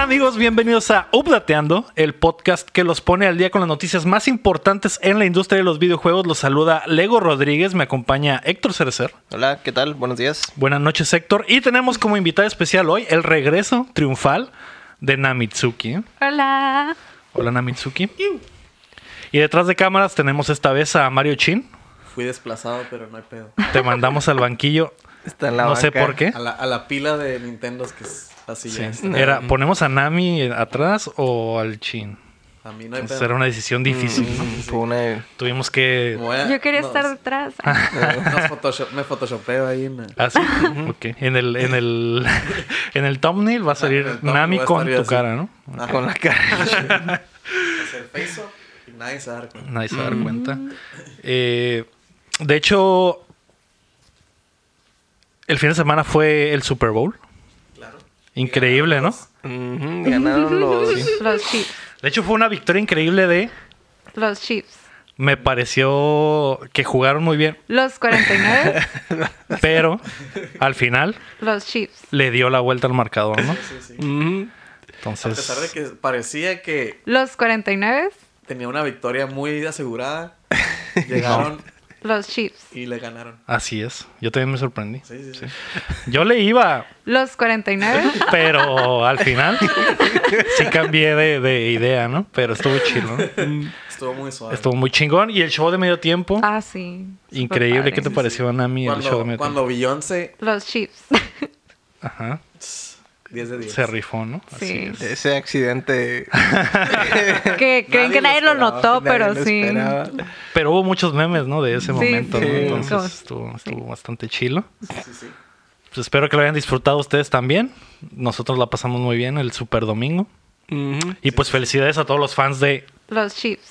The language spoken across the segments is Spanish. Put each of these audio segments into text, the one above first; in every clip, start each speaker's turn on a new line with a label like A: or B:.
A: amigos? Bienvenidos a Updateando, el podcast que los pone al día con las noticias más importantes en la industria de los videojuegos. Los saluda Lego Rodríguez, me acompaña Héctor Cerecer.
B: Hola, ¿qué tal? Buenos días.
A: Buenas noches, Héctor. Y tenemos como invitada especial hoy el regreso triunfal de Namitsuki. ¿eh?
C: Hola.
A: Hola, Namitsuki. Y detrás de cámaras tenemos esta vez a Mario Chin.
D: Fui desplazado, pero no hay pedo.
A: Te mandamos al banquillo.
B: Está en la
A: No sé
B: banca.
A: por qué.
D: A la, a la pila de Nintendo que es así ya está.
A: Era, ¿ponemos a Nami atrás o al Chin?
D: A mí no hay
A: Entonces
D: pedo.
A: era una decisión difícil. ¿no?
B: Mm, Fue una...
A: Tuvimos que
D: Me voy a-
C: Yo quería
D: no,
C: estar detrás.
D: Ah, no, Photoshop- me photoshopeo ahí en la-
A: Ah, sí. ok. En el, en el, Ah, en el thumbnail va a salir
D: en el thumbnail
A: Nami
D: va a
A: con
D: salir
A: tu
D: así.
A: cara, ¿no?
D: Ah,
B: Con la cara.
D: hacer face up y nadie se va a dar cuenta.
A: Nadie se va a dar cuenta. Eh, de hecho, el fin de semana fue el Super Bowl.
D: Claro.
A: Increíble, ¿no?
B: Ujú, Ganaron los...
C: Los Chiefs.
A: De hecho, fue una victoria increíble de.
C: Los Chiefs.
A: Me pareció que jugaron muy bien,
C: Los 49.
A: pero al final
C: los Chiefs.
A: le dio la vuelta al marcador, ¿no?
D: Sí, sí.
B: Ujú.
D: A pesar de
A: Entonces,
D: que parecía que
C: Los 49.
D: tenía una victoria muy asegurada, llegaron
C: Los Chiefs.
D: y le ganaron.
A: así es. Yo también me sorprendí.
D: Sí, sí, sí.
A: Yo le iba,
C: Los 49.
A: Pero al final sí cambié de, de idea, ¿no? Pero estuvo chido. ¿no?
D: Estuvo muy suave.
A: Estuvo muy chingón. Y el show de medio tiempo,
C: Ah, sí. Fue
A: increíble.
C: padre.
A: ¿Qué te pareció, Nami, el show de
D: Cuando,
A: medio
D: cuando Beyoncé,
C: Los Chiefs.
A: tiempo? Ajá.
D: 10 de 10.
A: Se rifó, ¿no?
C: Sí.
A: Así es.
B: Ese accidente...
C: Que creen que nadie lo,
D: esperaba,
C: notó,
B: nadie
C: pero
B: lo
C: sí.
B: esperaba.
A: Pero hubo muchos memes, ¿no? De ese
C: Sí,
A: momento, ¿no?
C: sí.
A: Entonces
C: Como-
A: estuvo, estuvo bastante chilo.
D: Sí, sí.
A: Pues espero que lo hayan disfrutado ustedes también. Nosotros la pasamos muy bien el super domingo.
B: Ujú.
A: Y pues felicidades a todos los fans de
C: Los Chiefs.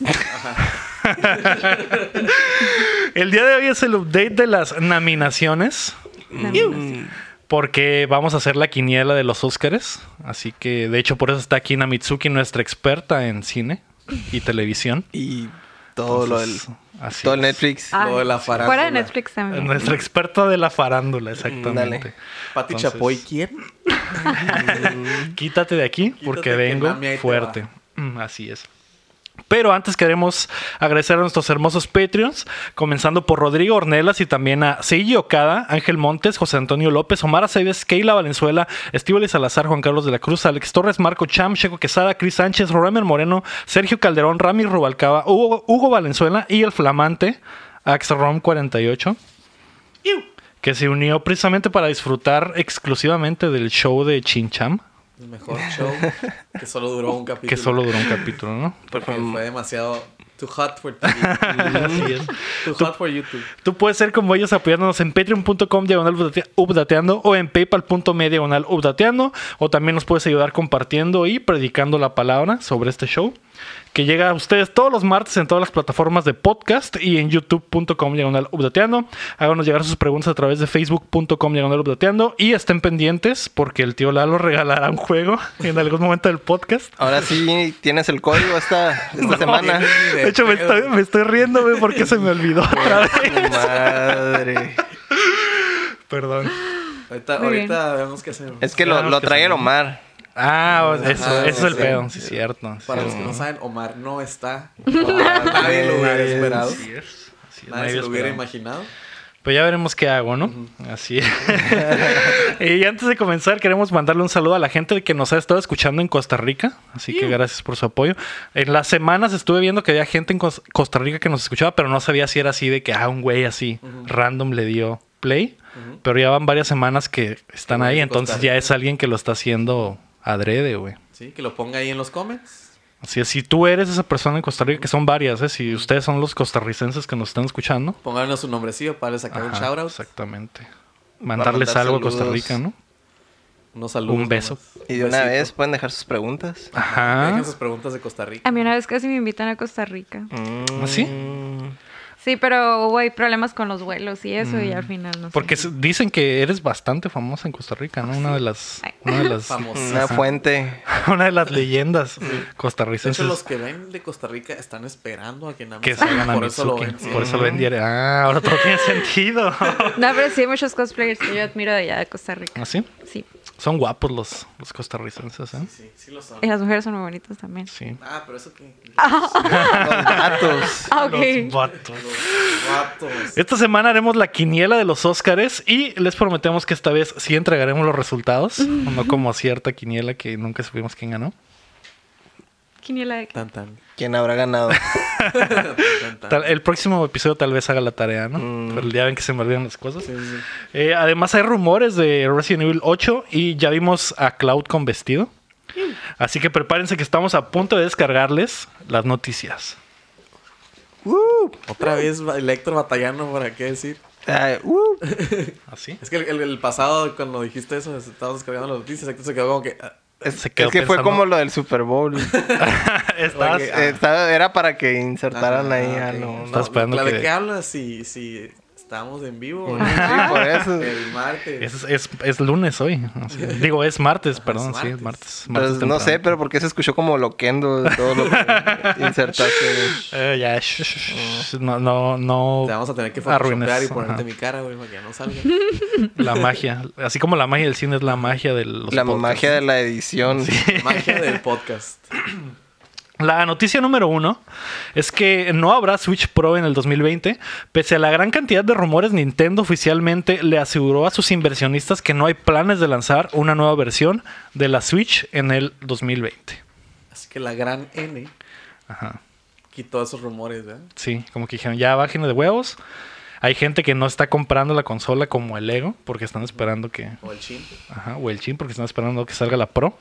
A: El día de hoy es el update de las nominaciones. Porque vamos a hacer la quiniela de los Óscares. Así que, de hecho, por eso está aquí Namitsuki, nuestra experta en cine y televisión.
B: Y todo
A: Entonces,
B: lo del...
A: así
B: todo el
A: es.
B: Netflix.
C: Ah,
D: Lo de la
C: Fuera de
D: farándula.
C: Netflix también.
A: Nuestra experta de la farándula, exactamente.
B: Dale.
D: Pati
A: Entonces,
D: Chapoy, ¿quién?
A: Quítate de aquí porque
D: que
A: vengo
D: mami ahí te
A: fuerte. Mm, Así es. Pero antes queremos agradecer a nuestros hermosos Patreons, comenzando por Rodrigo Ornelas y también a Seiji Okada, Ángel Montes, José Antonio López, Omar Aceves, Keila Valenzuela, Estíbales Salazar, Juan Carlos de la Cruz, Alex Torres, Marco Cham, Checo Quesada, Cris Sánchez, Romer Moreno, Sergio Calderón, Rami Rubalcaba, Hugo, Hugo Valenzuela y el flamante AxRom48 que se unió precisamente para disfrutar exclusivamente del show de Chincham,
D: El mejor show que solo duró un capítulo.
A: que solo duró un capítulo, ¿no?
D: Porque fue demasiado too hot for TV.
A: Así es.
D: too hot for YouTube.
A: Tú puedes ser como ellos apoyándonos en patreon.com diagonal updatea- updateando o en paypal.me diagonal updateando o también nos puedes ayudar compartiendo y predicando la palabra sobre este show que llega a ustedes todos los martes en todas las plataformas de podcast y en youtube.com diagonal updateando. Háganos llegar sus preguntas a través de facebook.com diagonal updateando y estén pendientes porque el tío Lalo regalará un juego en algún momento del podcast.
B: Ahora sí tienes el código esta, esta semana.
D: tienes ni
A: De hecho, me
D: pedo.
A: estoy, me estoy riendo güey, porque se me olvidó otra vez.
B: Madre.
A: Perdón.
D: Ahorita,
C: Muy
D: ahorita vemos qué hacemos.
B: Es que lo,
A: Claro
B: lo
A: que
B: trae
A: sí.
B: el Omar.
A: Ah, o- eso,
D: Ah,
A: eso es el
D: sí.
A: pedo, sí, cierto.
D: Para los
A: Sí.
D: que no saben, Omar no está. Nadie lo hubiera esperado.
A: Así es, así es,
D: Nadie
A: nadie
D: se lo hubiera
A: esperaba.
D: imaginado.
A: Pues ya veremos qué hago, ¿no? Así es. y antes de comenzar, queremos mandarle un saludo a la gente que nos ha estado escuchando en Costa Rica. Así que gracias por su apoyo. En las semanas estuve viendo que había gente en Cos- Costa Rica que nos escuchaba, pero no sabía si era así de que, ah, un güey así, random le dio play. Pero ya van varias semanas que están
D: Güey
A: ahí,
D: de
A: entonces
D: Costa
A: ya
D: Rica.
A: es alguien que lo está haciendo adrede, güey.
D: Sí, que lo ponga ahí en los comments.
A: Así es, si tú eres esa persona en Costa Rica, que son varias, ¿eh? si ustedes son los costarricenses que nos están escuchando.
D: Pónganos su nombrecillo para sacar un
A: Ajá,
D: shoutout.
A: Exactamente. Mandarles
B: mandar
A: algo a Costa
B: saludos.
A: Rica, ¿no?
D: Unos saludos.
A: Un beso.
D: nomás.
B: Y de una
D: Besito.
B: vez pueden dejar sus preguntas.
D: Que Dejen
A: Ajá.
D: sus preguntas de Costa Rica.
C: A mí una vez casi me invitan a Costa Rica.
B: Mm,
A: ¿Ah, sí?
C: Sí, pero hubo ahí problemas con los vuelos y eso, y al final no sé.
A: Porque se- dicen que eres bastante famosa en Costa Rica, ¿no? Una de las,
C: Ay.
A: una de las,
D: Famosa.
B: Una fuente.
A: una de las leyendas
D: De hecho,
A: costarricenses
D: los que ven de Costa Rica están esperando a que nada más
A: que salgan a
D: por eso lo
A: Mitsuki.
D: ven. sí.
A: Por eso lo ven diario. Ah, ahora todo tiene sentido.
C: No, pero sí hay muchos cosplayers que yo admiro de allá de Costa Rica.
A: ¿Así?
C: Sí.
A: ¿Ah, Son guapos los, los costarricenses, ¿eh?
D: Sí, sí lo son.
C: Y las mujeres son muy bonitas también.
A: Sí.
D: Ah, pero eso que...
B: Los datos.
C: Ah, ok.
A: Los vatos.
D: Los guatos.
A: Esta semana haremos la quiniela de los Óscares y les prometemos que esta vez sí entregaremos los resultados, no como cierta quiniela que nunca supimos quién ganó.
C: Quiniela de-
D: Tan, tan.
B: ¿Quién habrá ganado?
D: Tan, tan, tan.
A: Tal- el próximo episodio tal vez haga la tarea, ¿no?
B: Mm.
A: Pero ya ven que se me olvidan las cosas.
D: Sí, sí.
A: Eh, además hay rumores de Resident Evil 8 y ya vimos a Cloud con vestido. Así que prepárense que estamos a punto de descargarles las noticias.
D: Otra vez va- Electro batallando, ¿para qué decir?
B: Ay, uh.
A: ¿Así?
D: Es que el, el- el pasado, cuando dijiste eso, estabas descargando las noticias, Héctor se quedó como que... ah,
B: Es,
A: Se quedó
B: es que fue
A: pensando. ah.
B: como lo del Super Bowl.
A: Estás-
D: Oye,
B: Eh, estaba- era para que insertaran
D: ah,
B: ahí
D: ok.
B: a lo.
A: Estaba esperando
D: ¿La
A: que-
D: de qué hablas? Si, si estábamos en vivo. ¿o no?
B: Sí, por eso.
D: El martes.
A: es, es- es lunes hoy. Así- Digo, es martes, perdón.
D: Ah, es
A: Sí, es
D: martes.
A: martes.
B: Pero
A: martes
B: no sé,
A: temprano.
B: pero porque se escuchó como loquendo de todo lo que insertaste.
A: Eh, ya, sh- sh- sh- no, no, no.
D: Mm. Te vamos a tener que
A: Arruinas,
D: photoshopear y ponerte
A: ajá.
D: mi cara, güey, para que no salga.
A: La magia. Así como la magia del cine es la magia de los
B: La
A: podcasts,
B: magia
A: ¿no?
B: de la edición.
D: Magia del podcast.
A: La noticia número uno es que no habrá Switch Pro en el 2020. Pese a la gran cantidad de rumores, Nintendo oficialmente le aseguró a sus inversionistas que no hay planes de lanzar una nueva versión de la Switch en el 2020.
D: Así que la gran N
A: Ajá.
D: quitó esos rumores, ¿verdad?
A: Sí, como que dijeron, ya bajen de huevos. Hay gente que no está comprando la consola como el Lego porque están esperando que...
D: O el chin.
A: Ajá, o el Chin porque están esperando que salga la Pro.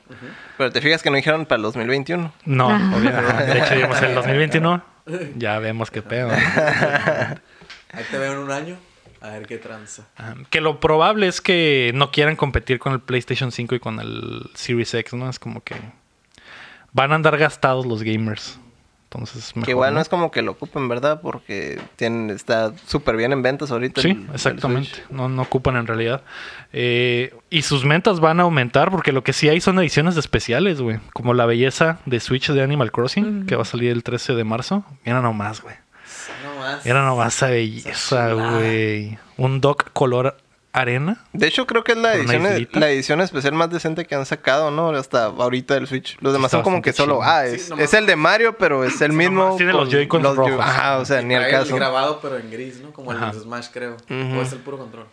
B: Pero te fijas que no dijeron para el 2021.
A: No, obviamente. De hecho, digamos, el 2021 ya vemos qué pedo. ¿no?
D: Ahí te veo en un año. A ver qué tranza.
A: Ajá, Que lo probable es que no quieran competir con el PlayStation 5 y con el Series X, ¿no? Es como que van a andar gastados los gamers. Entonces, mejor,
B: que igual no es como que lo ocupen, ¿verdad? Porque tienen, está súper bien en ventas ahorita. el-
A: Sí,
B: el
A: exactamente.
B: Switch.
A: No, no ocupan en realidad. Eh, y sus ventas van a aumentar porque lo que sí hay son ediciones especiales, güey. Como la belleza de Switch de Animal Crossing, que va a salir el 13 de marzo. Mira nomás, güey.
D: No más.
A: Mira nomás esa belleza, güey. Un dock color arena.
B: De hecho, creo que es la
A: Con una
B: edición, e-,
A: islita.
B: la edición especial más decente que han sacado, ¿no? Hasta ahorita del Switch. Los demás
A: Está
B: son como que
A: bastante
B: solo,
A: chido.
B: ah, es,
D: Sí, nomás-
B: es el de Mario, pero es el mismo.
A: nomás tiene los
B: con
A: Joy-Cons
B: Joy-
A: rojos.
B: Ajá, o sea,
D: Y
B: ni al
D: trae el
B: caso.
D: grabado, pero en gris, ¿no? Como
A: Ajá.
D: el de Smash, creo.
B: Ujú.
D: O es el puro control.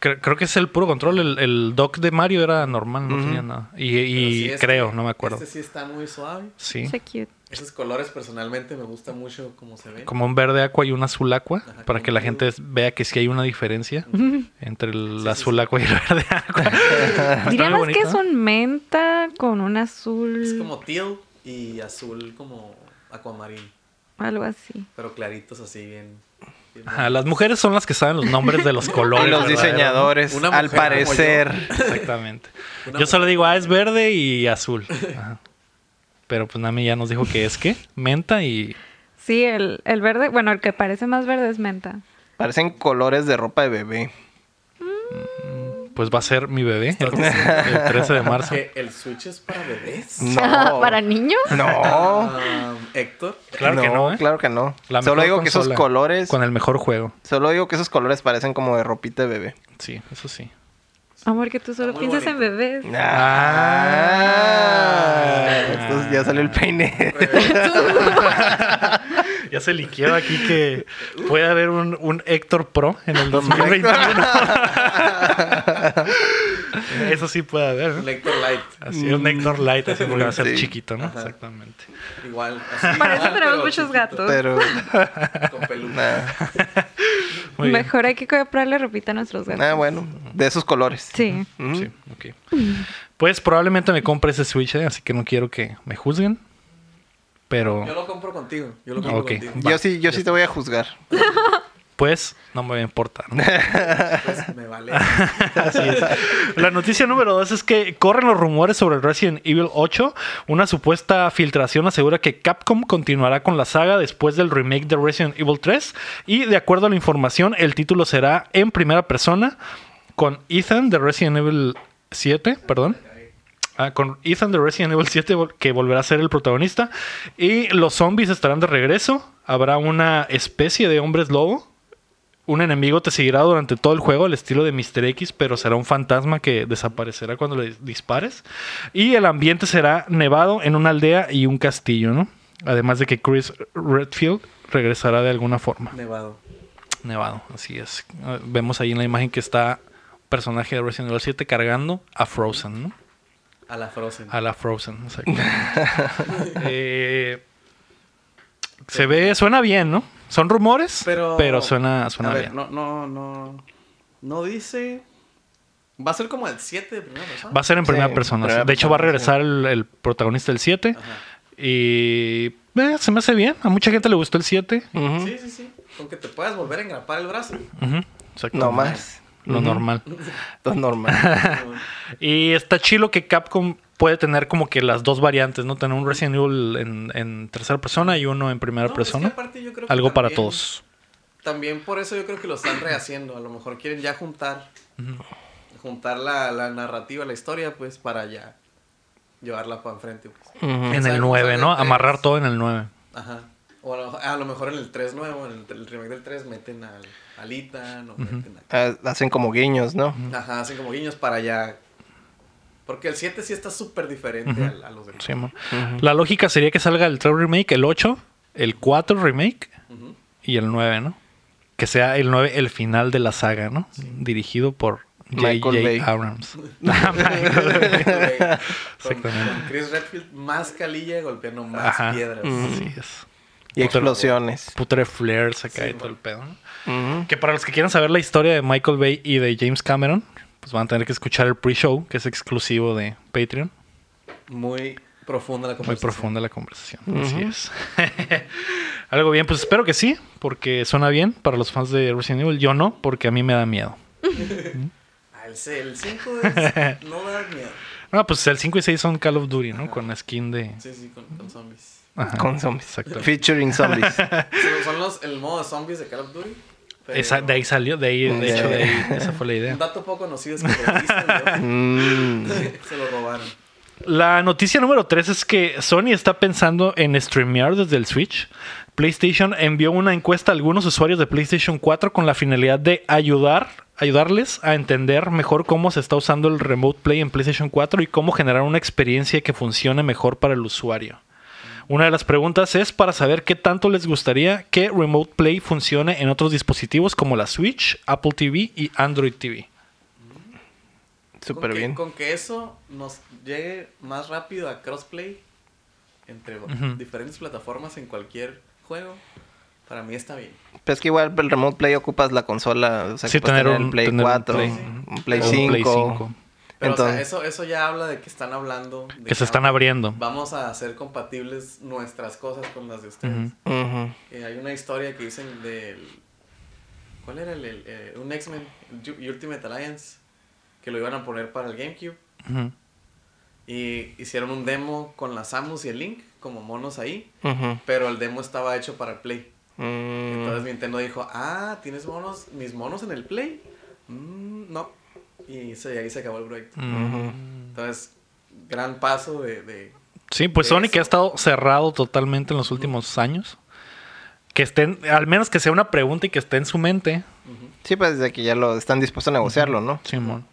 A: Cre- Creo que es el puro control. El, el dock de Mario era normal, no tenía nada. Y,
D: Pero
A: y
D: sí, este-
A: creo, no me acuerdo.
D: Este sí está muy suave.
A: Sí.
C: So cute.
D: Esos colores personalmente me gusta mucho como se ven.
A: Como un verde aqua y un azul aqua.
D: Ajá,
A: para
D: como
A: que la
D: un-
A: gente es- vea que sí hay una diferencia entre el azul aqua y el verde aqua. Ah, Está muy
C: Diríamos que
A: bonito,
C: es
A: ¿no?
C: un menta con un azul.
D: Es como teal y azul como aquamarín.
C: Algo así.
D: Pero claritos así bien. bien
A: Ajá, las mujeres son las que saben los nombres de los colores.
B: Y los
A: ¿verdad?
B: diseñadores,
D: Una
B: al
D: mujer como
B: parecer.
A: Exactamente.
D: Una
A: Yo solo digo, ah, es verde y azul. Ajá. Pero pues Nami ya nos dijo que es que menta y
C: Sí, el, el verde, bueno, el que parece más verde es menta.
B: Parecen colores de ropa de bebé.
A: pues va a ser mi bebé el, el 13 de marzo.
D: Que el Switch es para bebés.
B: No.
C: Ah, ¿Para niños?
B: No.
D: Ah, Héctor.
A: Claro que no, ¿eh?
B: Claro que no.
A: La
B: Solo
A: mejor
B: digo que esos
A: consola
B: colores.
A: Con el mejor juego.
B: Solo digo que esos colores parecen como de ropita de bebé.
A: Sí, eso sí.
C: Amor, que tú solo
D: Muy
C: piensas en
D: bonito.
C: bebés.
B: Ah. Entonces ya salió el peine.
A: Ya se liqueó aquí que puede haber un, un Héctor Pro en el 2021. Eso sí puede haber,
D: Un
A: ¿no?
D: Héctor Light.
A: Así, un Héctor Light, así porque va a ser
B: Sí.
A: chiquito, ¿no?
D: Ajá.
A: Exactamente.
D: Igual. así
C: Para eso
D: igual,
C: tenemos
D: pero
C: muchos
D: chiquito,
C: gatos.
B: Pero
D: Con peluca.
B: nada.
A: Muy bien.
C: Mejor hay que comprarle ropita a nuestros gatos.
B: Nada ah, bueno. De esos colores.
C: Sí.
B: Ujú.
A: Sí, ok. Pues probablemente me compre ese Switch, ¿eh? así que no quiero que me juzguen. Pero.
D: Yo lo compro contigo. Yo lo compro
A: Ok.
D: contigo.
A: Va,
B: Yo sí, yo sí te voy a juzgar.
A: Pues no me va a importar. ¿no?
D: Pues me vale.
A: Así es. La noticia número dos es que corren los rumores sobre Resident Evil 8. Una supuesta filtración asegura que Capcom continuará con la saga después del remake de Resident Evil 3. Y de acuerdo a la información, el título será en primera persona con Ethan de Resident Evil 7, perdón. Ah, con Ethan de Resident Evil 7 vol- que volverá a ser el protagonista. Y los zombies estarán de regreso. Habrá una especie de hombres lobo. Un enemigo te seguirá durante todo el juego al estilo de Mr. X, pero será un fantasma que desaparecerá cuando le dispares. Y el ambiente será nevado en una aldea y un castillo, ¿no? Además de que Chris Redfield regresará de alguna forma.
D: Nevado.
A: Nevado, así es. Eh, Vemos ahí en la imagen que está personaje de Resident Evil 7 cargando a Frozen, ¿no?
D: A la Frozen.
A: A la Frozen, exacto. Eh, se ve, suena bien, ¿no? Son rumores, pero,
D: Pero.
A: suena, suena
D: a ver,
A: bien.
D: No, no, no. No dice. Va a ser como el 7 de primera persona.
A: Va a ser en primera
B: Sí,
A: persona.
B: primera
A: sí. de hecho, va a
B: persona,
A: regresar el, el protagonista del 7.
D: Ajá.
A: Y eh, se me hace bien. A mucha gente le gustó el 7.
B: Ujú.
D: Sí, sí, sí. Con que te puedas volver a engrapar el brazo.
A: Ujú, exacto.
B: No más.
A: Lo
B: Ujú.
A: normal.
B: Esto es normal.
A: Y está chilo que Capcom puede tener como que las dos variantes, ¿no? Tener un Resident Evil en, en tercera persona y uno en primera
D: No, es que
A: persona.
D: aparte yo creo que
A: Algo para
D: también-
A: todos.
D: También por eso yo creo que lo están rehaciendo. A lo mejor quieren ya juntar. Juntar la, la narrativa, la historia, pues para ya llevarla para enfrente. Pues.
B: Ujú.
A: En el
D: Salga-
A: 9,
D: salga
A: ¿no?
D: el tres.
A: Amarrar todo en el 9.
D: Ajá. O a lo, a lo mejor en el 3 nuevo, en el, el remake del 3, meten al, al Ethan o meten a-
B: Ah, Hacen como guiños, ¿no?
D: Ajá, hacen como guiños para allá. Porque el 7 sí está súper diferente al- a, los demás.
A: Sí, mon. La lógica sería que salga el 3 remake, el 8, el 4 remake
D: Ujú.
A: y el 9, ¿no? Que sea el 9 el final de la saga, ¿no? Dirigido por
B: Michael Bay.
A: J.J. Abrams.
D: con,
A: Exactamente.
D: con Chris Redfield más calilla golpeando más
A: Ajá.
D: piedras.
A: Así es.
B: Y explosiones.
A: Putre flares acá
D: Sí,
A: y todo
D: mon.
A: el pedo, ¿no?
B: Ujú.
A: Que para los que quieran saber la historia de Michael Bay y de James Cameron, pues van a tener que escuchar el pre-show, que es exclusivo de Patreon.
D: Muy profunda la
A: Muy
D: conversación.
A: profunda la conversación. Así es. Algo bien, pues espero que sí, porque suena bien para los fans de Resident Evil. Yo no, porque a mí me da miedo.
D: Ah, el 5 es... no da miedo.
A: No, pues el 5 y 6 son Call of Duty, ¿no? Con la skin de.
D: Sí, sí, con, con zombies.
A: Ajá.
B: Con zombies.
A: Exacto.
B: Featuring zombies.
D: Son- Son los, el modo de zombies de Call of Duty. pero-
A: Esa- de ahí salió, de ahí, de
B: Sí.
A: hecho, de ahí, esa fue la idea.
D: Un dato poco conocido es que lo viste,
B: Mm.
D: ¿no? se lo robaron.
A: La noticia número 3 es que Sony está pensando en streamear desde el Switch. PlayStation envió una encuesta a algunos usuarios de PlayStation 4 con la finalidad de ayudar, ayudarles a entender mejor cómo se está usando el Remote Play en PlayStation 4 y cómo generar una experiencia que funcione mejor para el usuario. Una de las preguntas es para saber qué tanto les gustaría que Remote Play funcione en otros dispositivos como la Switch, Apple TV y Android TV.
B: Súper
D: con
B: bien.
D: Que, con que eso nos llegue más rápido a crossplay entre diferentes plataformas en cualquier juego, para mí está bien.
B: Pero es que igual el Remote Play ocupas la consola. O sea,
A: Sí,
B: ocupas
A: tener
B: tener
A: un-
B: el Play
A: tener un
B: 4,
A: Play.
B: un Play
A: O un
B: 5.
A: Play 5.
D: Pero o sea,
B: Entonces-
D: eso, eso ya habla de que están hablando. De
A: Que se están abriendo.
D: Vamos a hacer compatibles nuestras cosas con las de ustedes.
A: Ujú.
B: Ujú.
D: Eh, hay una historia que dicen del... ¿Cuál era el... el, eh, un X-Men, el Ju- Ultimate Alliance, que lo iban a poner para el GameCube.
A: Ujú.
D: Y hicieron un demo con la Samus y el Link, como monos ahí.
B: Ujú.
D: Pero el demo estaba hecho para el Play.
B: Mm.
D: Entonces Nintendo dijo, ah, ¿tienes monos, mis monos en el Play? Mm, no. Y se, ahí se acabó el proyecto. Entonces, gran paso de... de-
A: Sí, pues
D: de
A: Sony que ha
D: eso.
A: estado cerrado totalmente en los últimos años. Que estén, al menos que sea una pregunta y que esté en su mente,
B: Sí, pues desde que ya lo están dispuestos a negociarlo, ¿no?
A: Simón.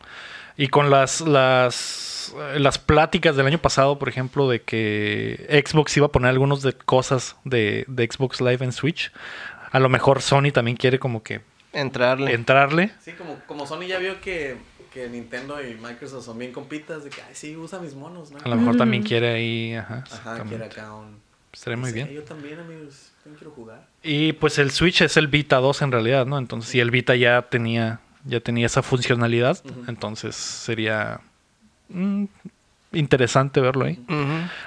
A: Y con las, las, eh, las pláticas del año pasado, por ejemplo, de que Xbox iba a poner algunas de cosas de, de Xbox Live en Switch, a lo mejor Sony también quiere como que
B: Entrarle.
A: entrarle.
D: Sí, como, como Sony ya vio que, que Nintendo y Microsoft son bien compitas, de que, ay, sí, usa mis monos, ¿no?
A: A lo mejor también
C: Ujú.
A: quiere ahí. Ajá,
D: Mm. Ajá,
A: exactamente.
D: quiere acá un...
A: Estaría muy
D: Sí,
A: bien.
D: Yo también, amigos, yo quiero jugar.
A: Y pues el Switch es el Vita 2 en realidad, ¿no? Entonces, si el Vita ya tenía, ya tenía esa funcionalidad, entonces sería mm, interesante verlo ahí.
B: Ujú.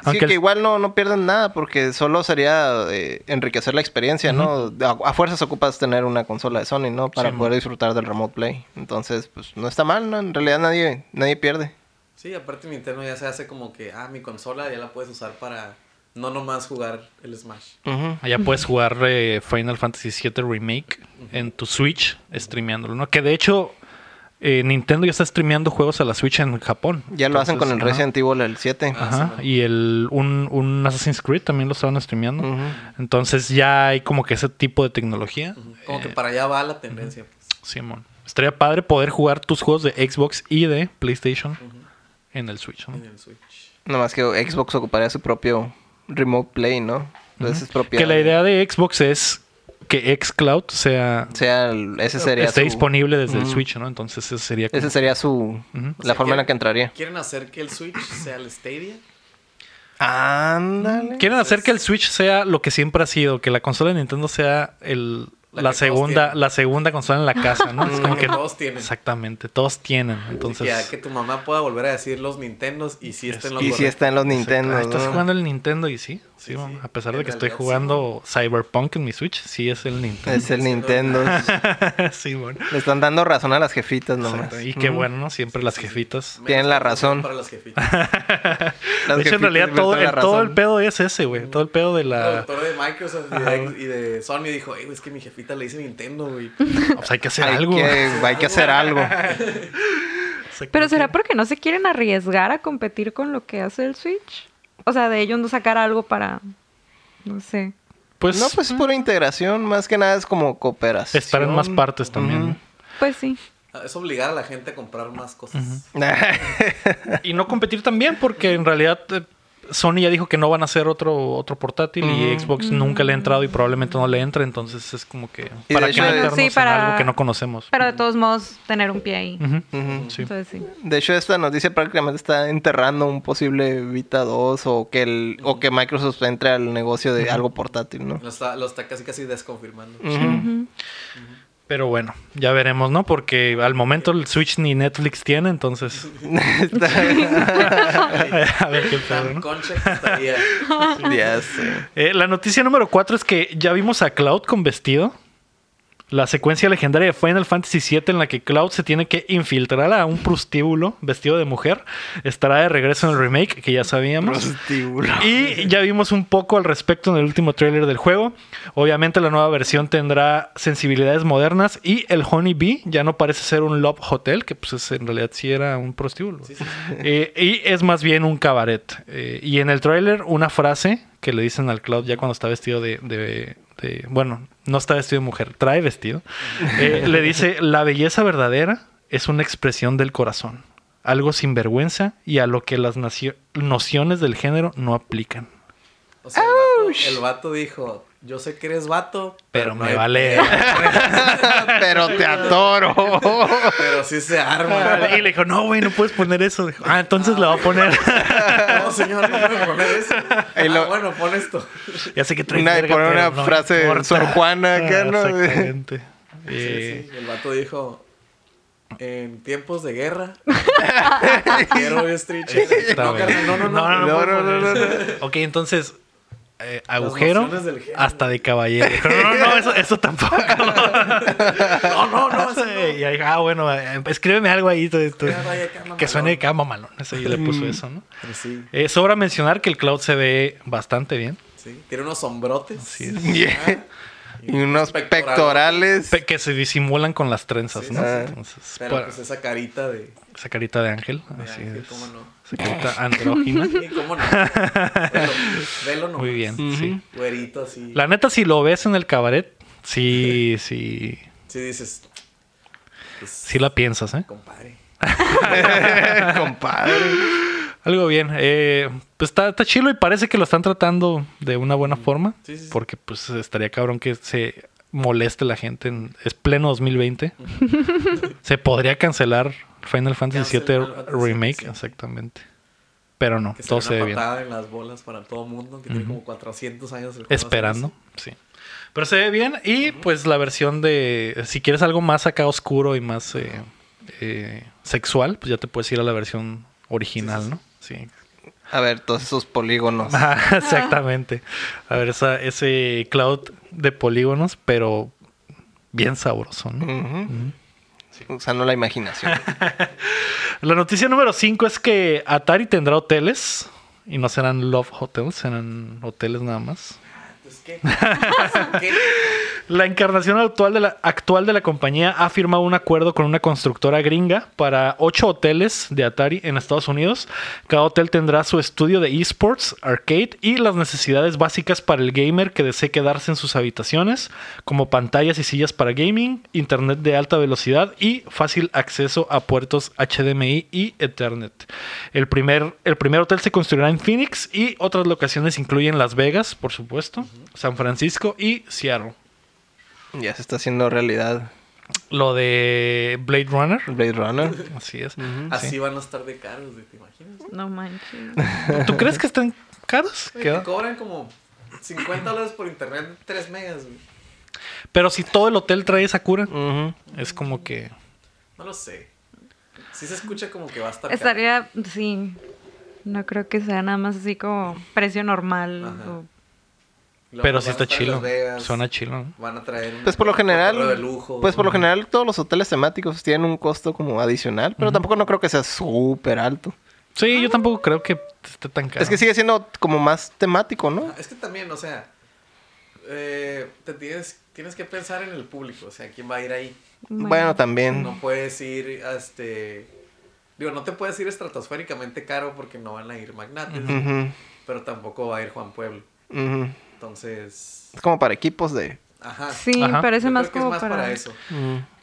A: Aunque
B: sí, que
A: el-
B: igual no, no pierden nada porque solo sería eh, enriquecer la experiencia, ¿no? A, a fuerzas ocupas tener una consola de Sony, ¿no? Para
A: Sí,
B: poder disfrutar del Remote Play. Entonces, pues no está mal, ¿no? En realidad nadie, nadie pierde.
D: Sí, aparte Nintendo ya se hace como que, ah, mi consola ya la puedes usar para no nomás jugar el Smash.
B: Ujú.
A: Allá puedes jugar eh, Final Fantasy VII Remake en tu Switch, streameándolo, ¿no? Que de hecho, eh, Nintendo ya está streameando juegos a la Switch en Japón.
B: Ya lo hacen con el
A: Entonces, ajá.
B: Resident Evil el 7.
A: Ajá, y el, un, un Assassin's Creed también lo estaban streameando.
B: Ujú.
A: Entonces ya hay como que ese tipo de tecnología.
D: Como que
A: Eh,
D: para allá va la tendencia. pues.
A: Simón. Estaría padre poder jugar tus juegos de Xbox y de PlayStation en el Switch. ¿no?
D: En el Switch.
B: Nomás que Xbox ocuparía su propio Remote Play, ¿no? Entonces es propiedad
A: Que la
B: de-
A: idea de Xbox es que Xcloud sea
B: sea el- ese sería
A: esté
B: su-
A: disponible desde el Switch, ¿no? Entonces ese sería como-
B: Ese sería su la
D: O sea,
B: forma en la
D: quieren-
B: que entraría.
D: Quieren hacer que el Switch sea el Stadia.
B: Ándale.
A: Quieren hacer que el Switch sea lo que siempre ha sido, que la consola de Nintendo sea el la,
D: La que todos
A: segunda
D: tienen.
A: la segunda consola en la casa, ¿no? Es como
D: Que
A: que
D: todos tienen.
A: Exactamente, todos tienen. Entonces,
D: Entonces, que, ah, que tu mamá pueda volver a decir los Nintendos y si estén los
B: Y si
D: correctos.
B: está en los Nintendo.
A: Ah, estás
B: ¿no?
A: jugando el Nintendo y sí, sí,
D: Sí,
A: mamá.
D: sí.
A: a pesar de
D: En
A: que estoy
D: realidad, sí,
A: jugando Cyberpunk en mi Switch, sí es el Nintendo.
B: Es el Nintendo.
A: sí, bueno.
B: Le están dando razón a las jefitas nomás.
A: Exacto. Y qué
B: Ujú.
A: bueno, ¿no? Siempre las jefitas.
D: Menos
B: Tienen la
D: para-
B: razón.
D: Para los jefitas.
B: Las
A: de hecho,
B: jefitas
A: en realidad
B: siempre
A: todo,
B: tienen
A: el,
B: la
A: todo el
B: razón.
A: pedo es ese, güey. Todo el pedo de
D: El
A: la...
D: productor de Microsoft y
A: Ajá.
D: de, y de Sony dijo, "Ey, güey, es que mi jefita le dice Nintendo, güey.
A: Pues hay que hacer
B: Hay
A: algo.
B: que, hay que hacer algo.
A: Exactamente.
C: Pero será porque no se quieren arriesgar a competir con lo que hace el Switch. O sea, de ellos no sacar algo para. No sé.
A: Pues,
B: no, pues es pura integración. Más que nada es como cooperación.
A: estar en más partes también. ¿no?
C: Pues sí.
D: Es obligar a la gente a comprar más cosas.
A: Y no competir también, porque en realidad eh, Sony ya dijo que no van a hacer otro, otro portátil y Xbox nunca le ha entrado y probablemente no le entre, entonces es como que
B: Y
A: para
B: de
A: qué
B: hecho- Bueno,
A: meternos
C: sí,
A: en
C: para-
A: algo que no conocemos.
C: Pero de todos modos, tener un pie ahí.
A: Ujú.
B: Ujú.
A: Sí.
C: Entonces sí.
B: De hecho, esta noticia prácticamente está enterrando un posible Vita 2 o que, el, o que Microsoft entre al negocio de algo portátil, ¿no?
D: Lo está, lo está casi casi desconfirmando.
B: Ujú.
C: Ujú.
A: Pero bueno, ya veremos, ¿no? Porque al momento el Switch ni Netflix tiene, entonces a ver qué pedo,
D: Tan
A: ¿no?
D: concha que estaría.
B: ya sé.
A: Eh, la noticia número 4 es que ya vimos a Cloud con vestido. La secuencia legendaria de Final Fantasy VII en la que Cloud se tiene que infiltrar a un prostíbulo vestido de mujer estará de regreso en el remake, que ya sabíamos.
B: Prostíbulo.
A: Y ya vimos un poco al respecto en el último tráiler del juego. Obviamente la nueva versión tendrá sensibilidades modernas y el Honey Bee ya no parece ser un Love Hotel, que pues es- en realidad sí era un prostíbulo.
D: Sí, sí, sí.
A: Eh, y es más bien un cabaret. Eh, y en el tráiler una frase que le dicen al Cloud ya cuando está vestido de... de- de- bueno, no está vestido de mujer, trae vestido. Eh, le dice, la belleza verdadera es una expresión del corazón, algo sin vergüenza y a lo que las nacio- nociones del género no aplican.
D: O sea, el vato, el vato dijo, yo sé que eres vato,
A: Pero,
D: no
A: me
D: hay-
A: vale.
B: Pero te atoro.
D: Pero sí se arma.
A: y le dijo, no, güey, no puedes poner eso. Dijo, ah, entonces la va a poner.
D: no, señor, no me poner eso.
B: Y lo-
D: Ah, bueno, pon esto.
A: ya sé que trae
B: Una, poner una frase de Sor Juana acá, ¿no?
A: Ah, Exactamente.
D: Sí,
A: Eh,
D: sí, El vato dijo, en tiempos de guerra, quiero Street Chess". No,
A: Exactamente.
D: carnal, no, no, no.
A: No,
B: No, no, no, no, no.
A: Ok, entonces, eh, agujero
D: nociones del género.
A: hasta de caballero. Dijo, no, no, no, eso, eso tampoco. no, no, no. eso no. Y ahí, ah, bueno, eh, escríbeme algo ahí. tú- tú-
D: Ya, vaya, acá, mamalón.
A: que suene de cama, malón. Eso ahí le puso eso, ¿no?
D: Pero Pues Sí,
A: Eh, sobra mencionar que el Cloud se ve bastante bien.
D: sí. Tiene unos sombrotes.
A: Sí, es.
B: Yeah. Y unos
D: Pectorales.
B: pectorales.
A: Pe- que se disimulan con las trenzas,
D: Sí,
A: ¿no?
D: sí,
B: sí.
A: Entonces,
D: Pero
A: para-
D: pues esa carita de...
A: esa carita de ángel, así
D: ángel,
A: es.
D: cómo no.
A: Esa carita andrógina.
D: Sí, ¿Cómo no? Velo, velo nomás.
A: Muy bien, sí.
D: Güerito así.
A: La neta, si lo ves en el cabaret, sí, sí,
D: Si dices... Pues,
A: sí la piensas, ¿eh?
D: compadre.
B: Compadre.
A: Algo bien. eh, pues está, está chilo y parece que lo están tratando de una buena forma.
D: Mm. Sí, sí, sí.
A: Porque pues estaría cabrón que se moleste la gente. en- es pleno 2020. se podría cancelar Final Fantasy VII
D: Cancel Final Fantasy
A: Remake.
D: VII.
A: Exactamente. Pero no,
D: Que
A: todo
D: sea
A: se ve
D: una
A: bien.
D: patada en las bolas para todo mundo. Que tiene como 400 años. el juego
A: Esperando,
D: haciendo
A: sí. Pero se ve bien y pues la versión de, si quieres algo más acá oscuro y más eh, eh, sexual, pues ya te puedes ir a la versión original,
D: Sí, sí, sí.
A: ¿no? Sí.
B: A ver, todos esos polígonos.
A: Ajá, exactamente. A ver, esa, ese cloud de polígonos, pero bien sabroso, ¿no?
B: Ujú. Usando la imaginación.
A: La noticia número 5 es que Atari tendrá hoteles. Y no serán love hotels, serán hoteles nada más.
D: Pues, ¿qué? ¿Qué?
A: La encarnación actual de la, actual de la compañía ha firmado un acuerdo con una constructora gringa para ocho hoteles de Atari en Estados Unidos. Cada hotel tendrá su estudio de esports, arcade y las necesidades básicas para el gamer que desee quedarse en sus habitaciones, como pantallas y sillas para gaming, internet de alta velocidad y fácil acceso a puertos HDMI y Ethernet. El primer, el primer hotel se construirá en Phoenix y otras locaciones incluyen Las Vegas, por supuesto, San Francisco y Seattle
B: ya se está haciendo realidad
A: lo de Blade Runner.
B: Blade Runner.
A: Así es.
D: Así van a estar de caros, güey, ¿te imaginas?
C: No manches.
A: ¿Tú crees que están caros?
D: Güey, Te cobran como 50 dólares por internet, 3 megas, güey.
A: Pero si todo el hotel trae Sakura,
B: Ujú.
A: es como que.
D: No lo sé. Sí se escucha como que va a estar caro.
C: Estaría, sí. No creo que sea nada más así como precio normal.
D: Ajá.
C: o-
D: Luego
A: Pero sí
D: van a
A: está
D: estar en
A: chilo.
D: Las Vegas,
A: Suena chilo. ¿no?
D: Van a traer un
B: Pues por lo general,
D: cotorreo de lujo.
B: pues por lo general todos los hoteles temáticos tienen un costo como adicional, pero tampoco no creo que sea súper alto.
A: Sí, yo tampoco creo que esté tan caro.
B: Es que sigue siendo como más temático, ¿no?
D: Ah, Es que también, o sea, eh, te tienes, tienes que pensar en el público, o sea, quién va a ir ahí.
B: Bueno,
C: Bueno,
B: también.
D: No puedes ir, este, digo, no te puedes ir estratosféricamente caro porque no van a ir magnates,
B: Ujú,
D: pero tampoco va a ir Juan Pueblo.
B: ujú.
D: Entonces,
B: Es como para equipos de...
D: ajá.
C: sí,
A: Ajá.
D: Yo
C: parece
D: creo
C: más
D: que es
C: como
D: más para,
C: para...
D: eso.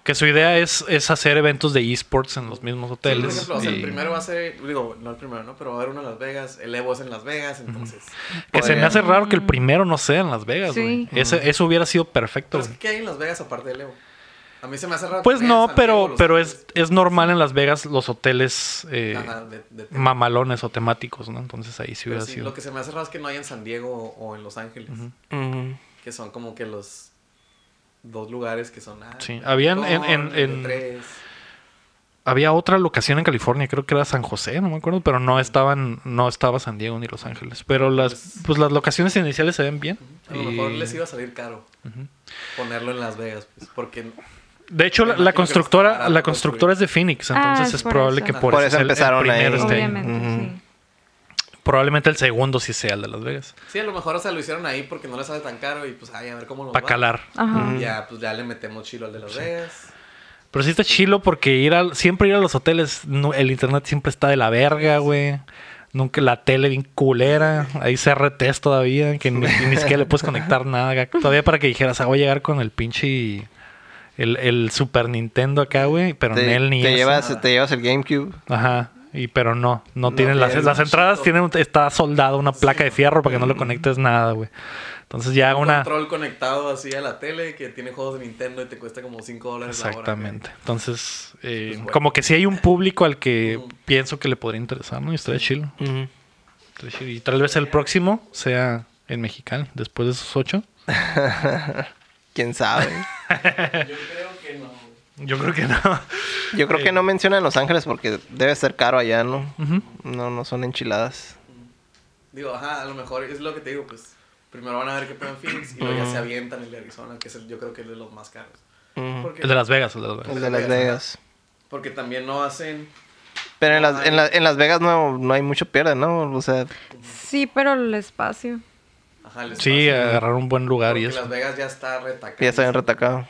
A: Que su idea es, es hacer eventos de esports en los mismos
D: Sí, por
A: hoteles.
D: ejemplo, o sea, el
A: y-
D: primero va a ser, digo, no el primero, ¿no? Pero va a haber uno en Las Vegas, el Evo es en Las Vegas, entonces...
A: Que se me
B: Podría.
A: hace raro que el primero no sea en Las Vegas,
C: Sí.
A: güey. Ese- eso hubiera sido perfecto.
D: Pero es
A: güey.
D: que, ¿qué hay en Las Vegas aparte del Evo? A mí se me hace raro.
A: Pues
D: que
A: no,
D: San Diego,
A: pero,
D: Los
A: pero
D: Ángeles,
A: es, es normal en Las Vegas los hoteles eh,
D: ajá, de- de- de-
A: mamalones o temáticos, ¿no? Entonces ahí sí
D: Pero
A: hubiera
D: sí,
A: sido.
D: Lo que se me hace raro es que no hay en San Diego o, o en Los Ángeles,
B: Ujú.
D: que son como que los dos lugares que son. ah,
A: Sí, habían en- en-
D: Torreón,
A: en-
D: tres.
A: Había otra locación en California, creo que era San José, no me acuerdo, pero no estaban, no estaba San Diego ni Los Ángeles. Pero las, pues las locaciones iniciales se ven bien.
D: A lo mejor
A: Y-
D: les iba a salir caro ponerlo en Las Vegas, pues, porque
A: De hecho, la, la
D: Me imagino que está
A: constructora,
D: barato
A: la constructora es de Phoenix, entonces
C: Ah, es
A: es
C: por
A: probable
C: eso.
A: que
D: Ajá.
A: por,
B: Por
A: eso
B: eso
A: el- el
B: empezaron ahí.
A: primero esté ahí.
C: Obviamente,
B: Ujú.
C: sí.
A: Probablemente el segundo sí sea el de Las Vegas.
D: sí, a lo mejor o sea, lo hicieron ahí porque no les sale tan caro y pues, ay, a ver cómo nos
A: Para
D: va.
A: calar.
C: Ajá.
D: Y Ya, pues ya le metemos chilo al de Las Vegas.
A: Pero sí está chilo porque ir al, siempre ir a los hoteles, no- el internet siempre está de la verga, güey. Nunca la tele bien culera. Hay CRTs todavía, que ni, ni siquiera le puedes conectar nada. Todavía para que dijeras, ah, voy a llegar con el pinche. El, el Super Nintendo acá, güey. Pero en
B: Te,
A: él ni
B: te
A: eso.
B: llevas, te llevas el GameCube.
A: Ajá. Y pero no, no, tienen las,
D: tiene
A: las
D: un
A: entradas
D: chip.
A: tienen un- está soldado una placa de fierro para que no le conectes nada, güey. Entonces ya
D: Un
A: una
D: control conectado así a la tele que tiene juegos de Nintendo y te cuesta como 5 dólares la hora,
A: Exactamente. Entonces, eh,
D: Pues bueno.
A: como que sí hay un público al que
D: Ujú.
A: pienso que le podría interesar, ¿no? Y estaría chido.
B: Ujú.
A: Estaría chido. Y tal vez el próximo sea en Mexicali, después de esos ocho.
B: ¿Quién sabe?
D: güey. Yo creo que no. güey.
A: Yo creo que no.
B: Yo creo que no mencionan Los Ángeles porque debe ser caro allá, ¿no?
A: Ujú.
B: No, no son enchiladas.
D: Digo, ajá, a lo mejor es lo que te digo, pues primero van a ver qué pedo en Phoenix y luego ya se avientan el de Arizona, que es el, yo creo que es de los más caros.
B: Ujú.
D: Porque,
A: El de Las Vegas, el de Las Vegas.
B: El de Las Vegas.
D: porque también no hacen.
B: Pero en las, en la- en las Vegas no, no hay mucho pierde, ¿no? O sea,
C: Sí, pero el espacio.
D: Ajá, el
A: Sí, eh,
D: espacio,
A: agarrar un buen lugar
D: porque
A: y
D: Las
A: eso.
D: Vegas ya está retacado.
B: ya está bien retacado.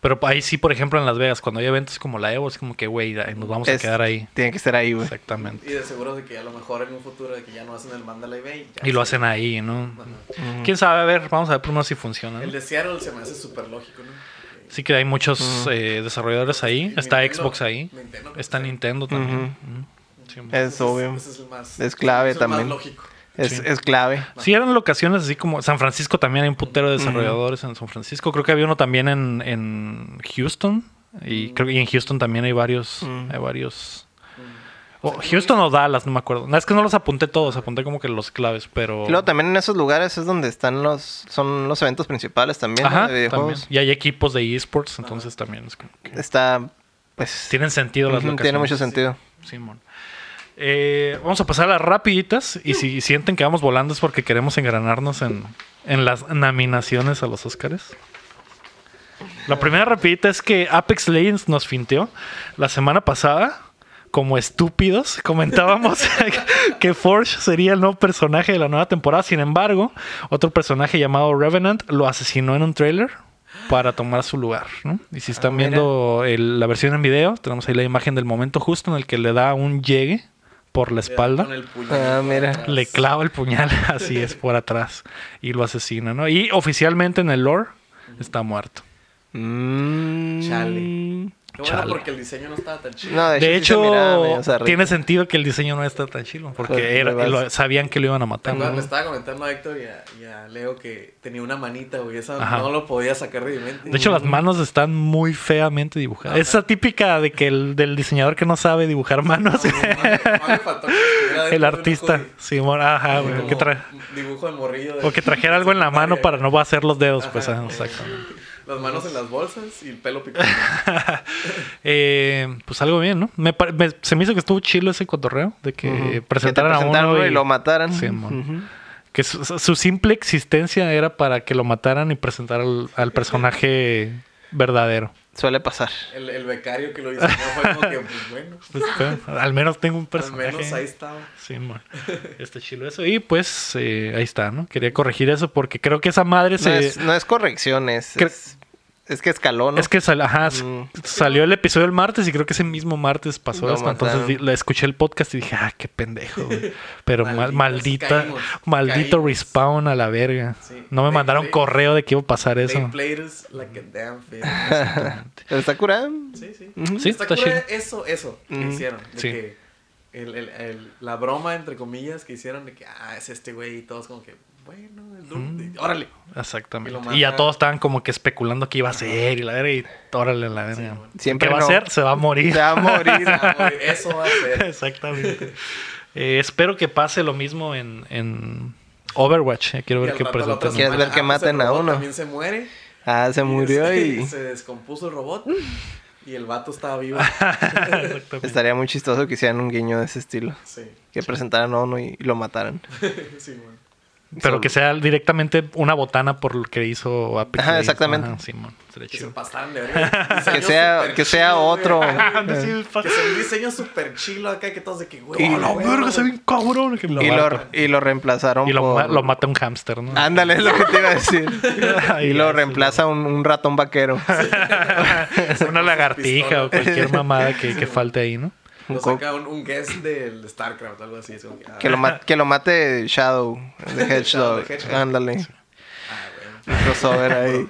A: Pero ahí sí, por ejemplo, en Las Vegas, cuando hay eventos como la Evo, es como que, güey, ya, nos vamos a
B: Es-
A: quedar ahí.
B: Tiene que ser ahí, güey.
A: Exactamente.
D: Y de seguro de que a lo mejor en un futuro de que ya no hacen el Mandalay Bay. ya
A: Y lo
D: se-
A: hacen ahí, ¿no?
D: Ajá.
A: ¿Quién sabe? A ver, vamos a ver primero si funciona.
D: El
A: ¿no?
D: de Seattle se me hace súper lógico, ¿no? Porque-
A: Sí que hay muchos eh, desarrolladores ahí.
D: Y
A: Está
D: Nintendo-
A: Xbox ahí.
D: Nintendo,
A: Está
D: pues,
A: Nintendo también. Ujú. Sí,
B: Es
D: ese
B: obvio.
D: ese es el más.
B: Es clave
D: es el
B: también.
D: Más lógico.
B: Es,
A: Sí.
B: es clave.
A: Sí, eran locaciones así como San Francisco también hay un putero de desarrolladores en San Francisco. Creo que había uno también en, en Houston. Y creo que y en Houston también hay varios. Hay varios. o Houston o Dallas, no me acuerdo. No, es que no los apunté todos, apunté como que los claves, pero.
B: Y luego también en esos lugares es donde están los son los eventos principales también ¿no?
A: Ajá,
B: de videojuegos.
A: también. Y hay equipos de esports, entonces también es como que
B: Está pues
A: tienen sentido las
B: ujú,
A: locaciones.
B: tiene mucho sentido.
A: Simón. Eh, vamos a pasar a las rapiditas y si sienten que vamos volando es porque queremos engranarnos en, en las nominaciones a los Oscars. La primera rapidita es que Apex Legends nos finteó la semana pasada. Como estúpidos, comentábamos que Forge sería el nuevo personaje de la nueva temporada. Sin embargo, otro personaje llamado Revenant lo asesinó en un trailer para tomar su lugar. ¿no? Y si
D: Ah,
A: están viendo el- la versión en video, tenemos ahí la imagen del momento justo en el que le da un llegue por la espalda.
D: Con el puño.
B: Ah, mira.
A: Le clava el puñal, así es, por atrás. Y lo asesina, ¿no? Y oficialmente en el lore está muerto.
B: Mm.
D: Chale. Qué bueno,
A: Chale.
D: porque el diseño no estaba tan chido.
B: No, de,
A: De
B: hecho,
A: hecho,
B: sí se miraba medio zarrito.
A: tiene sentido que el diseño no está tan chido,
B: Porque
A: porque era-
B: le vas-
A: lo- sabían que lo iban a
D: ¿Te
A: matar.
D: acuerdas? Le
A: ¿no?
D: estaba comentando a Héctor y a, y a Leo que tenía una manita, güey. Esa
A: Ajá.
D: no lo podía sacar de mi mente.
A: De hecho, las manos están muy feamente dibujadas. Esa típica de que el del diseñador que no sabe dibujar
D: No,
A: manos,
D: no, mames, no me faltó que estuviera dentro
A: el
D: de un
A: artista.
D: hoodie.
A: Simón, ajá, güey,
D: Como
A: que tra-
D: Dibujo de morrillo. de-
A: O que trajera algo en la mano para no vaciar los dedos, pues,
D: Ajá.
A: ah, exactamente.
D: Las manos en las bolsas y el pelo picado.
A: Eh, pues algo bien, ¿no? Me pare- me- se me hizo que estuvo chilo ese cotorreo de que
B: Ujú. te
A: presentaran a
B: presentaran
A: uno y,
B: lo mataran.
A: Sí, mon.
B: Ujú.
A: que su, su simple existencia era para que lo mataran y presentar al, al personaje verdadero.
B: Suele pasar.
D: El, el becario que lo diseñó fue como que, pues bueno,
A: Pues, pero, al menos tengo un
D: al
A: personaje.
D: menos ahí estaba.
A: Sí, mon. Está chilo eso. Y pues eh, ahí está, ¿no? Quería corregir eso porque creo que esa madre
B: No,
A: se...
B: es, no es corrección, es,
A: Cre-
B: es, es que escaló, ¿no?
A: Es que sal- ajá, s-
B: Mm.
A: salió el episodio el martes y creo que ese mismo martes pasó
B: Lo
A: esto. Entonces
B: mataron.
A: di- la escuché el podcast y dije, ah, qué pendejo, güey. Pero mal- maldita,
D: Malditos, caímos,
A: maldito
D: caímos.
A: respawn a la verga.
D: Sí.
A: No me
D: They-
A: mandaron
D: they-
A: correo de que iba a pasar
D: They
A: eso.
D: played us like a damn fish.
B: Pero está curada.
D: Sí, sí.
A: Sí,
D: Está
A: está
D: cura
A: chido.
D: eso, eso que
B: Ujú.
D: hicieron. De
A: Sí.
D: que el, el, el- la broma, entre comillas, que hicieron de que, ah, es este güey y todos como que, bueno, el Doom, órale. Y lo
A: Exactamente.
D: mata.
A: Y ya todos estaban como que especulando qué iba a ser y la verga y órale la verga.
D: bueno.
B: Siempre
A: ¿Qué va
B: no.
A: a ser? Se va a morir.
B: Se va a morir.
D: Ah, güey, eso va a ser.
A: Exactamente. Eh, espero que pase lo mismo en, en Overwatch. Ya Quiero
D: Y
A: ver
D: al
A: qué
D: rato la otra
A: presentan.
B: ¿Quieres ver
D: semana,
B: que
D: ah, pues,
B: maten
D: el
B: a
D: robot
B: uno?
D: También se muere.
B: Ah, se murió y
D: Se descompuso el robot y el vato estaba vivo.
A: Exactamente.
B: estaría muy chistoso que hicieran un guiño de ese estilo.
D: Sí,
B: Que presentaran a uno y, y lo mataran.
D: sí, bueno.
A: Pero que sea directamente una botana por lo que hizo Apex.
B: Ajá,
A: Legends.
B: exactamente.
A: Ajá, Simón, sería
D: Que se
A: chido.
D: pasaron de verga.
B: Que
D: Diseño
B: sea,
D: súper
B: que sea
D: chido, güey.
B: otro.
A: Ah,
D: Que sea un diseño súper chilo acá, que todos de que, güey.
B: Y
A: ¡Oh,
D: güey,
A: la
D: güey,
A: verga!
D: güey.
A: Se ve un cabrón. Que lo
B: Y lo,
A: mata.
B: y lo reemplazaron
A: Y lo, ma-
B: por...
A: lo mata un hámster, ¿no?
B: Ándale, es lo que te iba a decir.
A: Ahí
B: Y lo
A: es,
B: reemplaza un, un ratón vaquero.
A: Una lagartija o cualquier mamada que, que falte ahí, ¿no?
B: Un
D: Lo
B: co-
D: saca un, un guest del StarCraft, algo así. Es como que, ah,
B: que, lo ma- que lo mate Shadow, de
D: Shadow
B: Hedgehog.
D: the Hedgehog.
B: Ándale.
D: ah,
B: Un crossover ahí.
D: güey,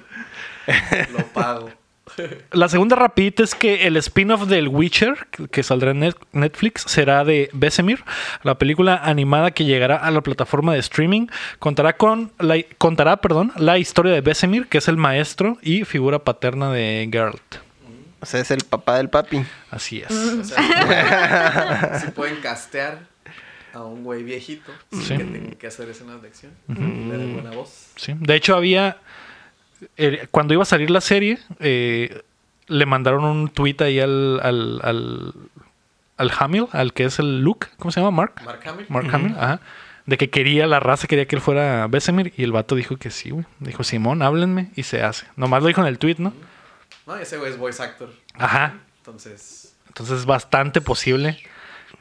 D: lo pago.
A: La segunda rapidita es que el spin-off del Witcher, que- que saldrá en Net- Netflix, será de Besemir. La película animada que llegará a la plataforma de streaming contará con la, contará, perdón, la historia de Besemir, que es el maestro y figura paterna de Geralt.
B: O sea, es el papá del papi.
A: Así es.
D: O sea, si pueden castear a un güey viejito
A: Sí.
D: que tenga que hacer escenas de acción, le den buena voz.
A: Sí. De hecho, había. eh, cuando iba a salir la serie, eh, le mandaron un tweet ahí al, al, al, al Hamill, al que es el Luke. ¿Cómo se llama? Mark.
D: Mark Hamill.
A: Mark Hamill, ajá. De que quería, la raza quería que él fuera Besemir. Y el vato dijo que sí, güey. Dijo, Simón, háblenme. Y se hace. Nomás lo dijo en el tweet, ¿no?
D: No, ese güey es voice actor.
A: Ajá.
D: Entonces,
A: Entonces es bastante posible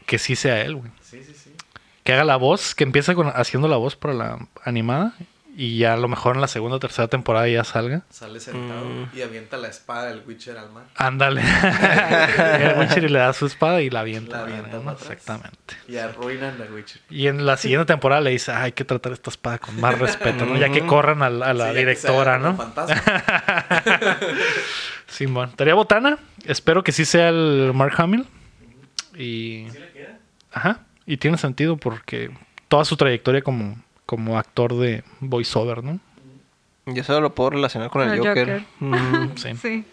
A: que sí sea él, güey.
D: sí, sí, sí.
A: Que haga la voz, que empiece con, haciendo la voz para la animada. Y ya a lo mejor en la segunda o tercera temporada ya salga.
D: Sale sentado
B: Mm.
D: y avienta la espada del Witcher al mar.
A: Ándale. Y el Witcher le da su espada y la avienta.
D: La avienta
A: ¿no?
D: para atrás.
A: Exactamente.
D: Y arruinan la Witcher.
A: Y en la siguiente temporada le dice, "Ah, hay que tratar esta espada con más respeto, ¿no? Ya que corran al- a,
D: Sí,
A: la
D: ya que
A: directora,
D: sea como
A: ¿no?
D: Fantasma.
A: Simón. Tarea botana. Espero que sí sea el Mark Hamill. Y. Ajá. Y tiene sentido porque toda su trayectoria como, como actor de voiceover, ¿no?
B: Yo solo lo puedo relacionar con el,
C: El
B: Joker.
C: Joker.
B: Mm.
A: Sí.
C: Sí.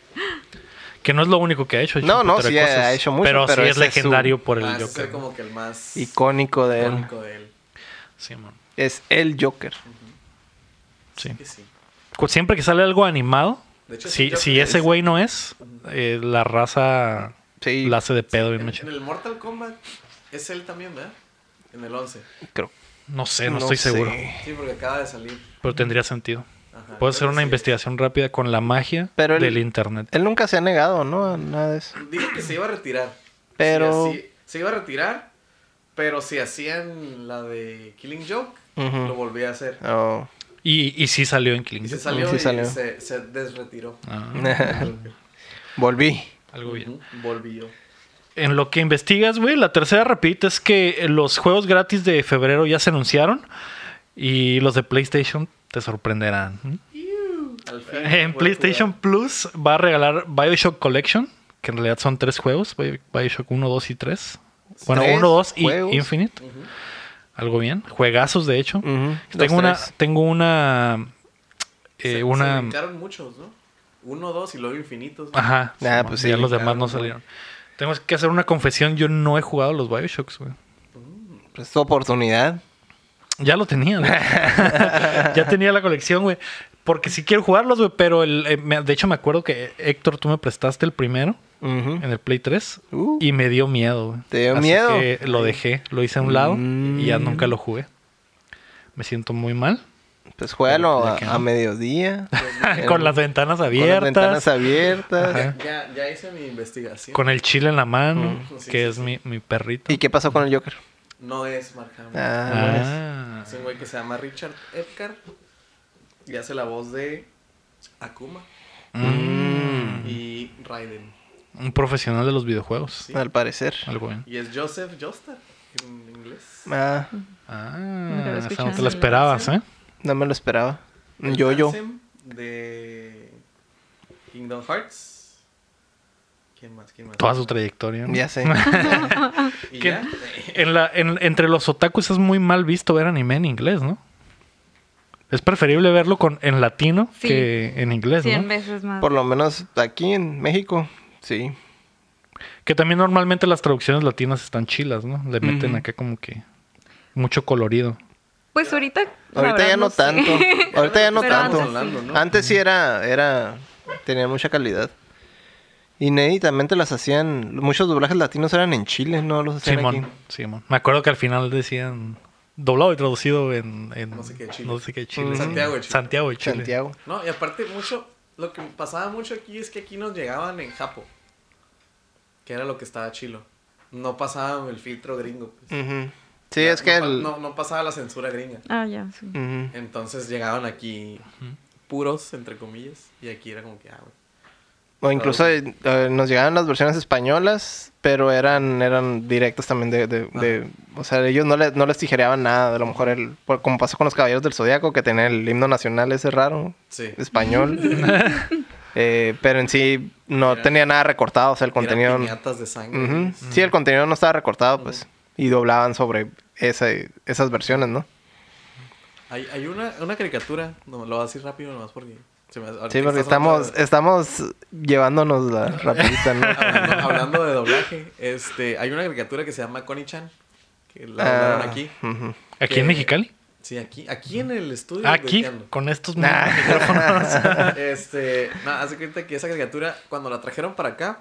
A: Que no es lo único que ha hecho. ha hecho
B: No,
A: un
B: no,
A: putero de
B: sí ha hecho mucho,
A: Pero,
B: pero
A: sí es
B: ese es su-
A: legendario por el
D: Ah, ese es
A: Joker.
D: como que el más
B: Icónico de él.
D: icónico de él.
A: Simón.
B: Es el Joker.
A: Sí.
D: Que sí.
A: Cu- Siempre que sale algo animado,
D: De hecho,
A: si,
D: ese Joker
A: si ese
D: es-
A: güey no es, eh, la raza
B: Sí.
A: la hace de pedo bien
D: En,
A: machín.
D: en el Mortal Kombat Es él también, ¿verdad? En el 11.
B: Creo.
A: No sé, no,
B: No
A: estoy seguro.
B: sé.
D: Sí, porque acaba de salir.
A: Pero tendría sentido.
D: Ajá,
A: Puedo hacer
D: creo que
A: una
D: Ah, sí.
A: investigación rápida con la magia
B: Pero el-
A: del internet.
B: Él nunca se ha negado, ¿no? A nada de eso.
D: Dijo que se iba a retirar.
B: Pero-
D: Si así- se iba a retirar, pero si hacían la de Killing Joke,
B: Ujú.
D: lo volvía a hacer.
B: Oh.
A: Y, y sí salió en
D: Y
A: Kling.
D: se salió
B: Sí
D: y
B: salió.
D: Se, se desretiró.
A: Ah,
B: Volví.
A: algo bien.
D: Ujú, Volvió.
A: En lo que investigas, güey, la tercera repite es que los juegos gratis de febrero ya se anunciaron y los de PlayStation te sorprenderán.
D: Al fin,
A: Eh, En
D: pude
A: PlayStation
D: jugar.
A: Plus va a regalar Bioshock Collection, que en realidad son tres juegos, Bio- Bioshock 1, 2 y 3. Bueno,
B: ¿Tres
A: 1, 2 y
B: juegos?
A: Infinite. Algo bien. Juegazos, de hecho.
B: Ujú, los
A: Tengo una...
B: tres.
A: Tengo una... eh,
D: Se- Se
A: una...
D: brincaron muchos, ¿no? Uno, dos y luego infinitos. ¿no?
A: Ajá.
B: Ah,
A: Simón,
B: pues
A: Ya
B: sí,
A: los demás
D: claro,
A: no
D: güey.
A: salieron. Tengo que hacer una confesión. Yo no he jugado los Bioshocks, güey.
B: Pues tu oportunidad.
A: Ya lo tenía, güey. ya tenía la colección, güey. Porque sí quiero jugarlos, güey. Pero el, eh, me- de hecho me acuerdo que Héctor, tú me prestaste el primero
B: Ujú.
A: en el Play 3.
B: Uh.
A: Y me dio miedo, güey.
B: ¿Te dio
A: Así
B: miedo?
A: que lo dejé, lo hice a un lado y ya
B: Mm.
A: nunca lo jugué. Me siento muy mal.
B: Pues juégalo
A: Pero,
B: a,
A: ¿de qué
B: a
A: no?
B: mediodía.
A: con las ventanas
B: Con
A: abiertas.
B: las ventanas abiertas.
A: Ajá.
D: Ya, ya hice mi investigación.
A: Con el chile en la mano,
D: Mm. Sí,
A: que
D: sí,
A: es Mi, mi perrito.
B: ¿Y qué pasó con el Joker?
D: No es Mark Hamill.
B: Ah, bueno.
A: Ah.
D: Es un güey que se llama Richard Edgar y hace la voz de Akuma
A: Mm.
D: y Raiden.
A: Un profesional de los videojuegos.
D: Sí.
B: Al parecer.
A: Algo bien.
D: Y es Joseph Joestar en inglés.
B: Ah,
A: Ah,
C: lo
A: esa no te
C: escuchaba.
A: la esperabas, ¿eh?
B: no me lo esperaba. Un
D: El
B: Yo-yo.
D: Ansem de Kingdom Hearts. ¿Quién más? ¿Quién más?
A: Toda su trayectoria. ¿no?
B: Ya sé.
D: ¿Y
A: ¿Qué?
D: ya?
A: En la, en- entre los otakus es muy mal visto ver anime en inglés, ¿no? Es preferible verlo con, en latino
C: Sí.
A: que en inglés,
C: 100
A: ¿no?
C: veces más.
B: Por lo menos aquí en México. Sí.
A: Que también normalmente las traducciones latinas están chilas, ¿no? Le meten
B: Ujú.
A: acá como que mucho colorido.
C: Pues ahorita. la
B: Ahorita
C: verdad,
B: ya no
C: sé.
B: tanto. Ahorita ya no
C: Pero
B: tanto.
C: antes sí.
D: ¿no?
B: Antes sí era, era, tenía mucha calidad. Inéditamente las hacían, muchos doblajes latinos eran en Chile, no los hacían
A: Simón,
B: aquí.
A: Simón. Me acuerdo que al final decían doblado y traducido en, en-
D: No sé qué Chile. Mm.
A: no sé qué Chile.
D: Santiago de Chile.
A: Santiago de Chile.
B: Santiago.
D: No, y aparte mucho, lo que pasaba mucho aquí es que aquí nos llegaban en Japo, que era lo que estaba chilo. No pasaba el filtro gringo. pues.
B: Ujú. Sí,
D: No-
B: es que
D: no,
B: el...
D: no, no pasaba la censura gringa.
C: Ah, ya, sí.
B: Ujú.
D: Entonces llegaban aquí puros, entre comillas, y aquí era como que, ah, güey.
B: O incluso eh, eh, nos llegaban las versiones españolas, pero eran eran directas también de... de- de- o sea, ellos no, le- no les tijereaban nada, a lo mejor el, por- como pasó con los Caballeros del Zodíaco, que tenían el himno nacional ese raro,
D: Sí.
B: español. Eh, pero en sí no
D: Era-
B: tenía nada recortado, o sea, el contenido...
D: Eran piñatas de sangre.
B: Ujú. Sí, el contenido no estaba recortado, pues. Y doblaban sobre ese- esas versiones, ¿no?
D: Hay, hay una, una caricatura, no, lo voy a decir rápido nomás porque... se me hace- ahorita
B: Sí, porque
D: estás hablando
B: estamos, estamos llevándonos la rapidita, ¿no?
D: de- hablando, hablando de doblaje, este, hay una caricatura que se llama Connie Chan, que la
B: Ah,
D: doblaron aquí.
B: ujú.
A: ¿Aquí
D: Que-
A: en Mexicali?
D: Sí, aquí, aquí en el estudio. de
A: Aquí,
D: Teando.
A: con estos
B: Nah.
A: micrófonos.
D: Este, no, hace cuenta que esa caricatura, cuando la trajeron para acá,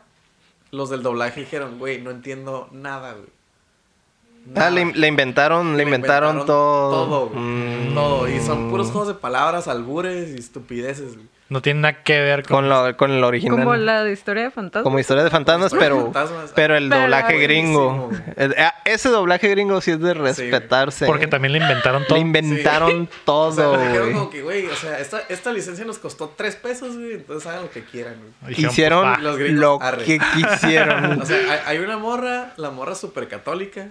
D: los del doblaje dijeron, güey, no entiendo nada, güey.
B: Ah, le, le inventaron, le inventaron, todo.
D: Todo, güey.
B: Mm,
D: Todo. Y son puros juegos de palabras, albures y estupideces, güey.
A: No tiene nada que ver con...
B: Con, lo, con el original.
C: Como la de historia de fantasmas.
B: Como historia de fantasmas,
D: Historia de
B: pero,
D: fantasmas.
B: pero el
C: Pero
B: doblaje gringo.
D: buenísimo,
B: El- eh, ese doblaje gringo sí es de respetarse.
A: Porque
B: ¿eh?
A: también le inventaron todo.
B: le inventaron
D: O sea,
B: todo,
D: dijeron
B: güey.
D: como que, güey, o sea, esta, esta licencia nos costó tres pesos, güey, entonces hagan lo que quieran, güey.
A: Dijeron,
B: Hicieron
A: "Pues, va".
D: Los gringos,
B: lo
D: arre.
B: que quisieron.
D: O sea, hay, hay una morra, la morra super católica,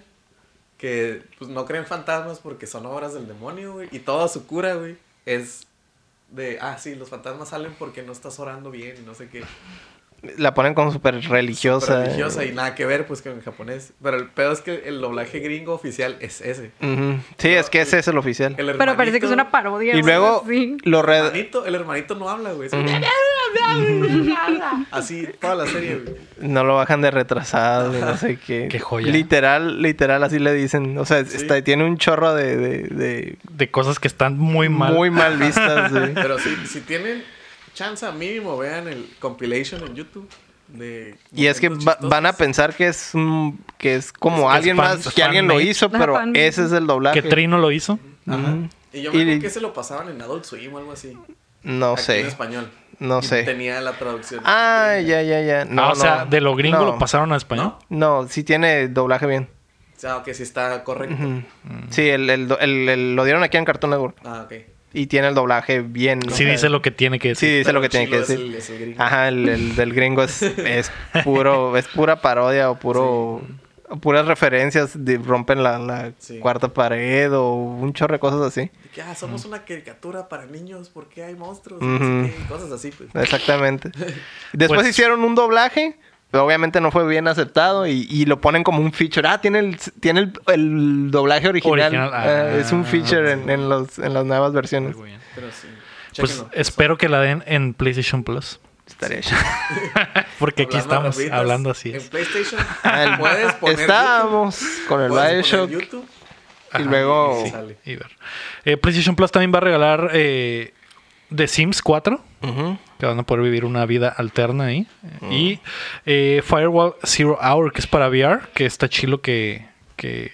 D: que pues no creen fantasmas porque son obras del demonio, güey. Y toda su cura, güey, es de, ah, sí, los fantasmas salen porque no estás orando bien y no sé qué.
B: La ponen como súper religiosa.
D: Pero religiosa y nada que ver, pues, con el japonés. Pero el pedo es que el doblaje gringo oficial es ese.
B: Ujú. Sí, es que ese es el oficial.
D: El
C: Pero parece que es una parodia.
B: Y
C: o algo
B: luego
C: así.
B: lo
D: El
B: red...
D: hermanito, el hermanito no habla, güey. Es un- Así, toda la serie, güey.
B: no lo bajan de retrasado, de no sé qué.
A: Qué joya.
B: Literal, literal, así le dicen. O sea, está- tiene un chorro de, de- de
A: De cosas que están muy mal.
B: muy mal vistas. güey.
D: Pero si, si tienen chance mínimo, vean el compilation en YouTube de
B: Y es que
D: momentos
B: va-
D: chistosos.
B: van a pensar que es un- que es como
A: Es que
B: alguien
A: es fan-
B: más,
A: es
B: que alguien lo
A: fan-made.
B: hizo,
C: Ajá,
B: pero
C: fan-made.
B: ese es el doblaje.
A: Que Trino lo hizo.
D: Ajá.
B: Ujú.
D: Y yo me
B: Y-
D: acuerdo que se lo pasaban en Adult Swim o algo así.
B: No
D: aquí En
B: sé.
D: español.
B: No
D: Y
B: sé.
D: Tenía la traducción.
B: Ah, ya, ya, ya. No,
A: Ah, o sea,
B: no.
A: de lo gringo
B: No.
A: lo pasaron a español.
D: ¿No?
B: No, sí tiene doblaje bien.
D: O sea, que sí está correcto.
B: Ujú. Sí, el, el do- el- el- lo dieron aquí en Cartoon Network.
D: Ah, ok.
B: Y tiene el doblaje bien.
A: Sí
B: o sea,
A: dice lo que tiene que
B: Sí,
A: decir.
B: dice lo
D: Pero
B: que tiene que
D: chilo
B: decir.
D: es
B: Ah.
D: el- es el gringo.
B: Ajá, el, el del gringo es, es puro, es pura parodia o puro, puras referencias de- rompen la, la
D: Sí.
B: cuarta pared o un chorro de cosas así.
D: De que, ah, somos una caricatura para niños, ¿por qué hay monstruos?
B: Ujú.
D: No sé qué, y Cosas así, pues.
B: Exactamente. Después
A: Pues-
B: hicieron un doblaje, pero obviamente no fue bien aceptado y, y lo ponen como un feature. Ah, tiene el, tiene el, el doblaje original.
A: Original,
B: Ah,
A: ah,
B: es un feature en, en los, en las nuevas versiones.
A: Muy bien.
D: Pero sí.
A: Pues
D: chéquenlo.
A: espero que la den en PlayStation Plus.
B: Estaría chido.
A: Porque aquí
D: Hablando
A: estamos
D: rapiditas,
A: hablando así.
D: En PlayStation
B: Ah, el-
D: puedes poner
B: Estábamos con el
D: YouTube, puedes
B: Bioshock
D: poner
B: Oh.
D: YouTube
B: y luego...
D: y sale.
A: Y ver. Eh, PlayStation Plus también va a regalar eh, The Sims 4.
B: Ujú.
A: Que van a poder vivir una vida alterna ahí. Y eh, Firewall Zero Hour, que es para VR, que está chilo que, que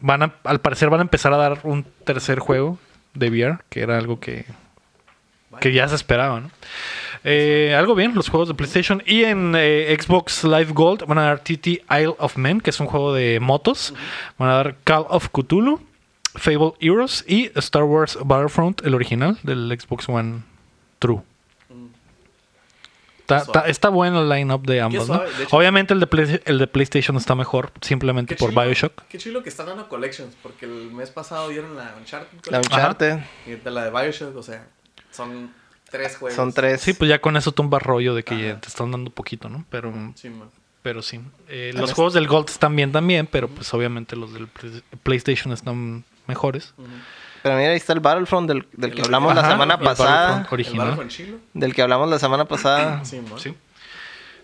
A: van a, al parecer van a empezar a dar un tercer juego de VR, que era algo que, que ya se esperaba, ¿no? Eh, algo bien, los juegos de PlayStation. Y en eh, Xbox Live Gold van a dar TT Isle of Men, que es un juego de motos. Van a dar Call of Cthulhu, Fable Heroes y Star Wars Battlefront, el original del Xbox One True. Está, está, está bueno el line-up de ambos, ¿no?
D: suave, de hecho.
A: Obviamente el de, Play- el de PlayStation está mejor simplemente
D: Qué
A: por
D: chilo-
A: Bioshock.
D: Qué chulo que están dando collections, porque el mes pasado dieron la Uncharted
B: La
D: Collection
B: Uncharted.
D: y ahorita la de Bioshock, o sea, son tres juegos.
B: Son tres.
A: Sí, pues ya con eso tumba rollo de que
D: Ajá.
A: ya te están dando poquito, ¿no? Pero
D: Sí, man.
A: Pero sí. Eh,
B: Ahora
A: los
B: sí.
A: juegos del Gold están bien también, pero pues obviamente los del Play- PlayStation están mejores.
B: Pero mira, ahí está el Battlefront del, del que
D: El
B: hablamos la
A: Ajá,
B: semana
A: el
B: pasada.
A: Battlefront
D: El barro con
A: Original.
D: chilo.
B: Del que hablamos la semana pasada.
D: Sí, man.
A: Sí.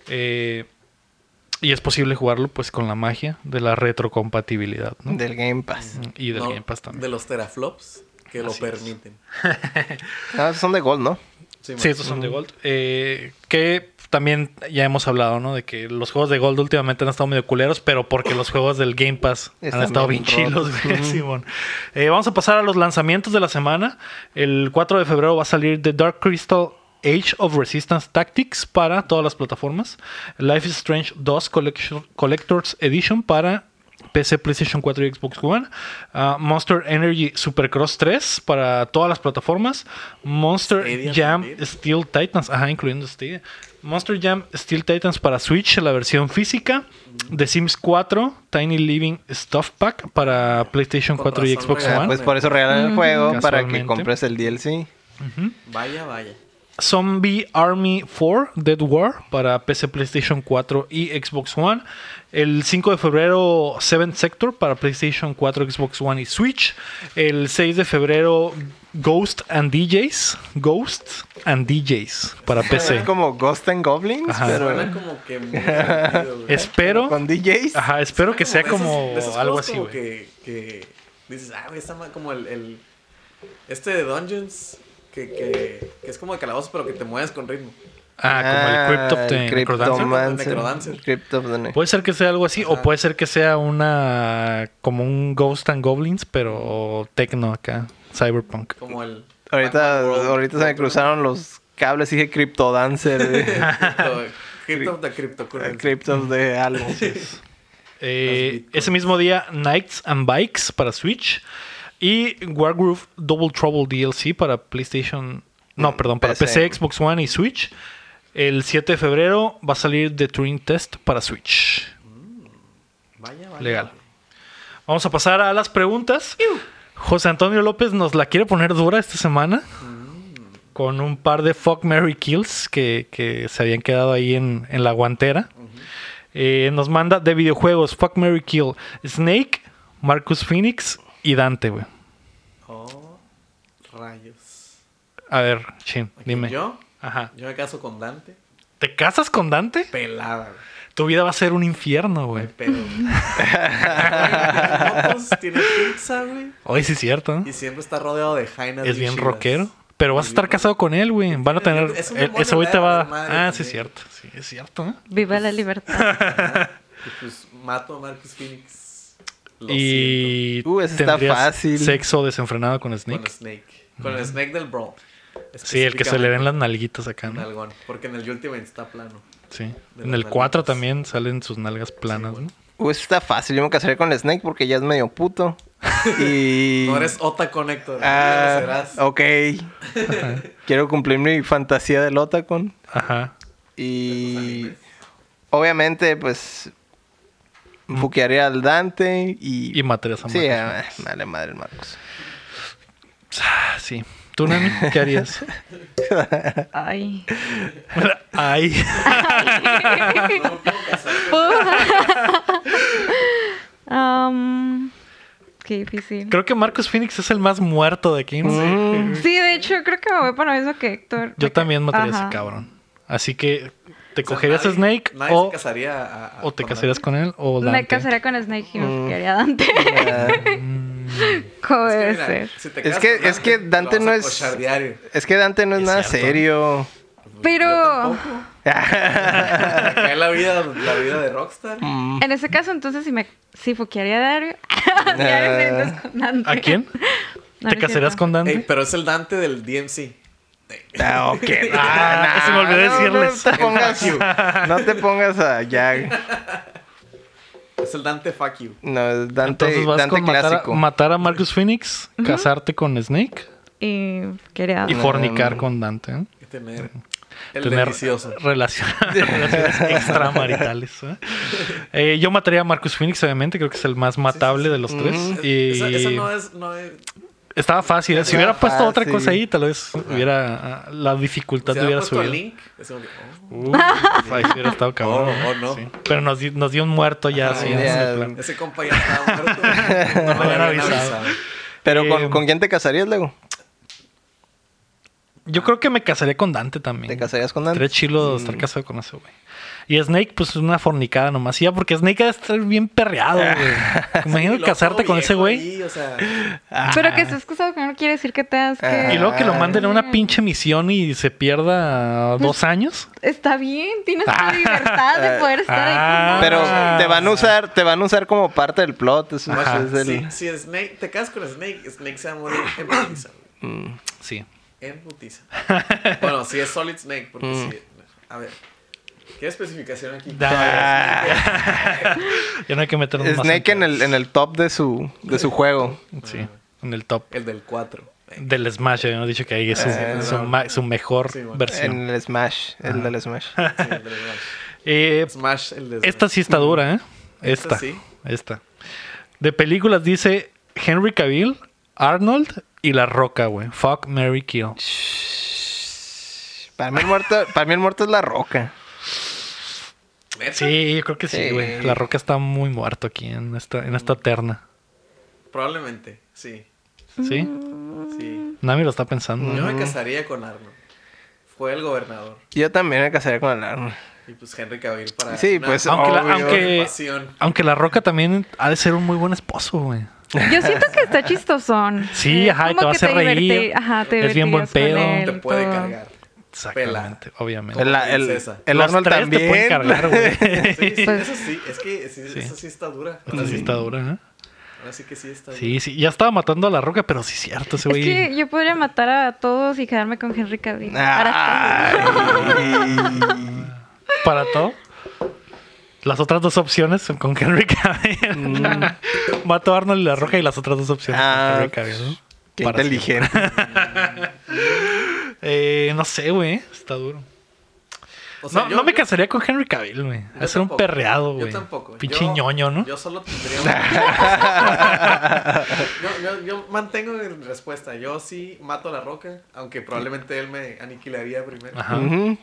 A: Eh, y es posible jugarlo pues con la magia de la retrocompatibilidad, ¿no?
B: Del Game Pass.
A: y del
D: No,
A: Game Pass también.
D: De los teraflops que lo
A: Así es.
D: permiten.
B: Ah, esos son de Gold, ¿no?
D: Sí,
A: Sí,
D: man.
A: estos son de Gold. Eh, que también ya hemos hablado, ¿no? De que los juegos de Gold últimamente han estado medio culeros, pero porque los juegos del Game Pass
B: Están
A: han estado
B: bien
A: bien chilos,
B: rotos.
A: güey, Simón. Eh, vamos a pasar a los lanzamientos de la semana. El 4 de febrero va a salir The Dark Crystal. Age of Resistance Tactics para todas las plataformas. Life is Strange 2 Collection- Collector's Edition para PC, PlayStation 4 y Xbox One. Ah, Monster Energy Supercross 3 para todas las plataformas. Monster
D: Stadia
A: Jam
D: también.
A: Steel Titans, ajá, incluyendo Stadia. Monster Jam Steel Titans para Switch, la versión física. The Sims 4, Tiny Living Stuff Pack para PlayStation
D: Con
A: 4 y
D: razón,
A: Xbox
D: güey.
B: Ah,
A: One.
B: pues por eso regalan el juego, para que
A: Casualmente.
B: compres el DLC.
D: Vaya, vaya.
A: Zombie Army 4 Dead War para PC, PlayStation 4 y Xbox One. El 5 de febrero, Seventh Sector para PlayStation 4, Xbox One y Switch. El 6 de febrero, Ghost and DJs. Ghost and DJs para PC.
B: Es como Ghost and Goblins,
A: Pues, Ajá.
B: pero
D: Suena como que muy divertido, güey.
A: Espero.
B: con DJs.
A: Ajá, espero que sea
D: Suena
A: como
D: de esos- de esos
A: algo
D: juegos
A: así,
D: como
A: güey.
D: Que, que dices, ah, güey, está ma- como el, el- Este de Dungeons, que, que, que es como de calabozos, pero que te mueves con ritmo.
A: Ah, como el Crypt of the Necrodancer. Pues,
B: Cryptomancer.
D: Necrodancer.
B: Crypt of the Ne-
A: Puede ser que sea algo así, o puede ser que sea una. como un Ghost and Goblins, pero tecno acá, cyberpunk.
D: Como el.
B: Ahorita,
D: Pac-Man World.
B: ahorita se me cruzaron los cables, dije Cryptodancer. güey.
D: Crypto- Crypto de Cryptocurrency.
B: Crypt of the algo.
A: Eh,
D: Los Bitcoins.
A: ese mismo día, Knights and Bikes para Switch. Y Wargroove Double Trouble DLC para PlayStation.
D: Mm,
A: No, perdón, para
B: PC.
A: PC. Xbox One y Switch. El 7 de febrero va a salir The Turing Test para Switch.
D: Mm, Vaya, vaya.
A: Legal. Vamos a pasar a las preguntas. José Antonio López nos la quiere poner dura esta semana.
D: Mm.
A: Con un par de Fuck Mary Kills que, que se habían quedado ahí en, en la
D: Mm.
A: guantera. Eh, nos manda de videojuegos Fuck Mary Kill, Snake, Marcus Phoenix y Dante, güey.
D: Oh, rayos.
A: A ver, Chin,
D: Aquí
A: dime.
D: Yo,
A: Ajá.
D: yo me caso con Dante.
A: ¿Te casas con Dante?
D: Pelada, güey.
A: Tu vida va a ser un infierno, güey.
D: Pero. Tiene motos, tiene pizza, güey.
A: Hoy sí es cierto, ¿no?
D: Y siempre está rodeado de jainas.
A: Es
D: bien
A: bien rockero. Pero vas a estar casado con él, güey. Van a tener.
D: Es un
A: el-
D: demonio,
A: Ese güey te
D: le
A: va.
D: da la madre
A: Ah, sí, es
D: también.
A: cierto. Sí, es cierto, ¿eh?
C: Viva la libertad.
D: Y pues mato a Marcus Phoenix. Lo siento.
A: y
B: Uh, esa está
A: tendrías
B: fácil.
A: sexo desenfrenado con
D: Con
A: Snake. Mm.
D: Snake. Con el Snake del Brawl.
A: Sí, el que se le
D: Específicamente.
A: den las nalguitas acá, ¿no?
D: Nalgón, porque en el Ultimate está plano.
A: Sí.
D: de
A: En
D: las
A: el 4
D: nalguitas.
A: también salen sus nalgas planas,
D: bueno.
A: ¿no?
B: Uh, esa está fácil. Yo me casaré con el Snake porque ya es medio puto. Y.
D: No eres Ota Connector.
B: Ah,
D: serás.
B: ok. Quiero cumplir mi fantasía del Otacon.
A: Ajá.
B: Y. Obviamente, pues. Buquearía al Dante y.
A: Mm. Y matarías a
B: sí,
A: Marcus.
B: ah, dale madre, el Marcos.
A: Ah, sí. ¿Tú, Nani? ¿Qué harías?
C: Ay.
A: Ay.
C: Am, Um, qué difícil.
A: Creo que Marcus Phoenix es el más muerto de aquí.
C: Sí, de hecho, creo que me voy para eso que Héctor.
A: Yo
C: Porque-
A: también mataría a
C: Ajá.
A: ese cabrón. Así que, ¿te
D: O sea,
A: cogerías a
D: nadie-
A: Snake
D: Nadie se
A: o,
D: casaría a- a-
A: o te
D: con
A: casarías con él o Dante?
C: Me casaría con Snake y me quería Dante.
B: Ah,
C: ¿Cómo
D: Dante.
C: debe
D: Es Mm. que, mira,
C: ser?
D: si te
B: Es
D: casas
B: que-
D: con
B: es que
D: lo
B: Dante
D: vas
B: no
D: a
B: es-
D: cochar diario.
B: es que Dante no es,
A: Es
B: nada
A: cierto.
B: serio.
C: Pero
D: Yo tampoco.
A: Ah,
D: Acá es la vida, la vida de Rockstar.
A: Mm.
C: en ese caso, entonces, si me. Si fuquearía diario.
B: Ah.
C: diario
D: Eh.
C: saliendo con Dante.
A: ¿A quién?
C: No, no
A: ¿Te
C: es
A: casarías
C: cierto.
A: con Dante?
D: Ey, pero es el Dante del DMC.
B: Ah, ok.
A: Ah, se me olvidó decirles.
B: No te pongas, no te pongas a Jag.
D: Es el Dante Fuck You.
B: No, es Dante,
A: Entonces vas
B: Dante
A: con matar a,
B: clásico.
A: matar a Marcus Phoenix, casarte con Snake
C: Y fuquearía a
A: y
C: Dante.
A: fornicar con Dante. ¿eh?
D: Que tener el
A: Tener
D: delicioso.
A: relacion- relaciones extramaritales. ¿eh? Eh, yo mataría a Marcus Phoenix, obviamente. Creo que es el más matable de los tres. Y
D: Eso, eso no es. No es
A: estaba fácil. ¿eh? Si hubiera
B: Estaba
A: puesto otra
B: fácil.
A: cosa ahí, tal vez hubiera ah, la dificultad
D: si
A: hubiera
D: hubiera puesto a
A: subido.
D: Link, es como que, oh,
A: Uh, ahí sí hubiera estado cabrón.
D: Oh,
A: ¿eh?
D: oh, no.
A: Sí. Pero nos, di- nos dio un muerto ya. así,
B: ya.
A: en ese plan.
D: oh, ese compa ya estaba muerto. No
A: me habían avisado.
B: Pero
A: Eh,
B: con, ¿con quién te casarías luego?
A: Yo creo que me casaría con Dante también.
B: ¿Te casarías con
A: Tres
B: Dante?
A: chilo
D: Mm.
A: de estar casado con ese güey. Y Snake, pues una fornicada nomás. Ya, porque Snake ha de estar bien perreado, güey. Imagino
D: Y luego
A: casarte con ese
D: viejo
A: güey.
D: ahí, O sea,
C: Pero que estés casado con él no quiere decir que te das que.
D: Eh.
B: Ah.
A: Ah. Y luego que lo manden a una
C: Bien.
A: pinche misión y se pierda dos años.
C: Está bien, tienes la libertad de poder estar
A: Ah.
C: ahí.
B: Pero
A: Ah.
B: te van a usar, te van a usar como parte del plot. Eso es-
A: Ajá.
B: es el-
D: si, si Snake, te casas con Snake, Snake se va a morir en putiza. güey.
A: Sí.
D: En putiza. Bueno, si es Solid Snake, porque
A: Mm.
D: si. A ver. ¿Qué especificación aquí?
A: Ya no hay que meternos más.
B: Snake en
A: pedos.
B: el, en el top de su, de su juego.
A: Sí, en el top.
D: El del Eh, 4.
A: Del Smash, ya hemos dicho que ahí es su, su
D: no.
A: ma- su mejor
D: Sí, bueno.
A: versión.
B: En el Smash. El del Smash.
A: Eh,
D: Smash, el de Smash.
A: esta sí está dura, ¿eh?
D: Esta
A: Esta.
D: sí.
A: Esta. De películas dice Henry Cavill, Arnold y La Roca, güey. Fuck, Mary Kill.
B: Para mí el muerto, para mí el muerto es la roca.
D: ¿Neta?
A: Sí, yo creo que sí,
B: Sí.
A: güey. La Roca está muy muerto aquí en esta, en esta terna.
D: Probablemente, sí.
A: ¿Sí?
D: sí.
A: Nami lo está pensando.
D: Yo me casaría con Arno. Fue el gobernador.
B: Yo también me casaría con el Arnold.
D: Y pues Henry Cavill para.
B: Sí, pues,
A: Aunque, la,
B: Obvio.
A: aunque,
D: Pasión.
A: aunque La Roca también ha de ser un muy buen esposo, güey.
C: Yo siento que está chistosón.
A: Sí,
C: Es
A: ajá, y
C: como
A: te va a
C: que
A: hacer reír.
C: divertí- Ajá, te
A: Es bien buen
C: divertirías con
A: pedo.
C: él
D: Te
C: y
D: puede
C: todo.
D: cargar.
A: Exactamente, obviamente.
B: El, el-
D: princesa.
B: el
A: Los
B: Arnold
A: tres
B: también.
A: te pueden cargar, güey.
D: Sí, sí,
C: Pues-
D: eso sí. Es que sí, eso sí está dura.
A: Esta sí está dura, ¿eh?
D: Ahora sí que sí está dura.
A: Sí, sí. Ya estaba matando a La Roca, pero sí es cierto, ese güey.
C: Es que yo podría matar a todos y quedarme con Henry Cavill. Para todos.
B: Ay.
A: Para todo. Las otras dos opciones son con Henry Cavill.
D: Mm.
A: Mato a Arnold y La Roca y las otras dos opciones
B: Ah,
A: con Henry Cavill. ¿no?
B: Qué
A: Para
B: inteligente.
A: siempre. Eh, no sé, güey. Está duro.
D: O sea,
A: no,
D: yo-
A: no me
D: yo-
A: casaría con Henry Cavill, güey.
D: yo
A: Es un
D: tampoco.
A: perreado, güey.
D: Yo tampoco.
A: Pinche
D: Yo-
A: ñoño, ¿no?
D: Yo solo tendría una- yo, yo, yo mantengo mi respuesta. Yo sí mato a la roca, aunque probablemente él me aniquilaría primero.
A: Ajá.
B: Ujú.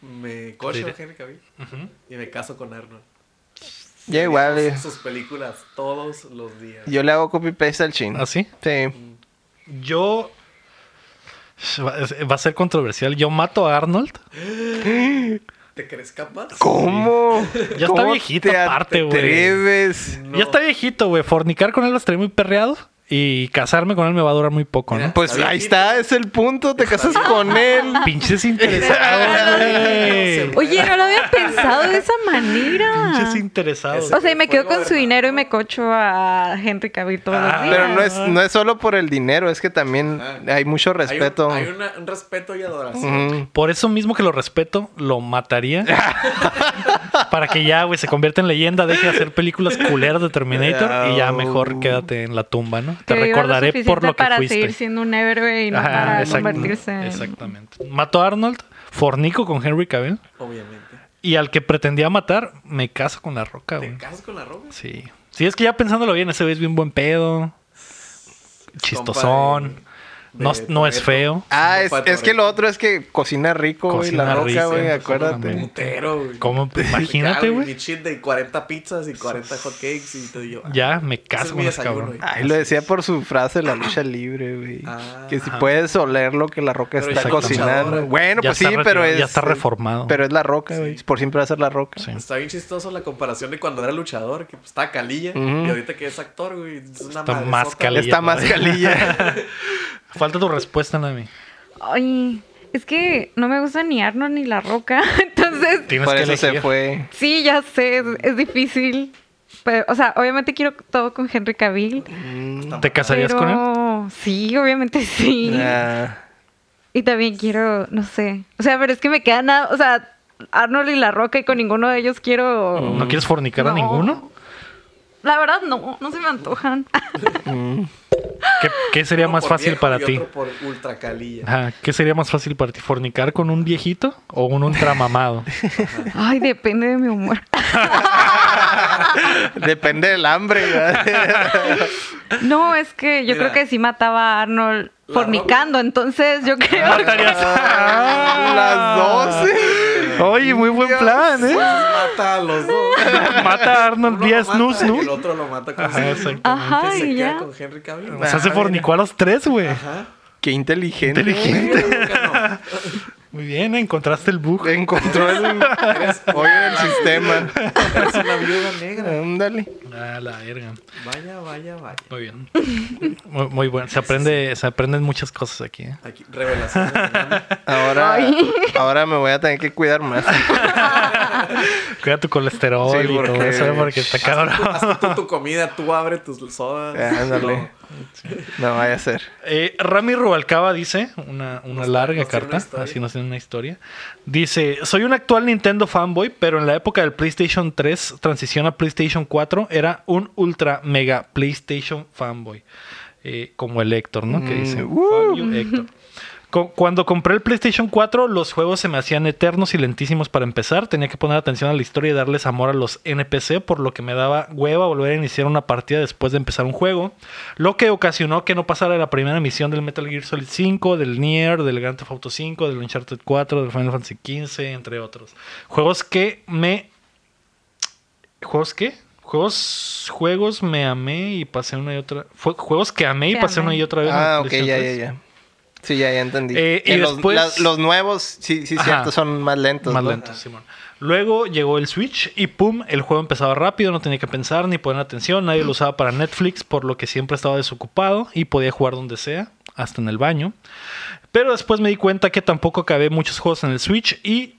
D: Me cocho a
A: Sí.
D: Henry Cavill y me caso con Arnold.
B: Yo igual.
D: Veríamos
B: eh.
D: Sus películas todos los días.
B: Yo le hago copy paste al chin.
A: ¿Ah, sí?
B: Sí.
A: Yo. Va va a ser controversial. Yo mato a Arnold.
D: ¿Te crees capaz?
B: ¿Cómo?
A: Ya está
B: ¿Cómo
A: viejito
B: te
A: aparte, güey.
B: atreves?
D: No.
A: Ya está viejito, güey. Fornicar con él lo estaría muy perreado. Y casarme con él me va a durar muy poco, ¿no?
D: Mira.
B: Pues
D: Está
B: ahí
D: viejito.
B: está, es el punto. Te casas con él.
A: Pinches interesados, güey.
C: Oye, no lo había pensado de esa manera.
A: Pinches interesados.
C: O sea, y me quedo con su
D: Fuego,
C: dinero y me cocho a Henry Cavill todos
A: Ah,
C: los días.
B: Pero no es, no es solo por el dinero, es que también
D: Ah.
B: hay mucho respeto.
D: Hay, un, hay una- un respeto y adoración.
B: Ujú.
A: Por eso mismo que lo respeto, lo mataría. para que ya, güey, se convierta en leyenda, deje de hacer películas culeras de Terminator y ya mejor quédate en la tumba, ¿no? Te
C: Que viva
A: recordaré por
C: suficiente
A: lo que
C: para
A: fuiste.
C: seguir siendo un héroe y no
A: Ajá,
C: para
A: exacto,
C: convertirse en...
A: Exactamente. Mato a Arnold, fornico con Henry Cavill
D: Obviamente.
A: y al que pretendía matar, me caso con la roca,
D: ¿Te
A: güey.
D: casas con la roca?
A: Sí. Sí, es que ya pensándolo bien, ese güey es bien buen pedo. Chistosón.
D: de
A: No, no es
D: Toretto.
A: feo.
B: Ah, es,
D: Como
B: es que
D: Pato
B: lo otro es que cocina rico, güey.
A: Cocina
B: La roca,
A: rico,
B: güey,
A: sí,
B: acuérdate.
A: absolutamente.
D: Putero, güey.
A: ¿Cómo? Imagínate,
D: Cabe
A: güey.
D: Mi cheat de 40 pizzas y 40 hotcakes y todo. y yo, ah,
A: Ya, me
D: es
A: caso con
D: mi
A: ese
D: desayuno,
A: cabrón.
D: güey.
B: Ay, lo decía por su frase, la lucha libre, güey.
D: Ah.
B: que si
A: Ajá.
B: puedes oler lo que la roca
D: Pero
B: está
A: ya es
B: cocinando.
D: luchador.
B: Bueno,
A: Ya
B: pues sí,
A: está
B: pero
A: retirado,
B: es.
A: ya está reformado.
B: Pero es la roca, güey.
D: Sí.
B: Por siempre va a ser la roca.
A: Sí.
D: "Ah, Está bien chistoso la comparación de cuando era luchador, que pues, estaba calilla,
B: Ujú.
D: y ahorita que es actor, güey. Es una
A: Está
D: madresota,
A: más
D: güey.
A: calilla.
B: Está más calilla.
A: Falta tu respuesta, Nami.
C: Ay, es que no me gusta ni Arnold ni La Roca. Entonces,
A: Tienes
B: Por
A: que
B: eso se
A: elegir.
B: fue.
C: sí, ya sé, es, es difícil. Pero, o sea, obviamente quiero todo con Henry Cavill.
A: ¿Te casarías
C: pero...
A: con él?
C: Sí, obviamente sí.
B: Ah.
C: Y también quiero, no sé. O sea, pero es que me queda nada. O sea, Arnold y La Roca y con ninguno de ellos quiero.
A: ¿No quieres fornicar a
C: No.
A: ninguno?
C: La verdad, no, no se me antojan.
A: ¿Qué, qué sería
D: Uno
A: más
D: por
A: fácil
D: viejo
A: para
D: y
A: ti?
D: otro por ultra calilla.
A: Ajá, ¿Qué sería más fácil para ti? ¿Fornicar con un viejito o un ultramamado?
C: Ay, depende de mi humor.
B: Depende del hambre, ¿verdad?
C: No, es que yo
D: Mira.
C: creo que sí mataba a Arnold
D: La
C: fornicando. Entonces, yo creo. que-
B: Las dos.
A: Ah, Oye, muy buen plan, ¿eh?
D: Mata a los dos.
A: Mata a
D: Uno
A: Arnold
D: lo
A: vía
D: mata
A: Snus,
D: y El
A: ¿no?
D: otro lo mata con
A: Ajá,
D: Snus.
A: exacto.
C: Ajá,
D: se
C: y
D: queda
C: ya.
D: con Henry Cavill.
A: O sea, se
B: Ah,
A: fornicó a los tres, güey.
D: Ajá.
B: Qué inteligente.
A: Inteligente.
D: ¿Por qué no?
A: Muy bien, ¿eh? encontraste el bug.
B: Encontró el
D: Eres,
B: hoy en el sistema.
D: eres una viuda negra.
B: Ándale.
A: Ah, la verga.
D: Vaya, vaya, vaya.
A: Muy bien. Muy, muy bueno. Se aprende, se aprenden muchas cosas aquí. ¿eh?
D: Aquí, revelación.
B: Ahora,
C: Ay.
B: ahora me voy a tener que cuidar más.
A: Cuida tu colesterol
B: Sí,
A: y todo
B: porque-
A: eso, ¿eh? porque está cabrón.
D: Haz tú tu comida, tú abre tus sodas.
B: Ah, Ándale.
D: Luego,
B: No vaya a ser.
A: Eh, Rami Rubalcaba dice, una, una larga
D: nos tiene una
A: carta,
D: historia.
A: así nos tiene una historia. Dice, soy un actual Nintendo fanboy, pero en la época del PlayStation 3, transición a PlayStation 4, era un ultra mega PlayStation fanboy. Eh, como el Héctor, ¿no? Que
B: Mm,
A: dice,
B: woo.
A: "Fuck you, Héctor". Co- Cuando compré el PlayStation 4, los juegos se me hacían eternos y lentísimos para empezar. Tenía que poner atención a la historia y darles amor a los NPC, por lo que me daba hueva volver a iniciar una partida después de empezar un juego. Lo que ocasionó que no pasara la primera misión del Metal Gear Solid 5, del Nier, del Grand Theft Auto 5, del Uncharted 4, del Final Fantasy 15, entre otros. Juegos que me ¿Juegos qué? Juegos, juegos me amé y pasé una y otra. fue- juegos que amé y
C: Que
A: pasé
C: amé.
A: una y otra vez. en el
B: Ah, ok,
A: PlayStation
B: ya, ya,
A: 3.
B: ya. Sí, ya, ya entendí.
A: Eh, y
B: Que los,
A: después-
B: la- los nuevos, sí, sí,
A: Ajá.
B: cierto, son más lentos.
A: Más
B: ¿no?
A: lento, Simón. Luego llegó el Switch y pum, el juego empezaba rápido, no tenía que pensar ni poner atención, nadie lo usaba para Netflix, por lo que siempre estaba desocupado y podía jugar donde sea, hasta en el baño. Pero después me di cuenta que tampoco acabé muchos juegos en el Switch y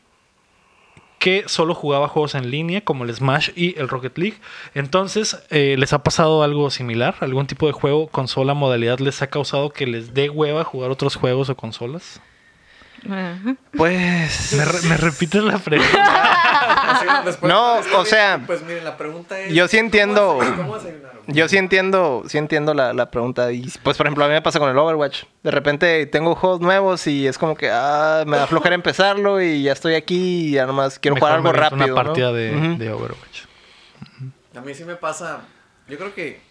A: que solo jugaba juegos en línea como el Smash y el Rocket League. Entonces, eh, ¿les ha pasado algo similar? ¿Algún tipo de juego, consola, modalidad les ha causado que les dé hueva jugar otros juegos o consolas?
C: Ajá.
B: Pues.
A: ¿Me, re- me repites la pregunta?
D: así, después-
B: No,
D: está
B: o sea,
D: bien, Pues miren, la pregunta es.
B: yo sí entiendo-
D: ¿Cómo, cómo desayunaron?
B: Yo sí entiendo, sí entiendo la, la pregunta. Y pues, por ejemplo, a mí me pasa con el Overwatch. De repente tengo juegos nuevos y es como que ah, me da flojera empezarlo y ya estoy aquí y ya nomás quiero
A: Mejor
B: jugar
A: me
B: algo
A: aviento
B: rápido.
A: Una partida
B: ¿no?
A: de,
B: Ujú.
A: de Overwatch.
D: A mí sí me pasa. Yo creo que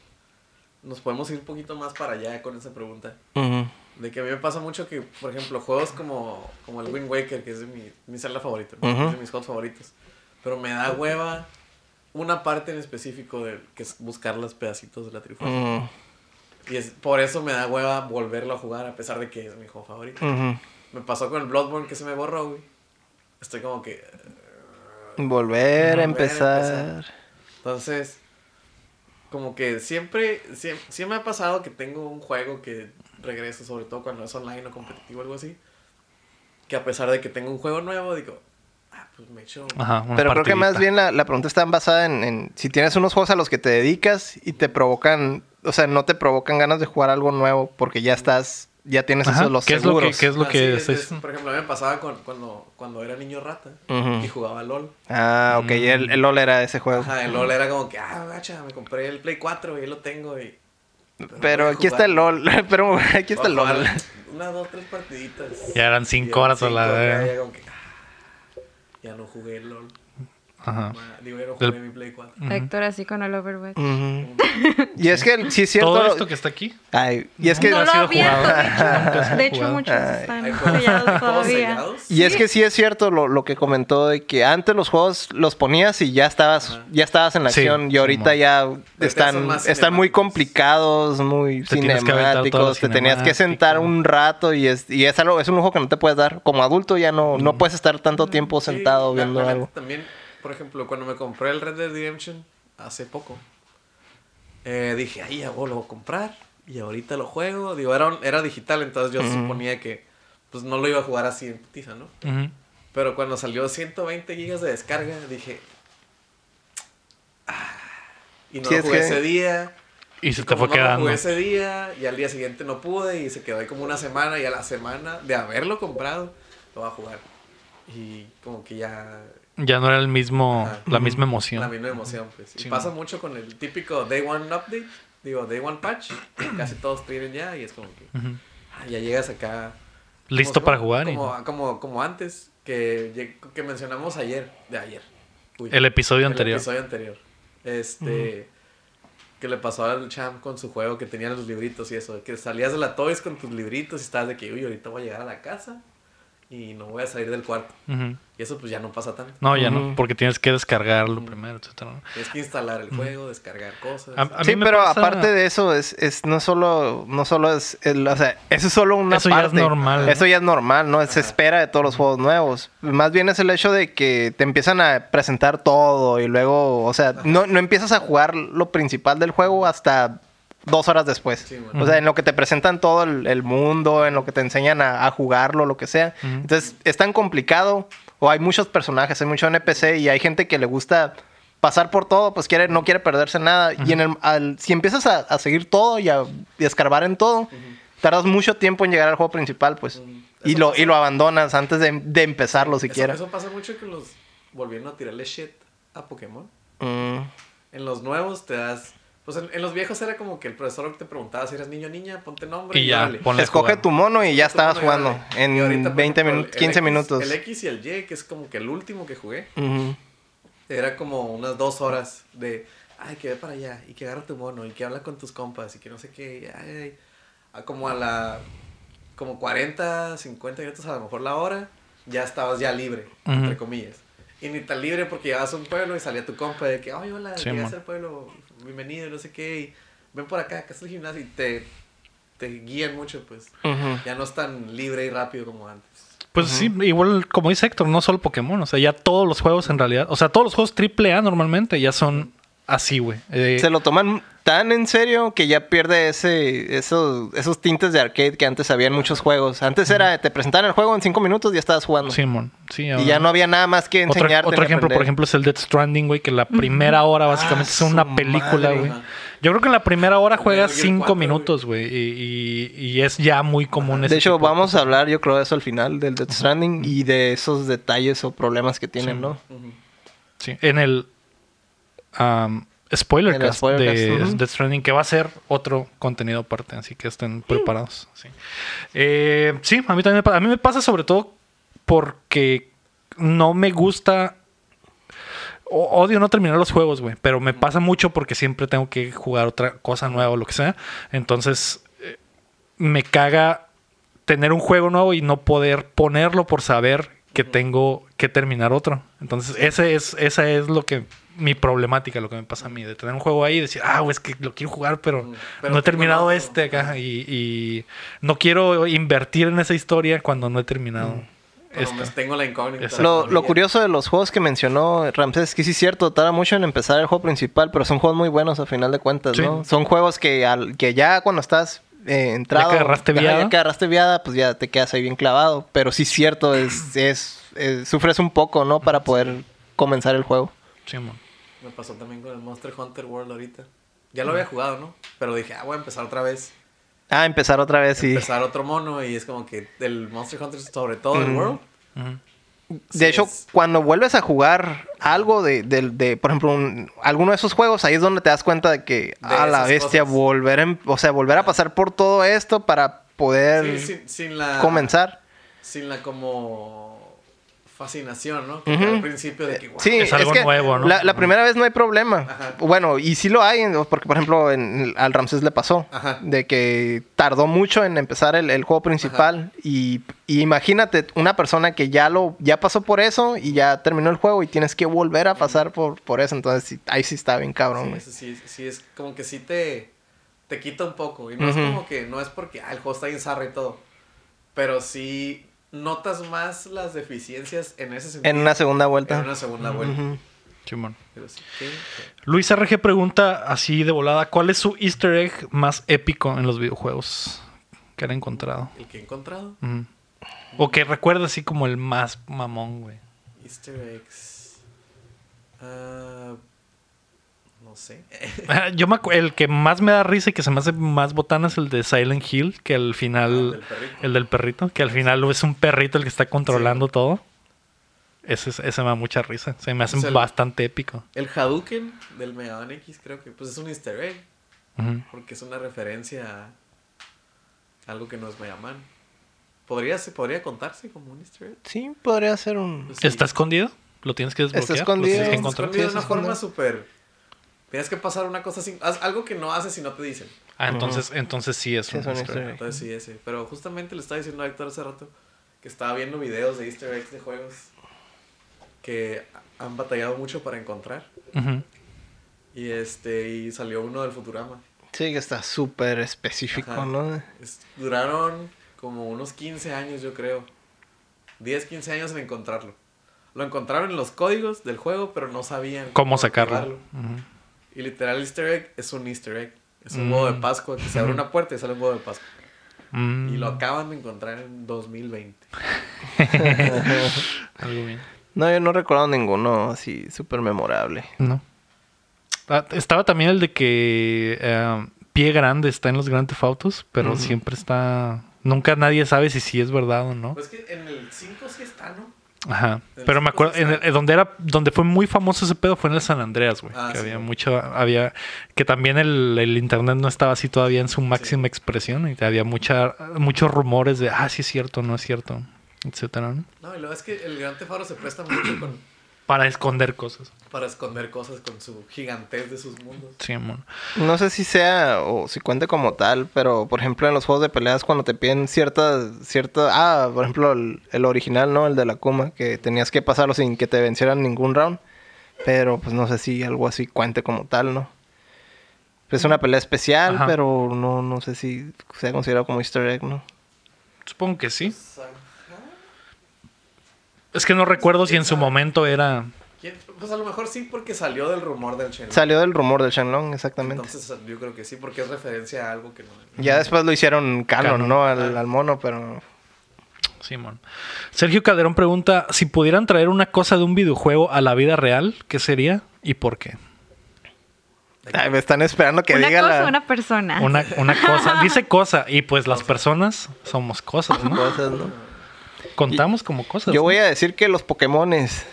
D: nos podemos ir un poquito más para allá con esa pregunta.
B: Ujú.
D: De que a mí me pasa mucho que, por ejemplo, juegos como, como el Wind Waker, que es de mi, mi celda favorita,
B: Ujú.
D: es de mis juegos favoritos. Pero me da hueva una parte en específico de, que es buscar los pedacitos de la trifuerza.
B: Ujú.
D: Y es, por eso me da hueva volverlo a jugar, a pesar de que es mi juego favorito.
B: Ujú.
D: Me pasó con el Bloodborne que se me borró, güey. Estoy como que. eh,
B: Volver a
D: a
B: empezar.
D: empezar. Entonces, Como que siempre, siem- siempre me ha pasado que tengo un juego que regreso, sobre todo cuando es online o competitivo o algo así, que a pesar de que tengo un juego nuevo, digo, ah, pues me echo...
A: Ajá, una
B: Pero creo que más
A: partidita.
B: bien la, la pregunta está basada en, en si tienes unos juegos a los que te dedicas y te provocan, o sea, no te provocan ganas de jugar algo nuevo porque ya estás, ya tienes
A: Ajá,
B: esos los
A: ¿qué es lo que-
B: seguros.
A: qué es lo
D: Así
A: que
D: es,
A: se-
D: es- por ejemplo, a mí me pasaba con- cuando, cuando era niño rata
B: Ujú.
D: y jugaba LOL.
B: Ah, ok, el, el LOL era ese juego.
D: Ajá, el LOL era como que, ah, gacha, me compré el Play 4 y ahí lo tengo y...
B: Pero
D: voy a
B: aquí está el
D: jugar.
B: LOL, pero aquí está el
D: Voy a
B: LOL.
D: jugar Unas dos, tres partiditas.
A: Ya eran
D: Y
A: cinco
D: eran
A: horas a la
D: cinco,
A: vez.
D: ya, ya como que, ah, ya no jugué el LOL.
A: Ajá.
D: Ma- Digo, ya no
A: Del-
D: jugué mi Play 4.
C: Héctor así con el Overwatch.
B: Ujú. Y es que el- sí es cierto.
A: Todo esto que está aquí.
B: Ay, y es que
A: No
C: no lo
A: ha sido
C: abierto,
A: jugado.
C: de hecho.
A: sido
C: De hecho,
A: jugado.
C: muchos
B: Ay.
C: están
D: Hay juegos-
C: sellados
D: juegos
C: todavía.
D: sellados.
B: Y es que sí es cierto lo, lo que comentó de que antes los juegos los ponías y ya estabas,
D: Ajá.
B: ya estabas en la
A: Sí,
B: acción y ahorita
A: Simón.
B: ya
D: ya son
B: están,
D: más
B: están muy
D: cinemáticos.
B: complicados, muy
A: Te tienes que aventar toda la
B: cinemáticos, te tenías que sentar
A: cinemática.
B: un rato y es, y es algo, es un lujo que no te puedes dar. Como adulto ya no, no puedes estar tanto tiempo
D: Mm. Sí,
B: sentado
D: la-
B: viendo
D: la neta
B: algo.
D: También, por ejemplo, cuando me compré el Red Dead Redemption hace poco, eh, dije, ay, ya vos lo voy a comprar y ahorita lo juego. Digo, era, un- era digital, entonces yo suponía que pues no lo iba a jugar así en putiza, ¿no?
A: Ujú.
D: Pero cuando salió 120 gigas de descarga, dije. "Ah". Y no
B: Sí,
D: lo
B: es
D: jugué
B: que-
D: ese día.
A: Y se te
D: como
A: fue
D: no lo
A: quedando.
D: jugué ese día y al día siguiente no pude y se quedó ahí como una semana y a la semana de haberlo comprado lo va a jugar. Y como que ya
A: Ya no era el mismo,
D: Ajá.
A: la misma emoción.
D: la misma emoción pues. Y
A: Sí,
D: pasa
A: man.
D: mucho con el típico day one update, digo day one patch, que casi todos tienen ya y es como que
A: Ujú.
D: ah, ya llegas acá
A: Listo
D: como-
A: para jugar. y-
D: Como, como, como antes, que, lleg- que mencionamos ayer, de ayer. Uy,
A: El episodio
D: el
A: anterior.
D: episodio anterior. Este, que le pasó al champ con su juego que tenía los libritos y eso, que salías de la Toys con tus libritos y estabas de que, uy, ahorita voy a llegar a la casa y no voy a salir del cuarto.
A: Ujú.
D: Y eso pues ya no pasa tanto.
A: No, ya
B: Ujú.
A: no, porque tienes que descargarlo primero, etcétera. ¿no?
D: Tienes que instalar el juego, descargar cosas.
A: A- a
B: Sí,
A: mí me
B: pero
A: pasa-
B: aparte de eso, es, es no solo, no solo es, el- o sea, eso es solo una
A: Eso ya es
B: parte.
A: normal, ¿no?
B: Eso ya es normal, ¿no? Se
D: Ajá.
B: espera de todos los juegos nuevos. Más bien es el hecho de que te empiezan a presentar todo y luego, o sea, no, no empiezas a jugar lo principal del juego hasta dos horas después.
D: Sí, man.
B: o sea, en lo que te presentan todo el, el mundo, en lo que te enseñan a, a jugarlo, lo que sea.
A: Ujú.
B: Entonces, es tan complicado o hay muchos personajes, hay mucho NPC y hay gente que le gusta pasar por todo, pues quiere, no quiere perderse nada. Y en el, al- si empiezas a, a seguir todo y a, y a escarbar en todo, tardas mucho tiempo en llegar al juego principal, pues.
D: Ujú.
B: Y
D: Eso
B: lo,
D: pasa.
B: y lo abandonas antes de, de empezarlo
D: eso,
B: siquiera.
D: eso pasa mucho que los volvieron a tirarle shit a Pokémon.
B: Mm.
D: En los nuevos te das. Pues en, en los viejos era como que el profesor te preguntaba si eras niño o niña, ponte nombre
A: Y ya,
D: órale.
A: ponle a
B: Escoge
A: jugar.
B: tu mono y ya estabas
D: Tú ponle,
B: jugando
D: órale.
B: en
D: Y ahorita, por
B: 20
D: ejemplo,
B: minutos,
D: el
B: 15
D: X-
B: minutos.
D: El X y el Y, que es como que el último que jugué,
B: Ujú.
D: era como unas dos horas de. Ay, que ve para allá, y que agarra tu mono, y que habla con tus compas, y que no sé qué. y ay, a como a la. Como 40, 50 minutos a lo mejor la hora, ya estabas ya libre,
A: Ujú.
D: entre comillas. Y ni tan libre porque llegabas a un pueblo y salía tu compa de que, ay, hola,
A: Sí,
D: llegas
A: mon.
D: al pueblo, bienvenido, y no sé qué, y ven por acá, acá está el gimnasio, y te, te guían mucho, pues.
B: Ujú.
D: Ya no es tan libre y rápido como antes.
A: Pues sí, igual como dice Héctor, no solo Pokémon, o sea, ya todos los juegos en realidad, o sea, todos los juegos AAA normalmente ya son así, güey. Eh,
B: Se lo toman tan en serio que ya pierde ese, esos, esos tintes de arcade que antes había en muchos juegos. Antes era, te presentaban el juego en 5 minutos y ya estabas jugando.
A: Simón, sí,
B: y ya no había nada más que
A: Otro-
B: enseñarte.
A: Otro,
B: ni
A: ejemplo, por
B: aprender.
A: ejemplo, es el Dead Stranding, güey, que la primera hora básicamente
B: Ah,
A: es una
B: su
A: película,
B: madre.
A: güey.
D: Ajá.
A: Yo creo que en la primera hora
D: Como
A: juegas
D: Metal Gear
A: cinco
D: 4,
A: minutos, güey, y, y- y es ya muy común ese
B: De hecho,
A: tipo
B: vamos a hablar, yo creo, de eso al final del Death Stranding y de esos detalles o problemas que tienen,
A: Sí.
B: ¿no?
D: Ujú.
A: Sí, en el am, spoiler
B: En el
A: cast
B: spoilercast,
A: de
B: ujú.
A: Death Stranding, que va a ser otro contenido aparte, así que estén preparados. Sí, Eh, sí, a mí también me pasa. A mí me pasa sobre todo porque no me gusta. o- Odio no terminar los juegos, güey, pero me pasa mucho porque siempre tengo que jugar otra cosa nueva o lo que sea. Entonces, eh, me caga tener un juego nuevo y no poder ponerlo por saber que tengo que terminar otro. Entonces, ese es, esa es lo que mi problemática, lo que me pasa a mí, de tener un juego ahí y decir, ah, güey, es que lo quiero jugar, pero,
D: Mm, pero
A: no he
D: tengo
A: terminado
D: otro".
A: este acá y, y no quiero invertir en esa historia cuando no he terminado
D: Pero me- tengo la incógnita.
A: Exacto.
B: Lo, lo curioso de los juegos que mencionó Ramsés es que sí es cierto, tarda mucho en empezar el juego principal, pero son juegos muy buenos a final de cuentas,
A: Sí.
B: ¿no? Son juegos que, al- que ya cuando estás eh,
A: Ya
B: entrado...
A: que agarraste
B: ajá,
A: viada.
B: ya que agarraste viada, pues ya te quedas ahí bien clavado. Pero sí es cierto, es, es, es- sufres un poco, ¿no? Para poder comenzar el juego.
A: Sí, mon.
D: Me pasó también con el Monster Hunter World ahorita. Ya lo había jugado, ¿no? Pero dije, ah, voy a empezar otra vez.
B: Ah, empezar otra vez, sí.
D: Empezar otro mono y es como que el Monster Hunter, sobre todo el World,
A: Ujú.
D: sí
B: De hecho,
D: es.
B: cuando vuelves a jugar algo de, del- de, por ejemplo, un- alguno de esos juegos, ahí es donde te das cuenta de que a la
D: esas
B: bestia
D: cosas.
B: volver, a em- o sea, volver a pasar por todo esto para poder
D: sí, sin, sin la...
B: comenzar.
D: Sin la como fascinación, ¿no? Que al principio de que, wow,
B: Sí,
A: Es algo
B: que
A: nuevo, ¿no?
B: La, la
A: Ajá.
B: primera vez no hay problema.
D: Ajá.
B: Bueno, y sí lo hay, en- porque por ejemplo en- al Ramsés le pasó,
D: Ajá.
B: de que tardó mucho en empezar el, el juego principal y, y imagínate una persona que ya lo ya pasó por eso y ya terminó el juego y tienes que volver a pasar por, por eso, entonces sí, ahí sí está bien cabrón.
D: Sí,
B: güey.
D: eso sí, sí, es como que sí te, te quita un poco. Y no
B: Ujú.
D: es como que, no es porque ah, el juego está bien zarra y todo. Pero sí notas más las deficiencias en ese sentido.
B: En una segunda vuelta.
D: En una segunda vuelta.
B: Ujú.
A: Sí, mon.
D: Pero sí, sí, sí.
A: Luis RG pregunta así de volada: ¿Cuál es su easter egg más épico en los videojuegos que han encontrado?
D: El que he encontrado.
A: Ujú. O que recuerda así como el más mamón, güey.
D: Easter eggs. Ah, no sé.
A: Yo me acu- el que más me da risa y que se me hace más botana es el de Silent Hill, que al
D: El
A: final
D: Ah, del perrito.
A: el del perrito, que al final es un perrito el que está controlando todo. Ese, es- ese me da mucha risa. Se me hace
D: Es el-
A: bastante épico.
D: El Hadouken del Mega Man X creo que pues es un easter egg.
A: Ujú.
D: Porque es una referencia a algo que no es Mega Man. ¿Podría, se- podría contarse como un easter egg?
B: Sí, podría ser un...
D: Pues sí.
A: ¿Está escondido? ¿Lo tienes que desbloquear? ¿Lo
B: escondido.
A: tienes que
D: Está
A: encontrar?
D: escondido de
B: Sí, está
D: una
B: escondido.
D: forma súper... Tienes que pasar una cosa sin... haz algo que no haces si no te dicen.
A: Ah, entonces, entonces sí es
B: Sí,
A: un
B: es un
A: easter egg.
B: easter egg.
D: Entonces sí, ese. Pero justamente le estaba diciendo a Héctor hace rato que estaba viendo videos de easter eggs de juegos que han batallado mucho para encontrar.
A: Ujú.
D: Y este y salió uno del Futurama.
B: Sí, que está súper específico,
D: Ajá.
B: ¿no?
D: Es- duraron como unos 15 años, yo creo. 10, 15 años en encontrarlo. Lo encontraron en los códigos del juego, pero no sabían
A: ¿Cómo sacarlo?
D: activarlo.
A: Ujú.
D: Y literal, el easter egg es un easter egg. Es un
A: Mm.
D: huevo de Pascua que se abre una puerta y sale un huevo de Pascua.
A: Mm,
D: Y lo acaban de encontrar en 2020.
A: Algo bien.
B: No, yo no recuerdo ninguno así súper memorable.
A: No. Ah, estaba también el de que eh, Pie Grande está en los grandes Autos, pero siempre está. Nunca nadie sabe si sí es verdad o no.
D: Pues que en el 5 sí está, ¿no?
A: Ajá.
D: en el
A: Pero me
D: cinco
A: acuerdo,
D: sí
A: en
D: está.
A: el- donde era, donde fue muy famoso ese pedo fue en el San Andreas, güey.
D: Ah,
A: que
D: sí,
A: había
D: güey.
A: mucho, había, que también el, el internet no estaba así todavía en su máxima expresión y había mucha, muchos rumores de, ah, sí es cierto, no es cierto, etcétera, ¿no?
D: No, y luego es que el Gran Tefaro se presta mucho con-
A: Para esconder cosas.
D: para esconder cosas con su gigantez de sus mundos.
A: Sí, mon.
B: No sé si sea o si cuente como tal, pero por ejemplo en los juegos de peleas cuando te piden ciertas, ciertas, ah, por ejemplo el, el original, ¿no? El de la Kuma, que tenías que pasarlo sin que te vencieran ningún round, pero pues no sé si algo así cuente como tal, ¿no? Es una pelea especial,
A: Ajá.
B: pero no, no sé si sea considerado como easter egg, ¿no?
A: Supongo que sí.
D: Ajá.
A: Es que no recuerdo si en su momento era.
D: ¿Quién? Pues a lo mejor sí porque salió del rumor del Shenlong.
B: Salió del rumor del Shenlong, exactamente.
D: Entonces yo creo que sí porque es referencia a algo que no...
B: ya después lo hicieron canon,
A: Canon.
B: ¿no? Al, al mono, pero...
A: Simón. Sergio Calderón pregunta: si pudieran traer una cosa de un videojuego a la vida real, ¿qué sería y por qué?
B: Ay, me están esperando que
C: una
B: diga
C: cosa,
B: la...
C: una persona.
A: Una, una cosa, dice cosa, y pues las personas somos cosas, ¿no?
B: cosas, ¿no?
A: Contamos como cosas.
B: Yo
A: ¿no?
B: voy a decir que los Pokémones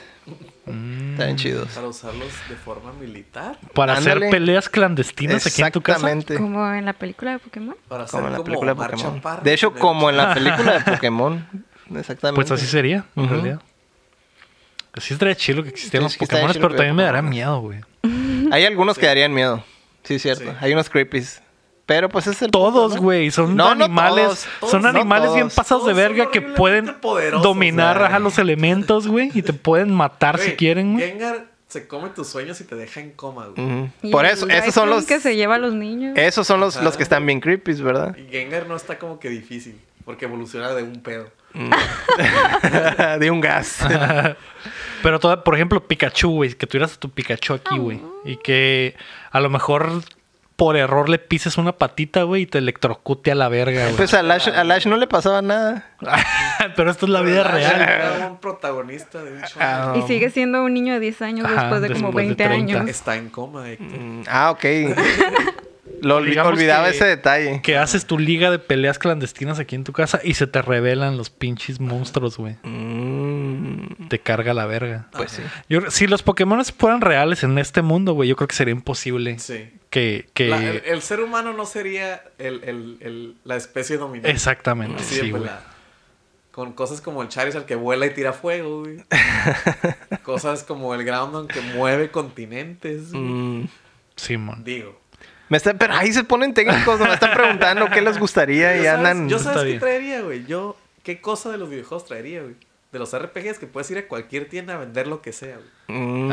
B: están chidos.
D: Para usarlos de forma militar.
A: Para hacer
B: ándale.
A: peleas clandestinas aquí en tu casa.
B: Exactamente.
C: Como en la película de Pokémon.
D: Para hacer
B: Como en la
D: como
B: película de
D: Omar
B: Pokémon.
D: Chaparro.
B: De hecho,
D: Del-
B: como en la película de Pokémon. Exactamente.
A: Pues así sería, en
B: Ujú.
A: realidad. Así estaría chido que existieran
B: Sí,
A: los
B: sí estaría
A: Pokémon,
B: chido
A: pero
B: que
A: también me
B: hubiera
A: dará miedo, güey.
B: Hay algunos que darían miedo. Sí, es cierto.
D: Sí.
B: Hay unos creepies. Pero pues es el. punto,
A: Todos,
B: ¿no?
A: güey, son
B: No, no
A: animales,
B: todos,
A: son
B: todos, no
A: animales bien
B: todos.
A: pasados de
D: Todos son
A: verga que
D: horriblemente
A: pueden
D: poderosos,
A: dominar
D: güey.
A: ajá, los elementos, güey, y te pueden matar
D: Güey, eh.
A: si quieren, güey.
D: Gengar se come tus sueños y te deja en coma, güey.
B: Ujú.
C: Y
B: Por
C: el
B: eso, esos son
C: Raikou
B: los. Eh,
C: que se lleva a los niños.
B: Esos son los,
D: Ajá.
B: los que están bien creepies, ¿verdad?
D: Y Gengar no está como que difícil. Porque evoluciona de un pedo.
B: de un gas.
A: Ah, Pero toda, por ejemplo, Pikachu, güey, que tuvieras a tu Pikachu aquí, güey.
D: Ah.
A: Y que a lo mejor por error le pises una patita, güey, y te electrocute a la verga, güey.
B: Pues a Lash, a Lash no le pasaba nada.
A: Pero esto es la vida real.
D: Era un protagonista de un show.
B: Ah,
C: Y sigue siendo un niño de 10 años
A: Ajá,
C: después de como
A: después de
C: 20
A: 30.
C: años.
D: Está en coma, Héctor.
B: mm, ah, ok. Lo olvi-
A: Digamos
B: olvidaba
A: que-
B: ese detalle.
A: Que haces tu liga de peleas clandestinas aquí en tu casa y se te revelan los pinches monstruos, güey.
B: Mm,
A: Te carga la verga.
B: pues sí.
A: Yo- si los Pokémon fueran reales en este mundo, güey, yo creo que sería imposible
D: Sí.
A: que... que-
D: La- el, el ser humano no sería el, el- el- la especie dominante.
A: Exactamente,
D: Así de
A: sí, güey.
D: pelada. Con cosas como el Charizard que vuela y tira fuego, güey. cosas como el Groundhog que mueve continentes. güey.
B: Mm.
A: Simón.
D: Digo.
B: Me está- pero ahí se ponen técnicos, me están preguntando qué les gustaría
D: Yo
B: y
D: sabes-
B: andan.
D: Yo
A: Está
D: sabes qué
A: bien.
D: traería, güey. Yo, ¿qué cosa de los videojuegos traería, güey? De los RPGs que puedes ir a cualquier tienda a vender lo que sea, güey.
B: Mm.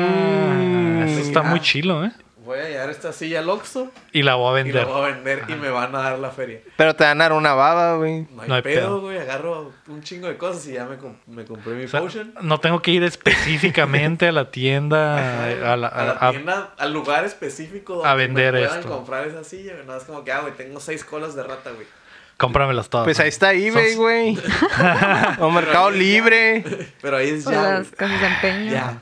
A: Ah, eso
D: Sí,
A: está
D: ah.
A: muy chilo, ¿eh?
D: Voy a llevar esta silla al Oxxo
A: Y la voy a
D: y
A: vender.
D: la voy a vender y me van a dar la feria.
B: Pero te van a dar una baba, güey.
D: No hay,
A: No hay pedo.
D: pedo, güey. Agarro un chingo de cosas y ya me, com- me compré mi
A: O sea,
D: potion.
A: no tengo que ir específicamente a la tienda.
D: Ajá,
A: a la- a- a-
D: tienda, al lugar específico
A: a vender
D: me puedan
A: esto.
D: comprar esa silla, güey. Nada más como que, ah, güey, tengo seis colas de rata, güey.
A: cómpramelas todas.
B: Pues
A: ¿no?
B: ahí está eBay,
A: Son-
B: güey. o Mercado Libre.
D: Pero ahí es
C: O
D: ya,
C: las
D: güey.
C: casas de empeño.
D: Ya.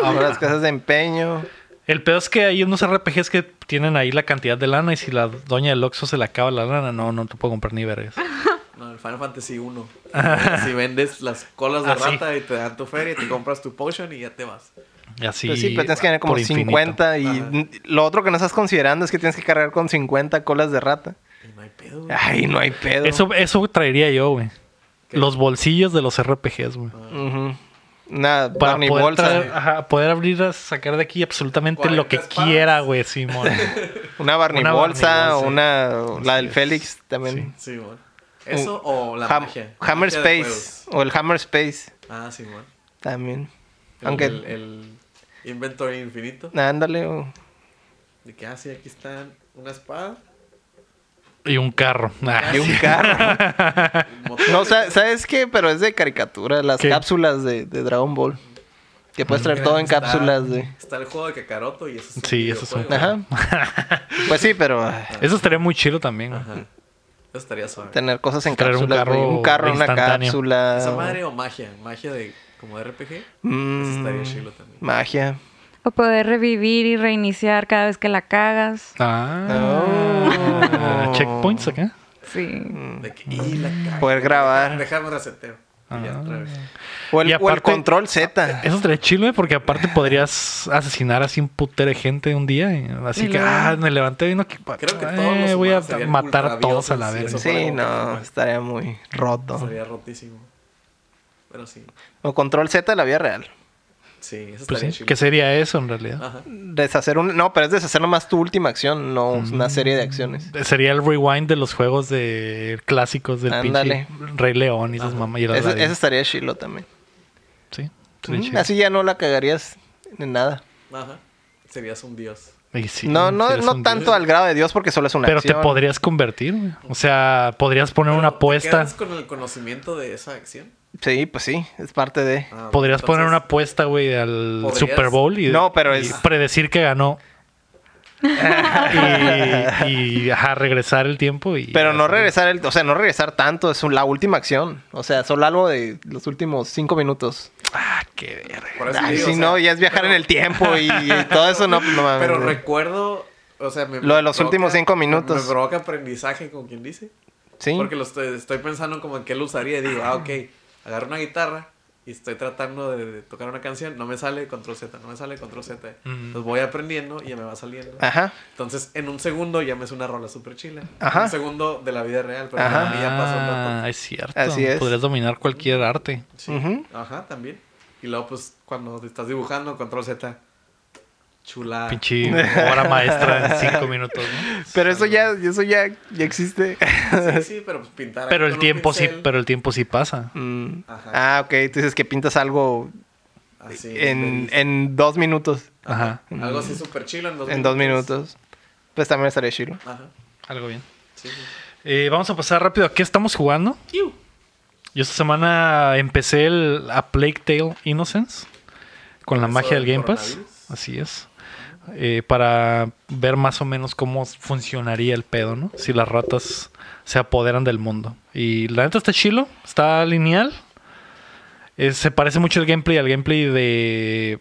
B: Ahora las casas de empeño.
A: El pedo es que hay unos RPGs que tienen ahí la cantidad de lana y si la doña del Oxxo se le acaba la lana, no, no te puedo comprar ni vergas.
D: No, el Final Fantasy 1. si vendes las colas de
A: Ah, sí.
D: rata y te dan tu feria y te compras tu potion y ya te vas.
A: Y así.
B: Pues sí, pero tienes que tener como
A: por infinito.
B: 50 y
D: Ajá.
B: n- lo otro que no estás considerando es que tienes que cargar con 50 colas de rata.
D: Y no hay pedo,
A: Ah.
D: güey.
B: Ay, no hay pedo.
A: Eso, eso traería yo, güey.
D: ¿Qué?
A: Los bolsillos de los RPGs, güey.
B: Ujú. Nada,
A: Para
B: ni
A: poder,
B: bolsa.
A: traer- ajá, poder abrir, sacar de aquí absolutamente lo que
D: 40 espadas.
A: quiera, güey, Simón.
B: Una Barney
A: Una
B: bolsa
A: Barney
B: o una la del
A: es.
B: Félix también.
D: Sí, bueno. Eso
A: Uh,
D: o la
B: Ham-
D: magia.
B: Hammer
D: Magia de
B: Space o el Hammer Space
D: juegos. Ah, sí, bueno.
B: también.
D: El, eh,
B: Aunque
D: el, el inventory infinito.
B: ándale o-
D: De que, ah, sí, aquí están una espada,
A: y un carro. Ah,
B: y un carro.
D: un motor.
B: no sa- sabes qué, pero es de caricatura, las
A: ¿Qué?
B: cápsulas de, de Dragon Ball. Que puedes traer todo en
D: Está-
B: cápsulas de
D: Está el juego de Kakaroto y eso es
A: Sí, eso es un-
D: videojuego.
B: Ajá. Pues sí, pero
D: Ah.
B: ay,
A: Ah, Eso estaría muy chido también, güey.
D: Ajá. Eso estaría suave.
B: ah, tener cosas en
A: Traer un
B: cápsulas, güey.
A: carro
B: Un carro, una
A: instantáneo.
B: cápsula.
D: Esa madre o magia, magia de como de RPG,
B: Mm,
D: eso estaría chilo también.
B: Magia.
C: O poder revivir y reiniciar cada vez que la cagas.
A: Ah,
B: Oh.
A: checkpoints acá.
C: Sí.
B: Mm.
D: De que, y la cagué.
B: Poder grabar.
D: Déjame reseteo. Y ya,
A: Ah.
D: otra vez.
B: O el,
A: Y
B: o el
A: aparte-
B: control Z.
A: Eso estaría chido, güey, porque aparte podrías asesinar así un putero de gente un día. y Así
C: Y
A: que,
C: luego-
A: ah, me levanté y no que.
D: Creo que
A: eh,
D: todos los
A: voy a
D: humanos serían
A: matar a
D: ultra
A: todos a la
D: aviosos y
A: verga.
D: eso-
B: Sí, no, estaría muy roto.
D: Sería rotísimo. Pero sí.
B: O control Z de la vida real.
D: Sí, eso
A: Pues
D: estaría
A: sí,
D: chilo.
A: ¿Qué sería eso en realidad?
D: Ajá.
B: Deshacer un. No, pero es deshacer nomás tu última acción, no
A: Mm.
B: una serie de acciones.
D: Ah.
A: Sería el rewind de los juegos de clásicos del
B: Ándale.
A: pinche Rey León y esas mamás. Y la
B: Eso,
A: radio.
B: eso estaría chilo también.
A: Sí, sería
B: Mm,
A: chido.
B: Así ya no la cagarías en nada.
D: Ajá. Serías un dios.
A: Y sí,
B: no, no,
A: serías
B: no
A: un
B: tanto
A: dios.
B: al grado de Dios porque solo es una
A: Pero
B: acción.
A: te podrías convertir, güey. O sea, podrías poner una
D: ¿Te
A: apuesta.
D: quedas con el conocimiento de esa acción?
B: Sí, pues sí, es parte de.
D: Ah,
A: Podrías
D: entonces,
A: poner una apuesta, güey, al
D: podrías-
A: Super Bowl y,
B: No, pero es-
A: y predecir que ganó. y, y, ajá, regresar el tiempo y...
B: Pero no regresar, el, o sea, no regresar tanto, es la última acción. O sea, solo algo de los últimos cinco minutos.
A: Ah, qué verga.
D: por eso
B: Ay,
D: digo,
B: si
D: o sea,
B: no, ya es viajar en el tiempo y, y todo eso, no, no mames.
D: Pero
B: güey.
D: recuerdo, o sea, me-
B: Lo de los
D: me
B: últimos cinco minutos.
D: Me provoca aprendizaje, con quien dice.
B: Sí.
D: Porque lo estoy, estoy pensando como en qué lo usaría y digo, ah, ok, agarro una guitarra y estoy tratando de, de tocar una canción, no me sale control Z, no me sale control Z. Entonces voy aprendiendo y ya me va saliendo.
B: Ajá.
D: Entonces, en un segundo ya me es una rola súper chila.
B: Ajá.
D: Un segundo de la vida real, pero
B: Ajá.
D: para mí ya pasó un rato.
A: Ah, es cierto.
B: Así es.
A: Podrías dominar cualquier arte.
D: Sí.
B: Ujú.
D: Ajá, también. Y luego, pues, cuando te estás dibujando, control Z, chula.
A: Pinche obra maestra en cinco minutos, ¿no?
B: Pero eso ya, eso ya, ya existe.
D: Sí, sí, pero pues pintar.
A: Pero
D: ahí
A: el
D: con un
A: tiempo sí,
D: pincel,
A: pero el tiempo sí pasa.
B: Mm.
D: Ajá.
B: Ah, ok. Tú dices que pintas algo
D: Así.
B: en, en dos minutos.
A: Ajá.
D: Algo así súper chilo en dos
B: En dos minutos. Pues también estaría chilo.
D: Ajá.
A: Algo bien.
D: Sí, sí.
A: Eh, vamos a pasar rápido a qué estamos jugando. Yo esta semana empecé el, a Plague Tale Innocence con la
D: Eso
A: magia del
D: del
A: Game Pass.
D: coronavirus.
A: Así es. Eh, para ver más o menos cómo funcionaría el pedo, ¿no? Si las ratas se apoderan del mundo. Y la neta está chilo, está lineal. Eh, se parece mucho el gameplay al gameplay de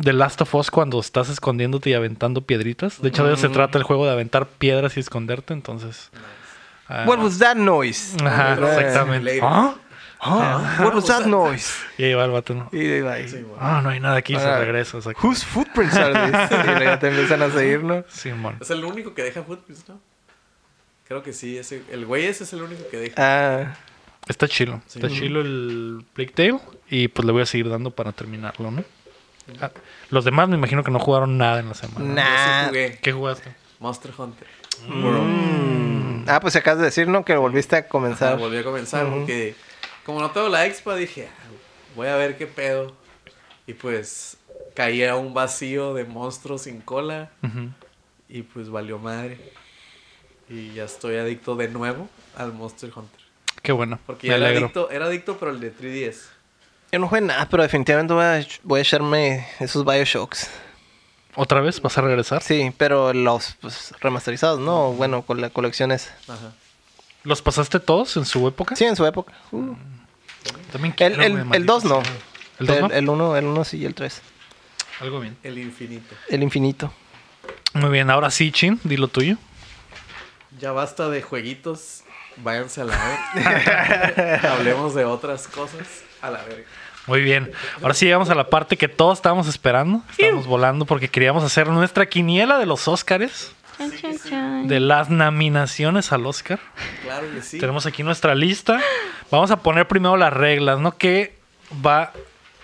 A: The Last of Us cuando estás escondiéndote y aventando piedritas. De hecho, de eso se trata el juego de aventar piedras y esconderte, entonces. ah,
B: What was that noise?
A: Ajá,
D: Later.
A: exactamente.
D: Later.
A: ¿Ah?
B: Ah, What was that noise?
A: Y ahí va el vato, ¿no?
B: Y de ahí,
D: Sí, güey.
A: Ah, no hay nada aquí, se
B: Ah.
A: regresa. o sea,
B: Whose footprints are these? Y luego ya te empiezan a seguir, ¿no?
A: Simón.
D: Es el único que deja footprints, ¿no? Creo que sí. ese- el güey ese es el único que deja.
B: Ah,
A: Está chilo.
D: Sí.
A: Está chilo el Plague Tale. Y pues le voy a seguir dando para terminarlo, ¿no? Ah, los demás me imagino que no jugaron nada en la semana.
D: Yo sí
B: nah.
D: jugué
A: ¿Qué jugaste?
D: Monster Hunter.
B: Mm. Ah, pues acabas de decir, ¿no? Que volviste a
D: Ajá,
B: comenzar.
D: volví a comenzar
B: Ujú.
D: porque como no tengo la expa dije, "Ah, voy a ver qué pedo. Y pues caí a un vacío de monstruos sin cola
A: Ujú.
D: y pues valió madre. Y ya estoy adicto de nuevo al Monster Hunter.
A: Qué bueno.
D: Porque
A: Me
D: ya era
A: alegro.
D: adicto, era adicto pero el de 3DS.
B: Yo no jugué nada, pero definitivamente voy a, voy a echarme esos Bioshocks.
A: ¿Otra vez vas a regresar?
B: Sí, pero los pues, remasterizados, ¿no? Bueno, con la colección esa.
D: Ajá.
A: ¿Los pasaste todos en su época?
B: Sí, en su época. Uh.
A: También
B: El,
A: quiero,
B: el-
A: güey,
B: el
A: maldita
B: 2 no.
A: sea. ¿El 2 no?
B: El 1 el uno sí y el 3.
A: Algo bien.
D: El infinito.
B: El infinito.
A: Muy bien, ahora sí, Chin, di lo tuyo.
D: Ya basta de jueguitos. Váyanse a la verga. Hablemos de otras cosas. A la verga.
A: Muy bien. Ahora sí llegamos a la parte que todos estábamos esperando. Estábamos volando porque queríamos hacer nuestra quiniela de los Óscares,
C: Chan, chan, chan.
A: de las nominaciones al Óscar.
D: Claro que sí.
A: Tenemos aquí nuestra lista. Vamos a poner primero las reglas, ¿no? ¿Qué va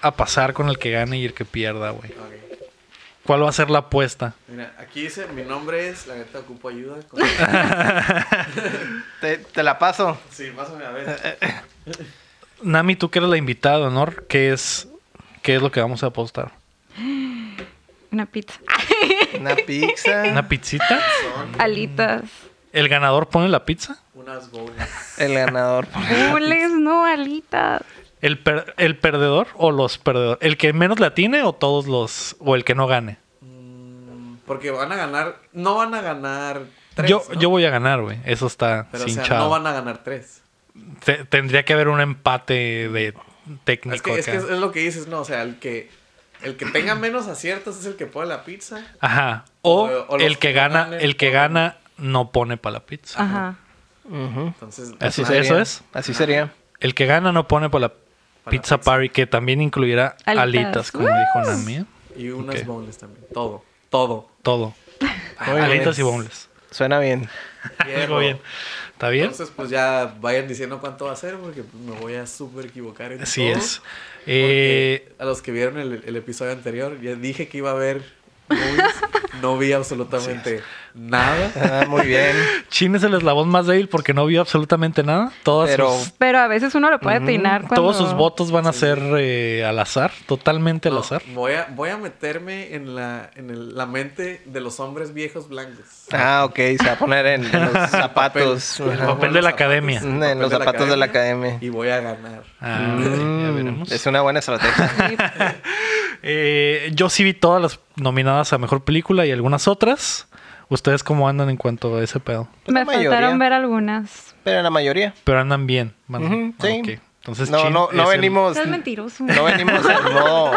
A: a pasar con el que gane y el que pierda, güey?
D: Ok.
A: ¿Cuál va a ser la apuesta?
D: Mira, aquí dice, mi nombre es, la neta ocupo ayuda. Con...
B: Te, te la paso.
D: Sí, pásame a ver.
A: Nami, tú que eres la invitada de honor, ¿qué es, qué es lo que vamos a apostar?
C: Una pizza.
B: Una pizza.
A: ¿Una pizzita?
C: Ah, Alitas.
A: ¿El ganador pone la pizza?
D: Unas bolas.
B: El ganador.
C: Bules, no, alitas.
A: ¿El, per- el perdedor o los perdedores? ¿El que menos la tiene o todos los... o el que no gane?
D: Mm, Porque van a ganar, no van a ganar tres.
A: yo,
D: ¿no?
A: yo voy a ganar, güey. Eso está
D: Pero, o
A: sin
D: sea,
A: chavo.
D: no van a ganar tres.
A: Te- Tendría que haber un empate de técnico
D: Es que, es, que
A: acá.
D: es- es lo que dices, no, o sea, el que, el que tenga menos aciertos es el que pone la pizza.
A: Ajá. O,
D: O- o los
A: el que
D: que
A: gana,
D: ganen,
A: el que
D: o-
A: gana no pone para la pizza.
C: Ajá.
B: Ujú.
D: Entonces,
A: Así
D: no,
A: se-
B: sería.
A: eso es.
B: Así sería.
A: El que gana no pone para la pizza
D: pizza.
A: party, que también incluirá alitas,
C: Alitas.
A: como dijo Nami. ¿eh?
D: y unas
A: Ok.
D: bolas también. Todo, todo.
A: Todo.
D: Ah,
B: Muy
A: alitas
B: bien.
A: y boneless.
B: Suena bien.
A: Algo bien. ¿Está bien?
D: Entonces, pues ya vayan diciendo cuánto va a ser, porque pues, me voy a súper equivocar en
A: Así
D: todo.
A: es.
D: Porque
A: Eh,
D: a los que vieron el, el episodio anterior, ya dije que iba a haber movies, no vi absolutamente nada.
B: Ah, muy bien.
A: Chin es el eslabón más débil porque no vio absolutamente nada. Todas
B: Pero-
A: sus-
C: Pero a veces uno lo puede atinar cuando...
A: todos sus votos van a ser eh, al azar, totalmente al
D: No,
A: azar.
D: voy, a, voy a meterme en, la, en el- la mente de los hombres viejos blancos.
B: Ah, ok. Se va a poner en los zapatos.
D: El
B: Ajá.
A: papel de la
D: Los zapatos.
A: academia.
D: El
B: En
D: papel
B: los zapatos de la academia.
D: Y voy a ganar.
A: Ah, ya
B: Mm,
A: veremos.
B: Es una buena estrategia.
A: Eh, yo sí vi todas las nominadas a mejor película y algunas otras. ¿Ustedes cómo andan en cuanto a ese pedo?
C: Me
B: La mayoría.
C: faltaron ver algunas.
B: Pero la mayoría.
A: Pero andan bien. man.
B: Ujú,
A: Ah,
B: sí.
A: ok. Entonces,
B: no,
A: Chin
B: no,
A: es
B: no
A: el-
B: venimos.
C: Estás mentiroso.
B: Pues No venimos al modo.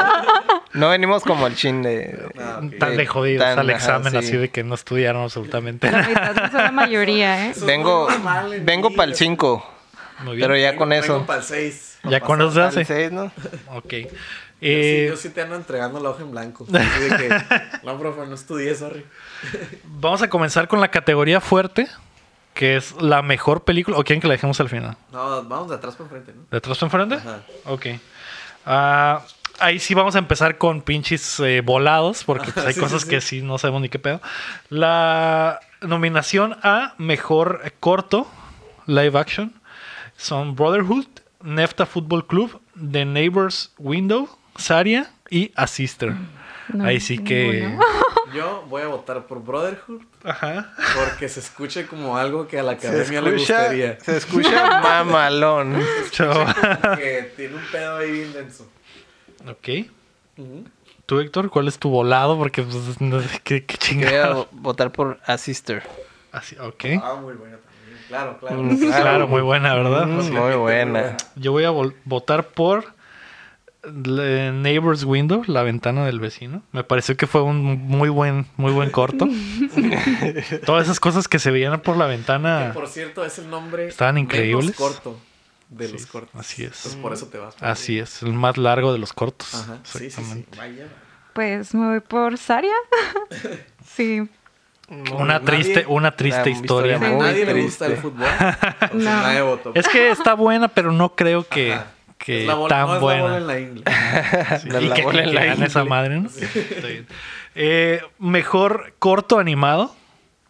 B: No venimos como el chin de.
D: Ah, ok.
A: tan de jodidos
B: eh, tan,
A: al
B: ajá,
A: examen,
B: sí.
A: así de que no estudiaron absolutamente.
C: La mitad no son la mayoría, ¿eh?
D: Eso es
B: Vengo,
D: muy normal en
B: vengo
D: mí,
B: para el
D: yo-
B: 5.
A: Muy bien.
B: Pero ya con
D: vengo-
B: eso.
D: Vengo para el 6.
A: Ya con eso se
B: Al
A: hace.
B: seis, ¿no?
A: Ok.
D: Sí,
A: Eh,
D: yo sí te ando entregando la hoja en blanco. Así de que, no, profe, no estudié, sorry.
A: Vamos a comenzar con la categoría fuerte, que es la mejor película. ¿O quieren que la dejemos al final?
D: No, vamos de atrás para enfrente, ¿no?
A: ¿De atrás para enfrente?
D: Ajá.
A: Ok. Ah, ahí sí vamos a empezar con pinches eh, volados, porque pues, hay
D: Sí,
A: cosas
D: sí, sí.
A: que sí no sabemos ni qué pedo. La nominación a mejor eh, corto, live action, son Brotherhood, Nefta Football Club, The Neighbors Window, Saria y A Sister.
C: Mm, No,
A: Ahí sí que.
C: ninguno.
D: Yo voy a votar por Brotherhood
A: Ajá.
D: porque se escuche como algo que a la
B: Se
D: academia le
B: escucha,
D: gustaría.
B: se escucha mamalón.
A: Chava.
D: que tiene un pedo ahí bien denso.
A: Ok. ¿Tú, Héctor, cuál es tu volado? Porque, pues, no sé qué, qué
B: Yo voy a
A: chingado.
B: vo- votar por A Sister.
A: Así, ok.
D: Ah, muy buena también. Claro, claro.
B: Mm,
A: Claro, muy buena, ¿verdad?
B: Mm,
D: Pues,
B: muy
D: muy
B: buena.
D: buena.
A: Yo voy a vol- votar por le- Neighbor's Window, la ventana del vecino. Me pareció que fue un muy buen, muy buen corto. Todas esas cosas que se veían por la
D: Que
A: ventana.
D: por cierto es el nombre
A: Estaban
D: menos
A: increíbles.
D: corto de
A: Sí,
D: los cortos.
A: así es.
D: Entonces, por eso te vas.
A: Así es, el más largo de los cortos.
D: Ajá. Sí, sí, sí.
A: Exactamente.
D: Vaya.
C: Pues me voy por Saria. sí.
A: Una
B: Mm,
D: Nadie-
A: triste, una triste
B: una historia
A: historia.
D: A
C: Muy
D: nadie le
B: triste.
D: gusta el fútbol. Entonces,
C: No.
D: nadie votó.
A: Es que está buena, pero no creo que,
D: Ajá.
A: que
D: Es la bola-
A: tan
D: no es
A: buena.
D: la bola en la ingle.
A: Sí,
B: La-
A: y
B: la
A: que,
B: bola
A: y
B: en
A: que
B: la
A: gane
B: ingle.
A: esa madre, ¿no? Está bien. Eh, mejor corto animado.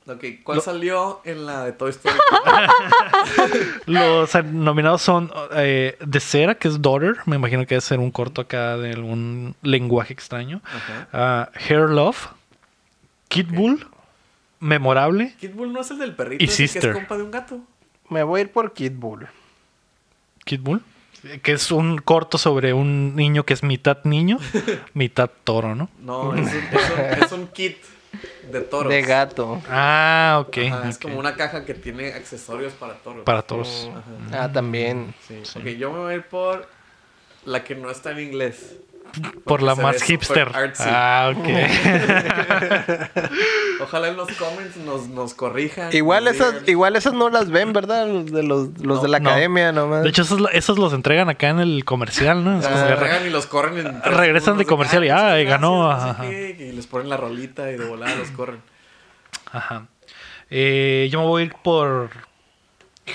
D: Ok, ¿cuál
A: Lo-
D: salió en la de Toy Story?
A: Los nominados son eh, De Cera, que es Daughter. Me imagino que debe ser un corto acá de algún lenguaje extraño.
D: Ajá.
A: Ah, Hair Love. Kid Bull. Memorable.
D: Kid Bull no es el del perrito,
A: Y
D: ese que
A: Sister.
D: es compa de un gato.
B: Me voy a ir por Kid Bull.
A: Kid Bull. Que es un corto sobre un niño que es mitad niño, mitad toro, ¿no?
D: No, es un, es un- es un kit de toros.
B: De gato.
A: Ah, ok.
D: Ajá, Es
A: ok.
D: como una caja que tiene accesorios para toros.
A: Para todos.
B: Ah, también.
D: Sí. Ok, yo me voy a ir por la que no está en inglés.
A: Por la
D: se ve
A: más
D: súper
A: hipster.
D: artsy.
A: Ah, ok.
D: Ojalá en los comments nos, nos corrijan.
B: Igual
D: nos
B: esas,
D: digan.
B: igual esas no las ven, ¿verdad? Los de los, los de la
A: No.
B: academia nomás.
A: De hecho, esos, esos los entregan acá en el comercial, ¿no? Es como
D: Los
A: que
D: entregan ah, y los corren. en tres
A: Ah, regresan de
D: segundos,
A: comercial y,
D: "Ah,
A: ah,
D: muchas
A: ganó",
D: gracias, no sé
A: ajá.
D: qué, Y les ponen la rolita y de volada los corren.
A: Ajá. Eh, yo me voy a ir por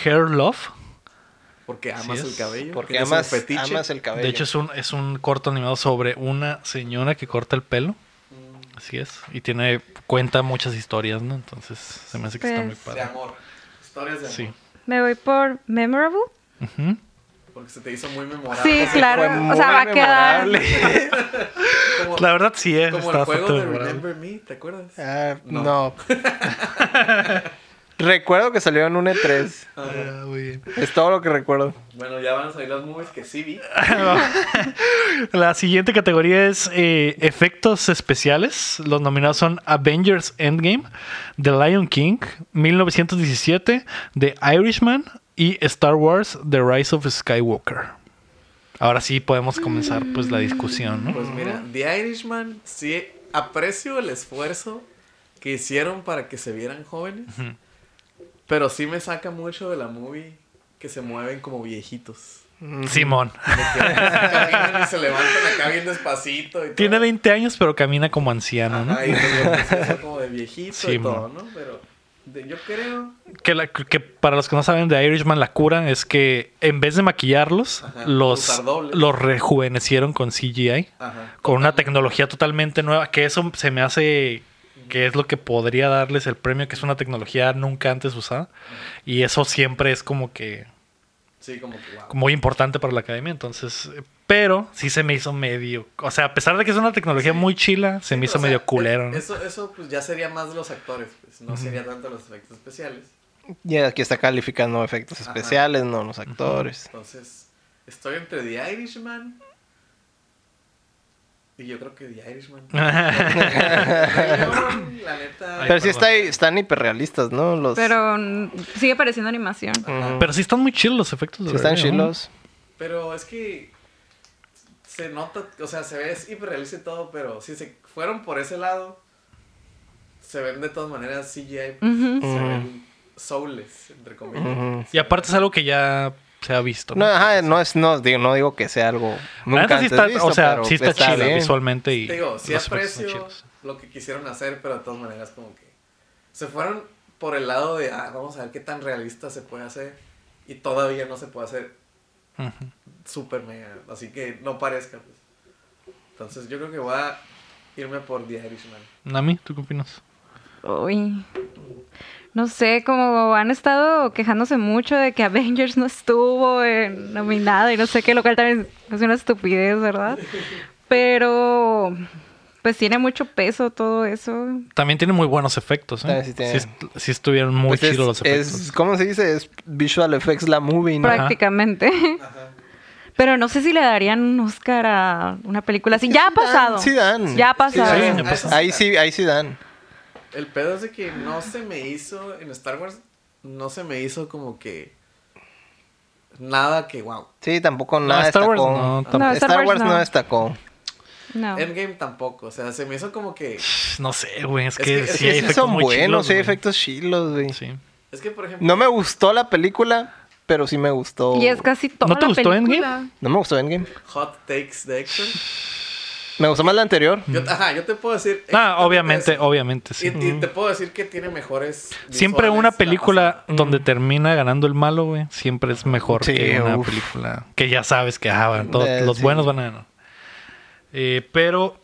A: Hair Love.
D: Porque
A: Así
D: amas
A: es.
D: el cabello.
B: porque
D: tienes
B: amas,
D: un fetiche.
B: amas el cabello.
A: De hecho, es un, es un corto animado sobre una señora que corta el pelo.
D: Mm.
A: Así es. Y tiene, cuenta muchas historias, ¿no? Entonces, se me hace que está muy
C: Pues-
D: De
A: padre.
D: amor. Historias de amor.
A: Sí.
C: Me voy por Memorable.
A: Ujú.
D: Porque se te hizo muy memorable.
C: Sí,
B: Fue
C: claro. O
B: muy
C: sea, va a quedar.
B: memorable.
D: Como,
A: La verdad, sí, eh,
D: como
A: está
D: el juego
A: bastante
D: de
A: memorable.
D: Remember Me, ¿te acuerdas?
B: Ah, no.
D: No.
B: recuerdo que salió en un E3.
D: Ajá.
A: Ah, muy bien.
B: Es todo lo que recuerdo.
D: Bueno, ya van a salir las movies que sí vi.
A: La siguiente categoría es eh, efectos especiales. Los nominados son Avengers Endgame, The Lion King, 1917, The Irishman y Star Wars The Rise of Skywalker. Ahora sí podemos comenzar pues la discusión, ¿no?
D: Pues mira, The Irishman, sí aprecio el esfuerzo que hicieron para que se vieran jóvenes, pero sí me saca mucho de la movie que se mueven como viejitos.
B: Mm.
A: Simón.
D: De que caminan y se levantan acá bien despacito y todo.
A: Tiene 20 años pero camina como anciano, ¿no?
D: Ajá, y pues, lo que sea como de viejito
A: Sí,
D: y todo,
A: man.
D: ¿no? Pero de- yo creo
A: Que, la- que para los que no saben de Irishman, la cura es que en vez de maquillarlos,
D: Ajá,
A: los,
D: usar dobles.
A: los rejuvenecieron con CGI.
D: Ajá.
A: con una tecnología totalmente nueva, que eso se me hace que es lo que podría darles el premio, que es una tecnología nunca antes usada. Y eso siempre es como que
D: Sí, como que wow.
A: muy importante para la academia, entonces... eh, Pero sí se me hizo medio... O sea, a pesar de que es una tecnología muy chila, se me
D: Sí,
A: hizo
D: o sea,
A: medio culero. ¿no?
D: Eso, eso pues ya sería más de los actores, pues, no sería tanto los efectos especiales.
B: Y aquí está calificando efectos
D: Ajá.
B: especiales, no los actores.
D: Entonces, estoy entre The Irishman. Y yo creo que The Irishman. la neta.
B: Pero
A: perdón.
B: sí está, están hiperrealistas, ¿no? Los,
C: Pero mm, sigue pareciendo animación.
B: Ujú.
A: Pero sí están muy chilos los efectos. Ah, de
B: Sí están
A: verdad, ¿no?
B: chilos.
D: Pero es que se nota, o sea, se ve es hiperrealista y todo, pero si se fueron por ese lado, se ven de todas maneras CGI.
C: Ujú.
D: Se ven soulless, entre comillas.
B: Ujú.
A: Y aparte es algo que ya se ha visto.
B: No,
A: ¿no?
B: ajá, no, es, no, digo, no digo que sea algo
A: La neta
B: nunca
A: sí
B: antes
A: está,
B: visto,
A: o sea,
B: pero
A: sí está, chila
B: bien.
A: visualmente y...
D: Te digo, sí
A: los efectos están
D: aprecio
A: chilos.
D: lo que quisieron hacer, pero de todas maneras como que se fueron por el lado de, ah, vamos a ver qué tan realista se puede hacer y todavía no se puede hacer
A: Ujú.
D: súper mega, así que no parezca. pues. Entonces yo creo que voy a irme por The Irishman.
A: Nami, ¿tú qué opinas?
C: Uy. No sé, como han estado quejándose mucho de que Avengers no estuvo en- nominada y no sé qué, lo cual también es una estupidez, ¿verdad? Pero pues tiene mucho peso todo eso.
A: También tiene muy buenos efectos, ¿eh?
B: Ah, sí
A: Sí,
B: tiene.
A: est- sí estuvieron muy
B: Pues es-
A: chidos los efectos.
B: es- ¿Cómo se dice? Es Visual Effects la movie, ¿no?
C: Prácticamente. Pero no sé si le darían un Oscar a una película así. Ya ha pasado.
B: Sí dan.
C: Ya ha pasado.
A: Sí,
B: dan.
A: ya ha pasado.
B: Ahí sí, ahí sí dan.
D: El pedo es de que no se me hizo en Star Wars, no se me hizo como que nada que wow.
B: Sí, tampoco nada
A: Star Wars
B: destacó.
A: no, tampoco.
C: No,
B: Star, Wars no destacó.
C: No.
D: Endgame tampoco, o sea, se me hizo como que
A: No sé, güey. Es que,
D: Es que-
A: sí,
D: es que
A: hay
D: sí
A: efectos
B: son
A: muy
B: buenos,
A: chilos,
B: sí, hay
A: güey.
B: efectos chilos, güey.
A: Sí.
D: es que por ejemplo,
B: No me gustó la película, pero sí me gustó.
C: Y es casi toda
A: ¿No te
C: la
A: gustó
C: película.
B: No me gustó Endgame.
D: hot takes de Action.
B: Me gustó más la anterior.
D: Yo, ajá, yo te puedo decir
A: Mm. Ah,
D: exactamente
A: obviamente,
D: eso.
A: obviamente,
D: Y,
A: sí.
D: y te puedo decir que tiene mejores
A: Siempre
D: visuales
A: una
D: la
A: película
D: pasada.
A: donde termina ganando el malo, güey, siempre es mejor
B: Sí,
A: que una
B: uf.
A: película que ya sabes que ah, van, todos
B: Eh,
A: los
B: sí.
A: buenos van a ganar. Eh, pero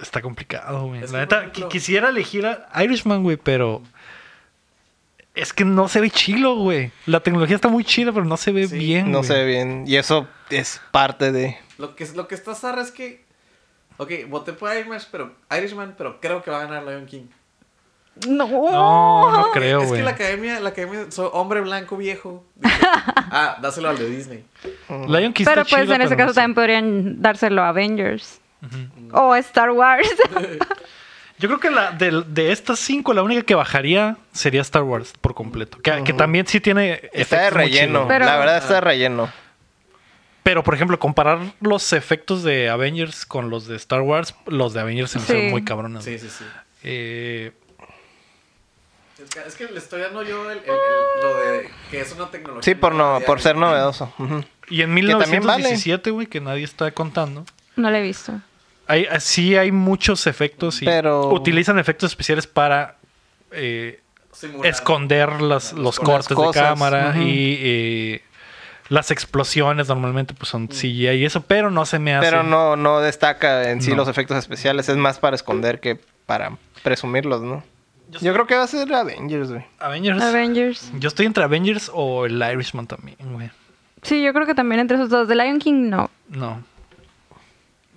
A: está complicado, güey.
D: Es
A: La
D: que,
A: neta,
D: por ejemplo-
A: qui- quisiera elegir a Irishman, güey, pero es que no se ve chilo, güey. La tecnología está muy chila, pero no se ve
D: Sí,
A: bien.
B: No
A: güey.
B: se ve bien. Y eso es parte de.
D: Lo que, lo que está zarra es que. Ok, voté por Irishman pero, Irishman, pero creo que va a ganar Lion King.
C: No.
A: No, no creo,
D: es
A: güey.
D: que la academia, la academia, soy hombre blanco viejo. Dice, ah, dáselo al de Disney.
A: Lion King
C: Pero
A: está
C: pues
A: chila,
C: en ese
A: pero
C: caso
A: no sé.
C: también podrían dárselo a Avengers. O Star Wars.
A: Yo creo que la de, de estas cinco, la única que bajaría sería Star Wars por completo. Que, que también sí tiene
B: Está de
A: efectos muy chilos,
B: relleno.
A: güey.
C: Pero-
B: La verdad está de relleno.
A: Pero, por ejemplo, comparar los efectos de Avengers con los de Star Wars, los de Avengers se me
C: Sí.
A: hicieron muy cabronas.
D: Sí, sí, sí.
A: Eh,
D: Es que, es que le estoy dando yo el, el- el- lo de que es una tecnología.
B: Sí, por no,
D: nueva,
B: por
D: ya,
B: ser novedoso. Ujú.
A: y en
B: Que también vale.
A: 1917, güey, que nadie está contando.
C: No lo he visto.
A: Hay, sí hay muchos efectos y
B: Pero-
A: utilizan efectos especiales para eh,
D: simular.
A: esconder las- los
D: Las
A: cortes de
B: cosas,
A: cámara
B: ujú.
A: y eh, las explosiones normalmente pues son CGI y eso, pero no se me hace.
B: Pero no, Ah, no destaca en sí
A: No.
B: los efectos especiales. Es más para esconder que para presumirlos, ¿no? Yo creo que va a ser Avengers, güey.
A: Avengers.
C: Avengers.
A: Yo estoy entre Avengers o el Irishman también, güey.
C: Sí, yo creo que también entre esos dos. The Lion King, no.
A: No,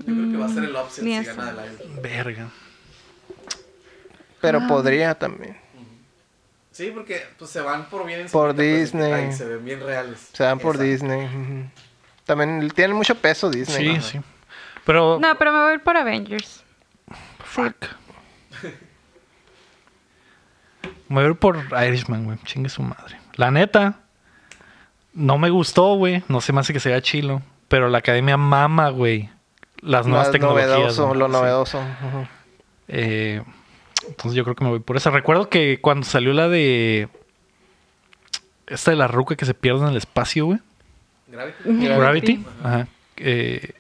D: Yo creo que va a ser el option
C: Ni
D: si
C: eso.
D: gana el Lion King.
A: verga.
B: Pero podría también.
D: Sí, porque pues, se van por bien.
B: Por
D: encima, pues,
B: Disney.
D: ay, se ven bien reales.
B: Se dan por
D: Esa.
B: Disney. ujú. También tienen mucho peso Disney.
A: Sí,
B: ¿no?
A: sí. Pero.
C: No, pero me voy a ir por Avengers.
A: Fuck. Me voy a ir por Irishman, güey. Chingue su madre. La neta. No me gustó, güey. No se me hace que sea chilo. Pero la academia mama, güey. Las nuevas
B: Más
A: tecnologías.
B: novedoso,
A: güey.
B: lo
A: Sí.
B: novedoso. ujú.
A: Eh, entonces yo creo que me voy por esa. Recuerdo que cuando salió la de. Esta de la ruca que se pierde en el espacio, güey.
D: Gravity.
A: Gravity. Ajá. Eh,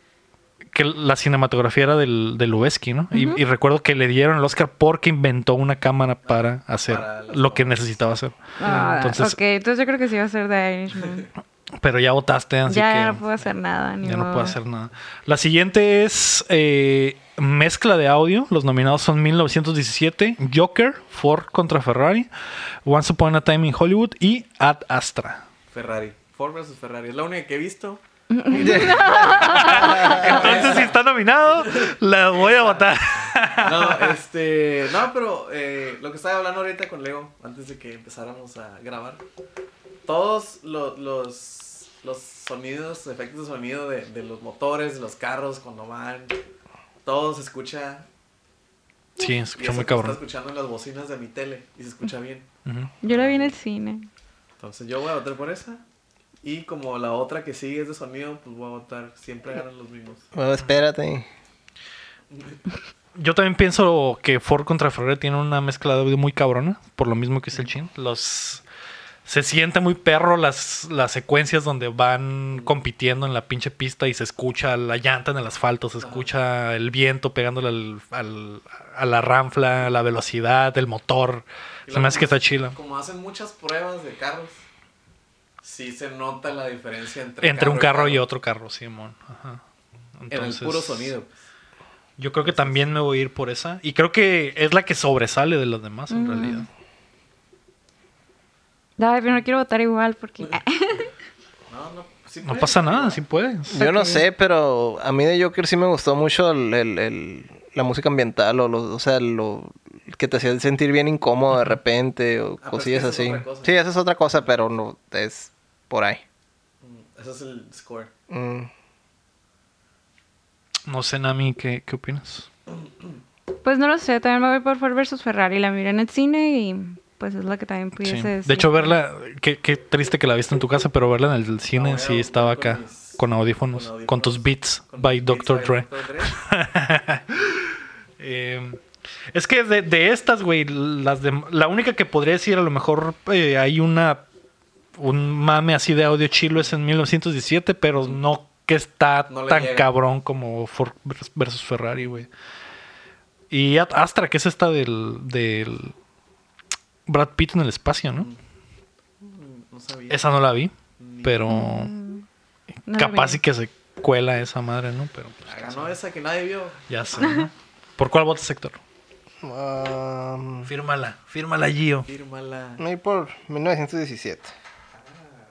A: que la cinematografía era del, de Lubeski, ¿no? Y- y, recuerdo que le dieron el Oscar porque inventó una cámara para hacer
D: Para las
A: lo que necesitaba hacer.
C: Ah,
A: Entonces-
C: ok, entonces yo creo que sí va a ser The Irishman.
A: Pero ya votaste, así
C: ya
A: que
C: no puedo hacer nada. Ni
A: ya no
C: modo.
A: puedo hacer nada. La siguiente es eh, mezcla de audio. Los nominados son 1917, Joker, Ford contra Ferrari, Once Upon a Time in Hollywood y Ad Astra.
D: Ferrari. Ford versus Ferrari. Es la única que he visto.
A: Entonces, si está nominado, la voy a votar.
D: No, este. No, pero eh, lo que estaba hablando ahorita con Leo, antes de que empezáramos a grabar, todos lo- los, los sonidos, efectos de sonido de, de los motores, de los carros cuando van, todo se escucha.
A: Sí,
D: Y
A: escucha
D: eso
A: muy
D: que está
A: cabrón. Mm.
D: escuchando en las bocinas de mi tele y se escucha bien.
A: Ujú.
C: Yo la vi en el cine.
D: Entonces yo voy a votar por esa. Y como la otra que sigue es de sonido, pues voy a votar. Siempre ganan los mismos.
B: Bueno, espérate.
A: Yo también pienso que Ford contra Ferrari tiene una mezcla de audio muy cabrona, por lo mismo que es el chin. Los se siente muy perro las, las secuencias donde van compitiendo en la pinche pista y se escucha la llanta en el asfalto, se escucha el viento pegándole al, al- a la ranfla, la velocidad, el motor.
D: Y
A: Se me hace que está
D: como-
A: chila.
D: Como hacen muchas pruebas de carros, sí se nota la diferencia entre,
A: Entre un carro y otro carro, Simón. Ajá.
D: en el puro sonido. pues.
A: Yo creo que también me voy a ir por esa. Y creo que es la que sobresale de las demás,
D: Mm.
A: en realidad.
C: Ay, pero no quiero votar igual porque.
D: No, no, sí
A: No
D: puede.
A: pasa nada, sí puedes.
B: Yo no sé, pero a mí de Joker sí me gustó mucho el, el- el- la música ambiental o, los, o sea, lo que te hacía sentir bien incómodo de repente o
D: Ah, pero
B: cosillas
D: es que esa es
B: así.
D: otra cosa.
B: sí, esa es otra cosa, pero no es por ahí.
D: Mm, Eso es el score.
B: Mm.
A: No sé, Nami, ¿qué, qué opinas?
C: Pues no lo sé, también me voy por Ford versus Ferrari. La miré en el cine y pues es la que también
A: Sí.
C: pudiese decir.
A: De hecho, verla, qué, qué triste que la viste en tu casa, pero verla en el cine
D: No,
A: sí
D: yo
A: estaba
D: con
A: acá,
D: mis-
A: con audífonos, con,
D: con
A: tus
D: audífonos,
A: beats
D: con
A: by
D: Beats by
A: Dr. Dre.
D: Dr. Dre.
A: Eh, es que de, de estas, güey, las dem- la única que podría decir, a lo mejor eh, hay una un mame así de audio chilo es en 1917, pero no que está
D: No le
A: tan
D: llega.
A: cabrón como Ford vers- versus Ferrari, güey. Y At- Astra, que es esta del, del Brad Pitt en el espacio, ¿no?
D: Mm, No sabía.
A: Esa no la vi,
D: Ni-
A: pero
C: Mm, No la
A: capaz
C: vi.
A: y que se cuela esa madre, ¿no? Pero
D: Ah, Ganó esa que nadie vio.
A: ya sé. ¿no? ¿Por cuál vota sector?
B: Um,
A: Fírmala, fírmala Gio.
D: Fírmala.
B: me voy por 1917.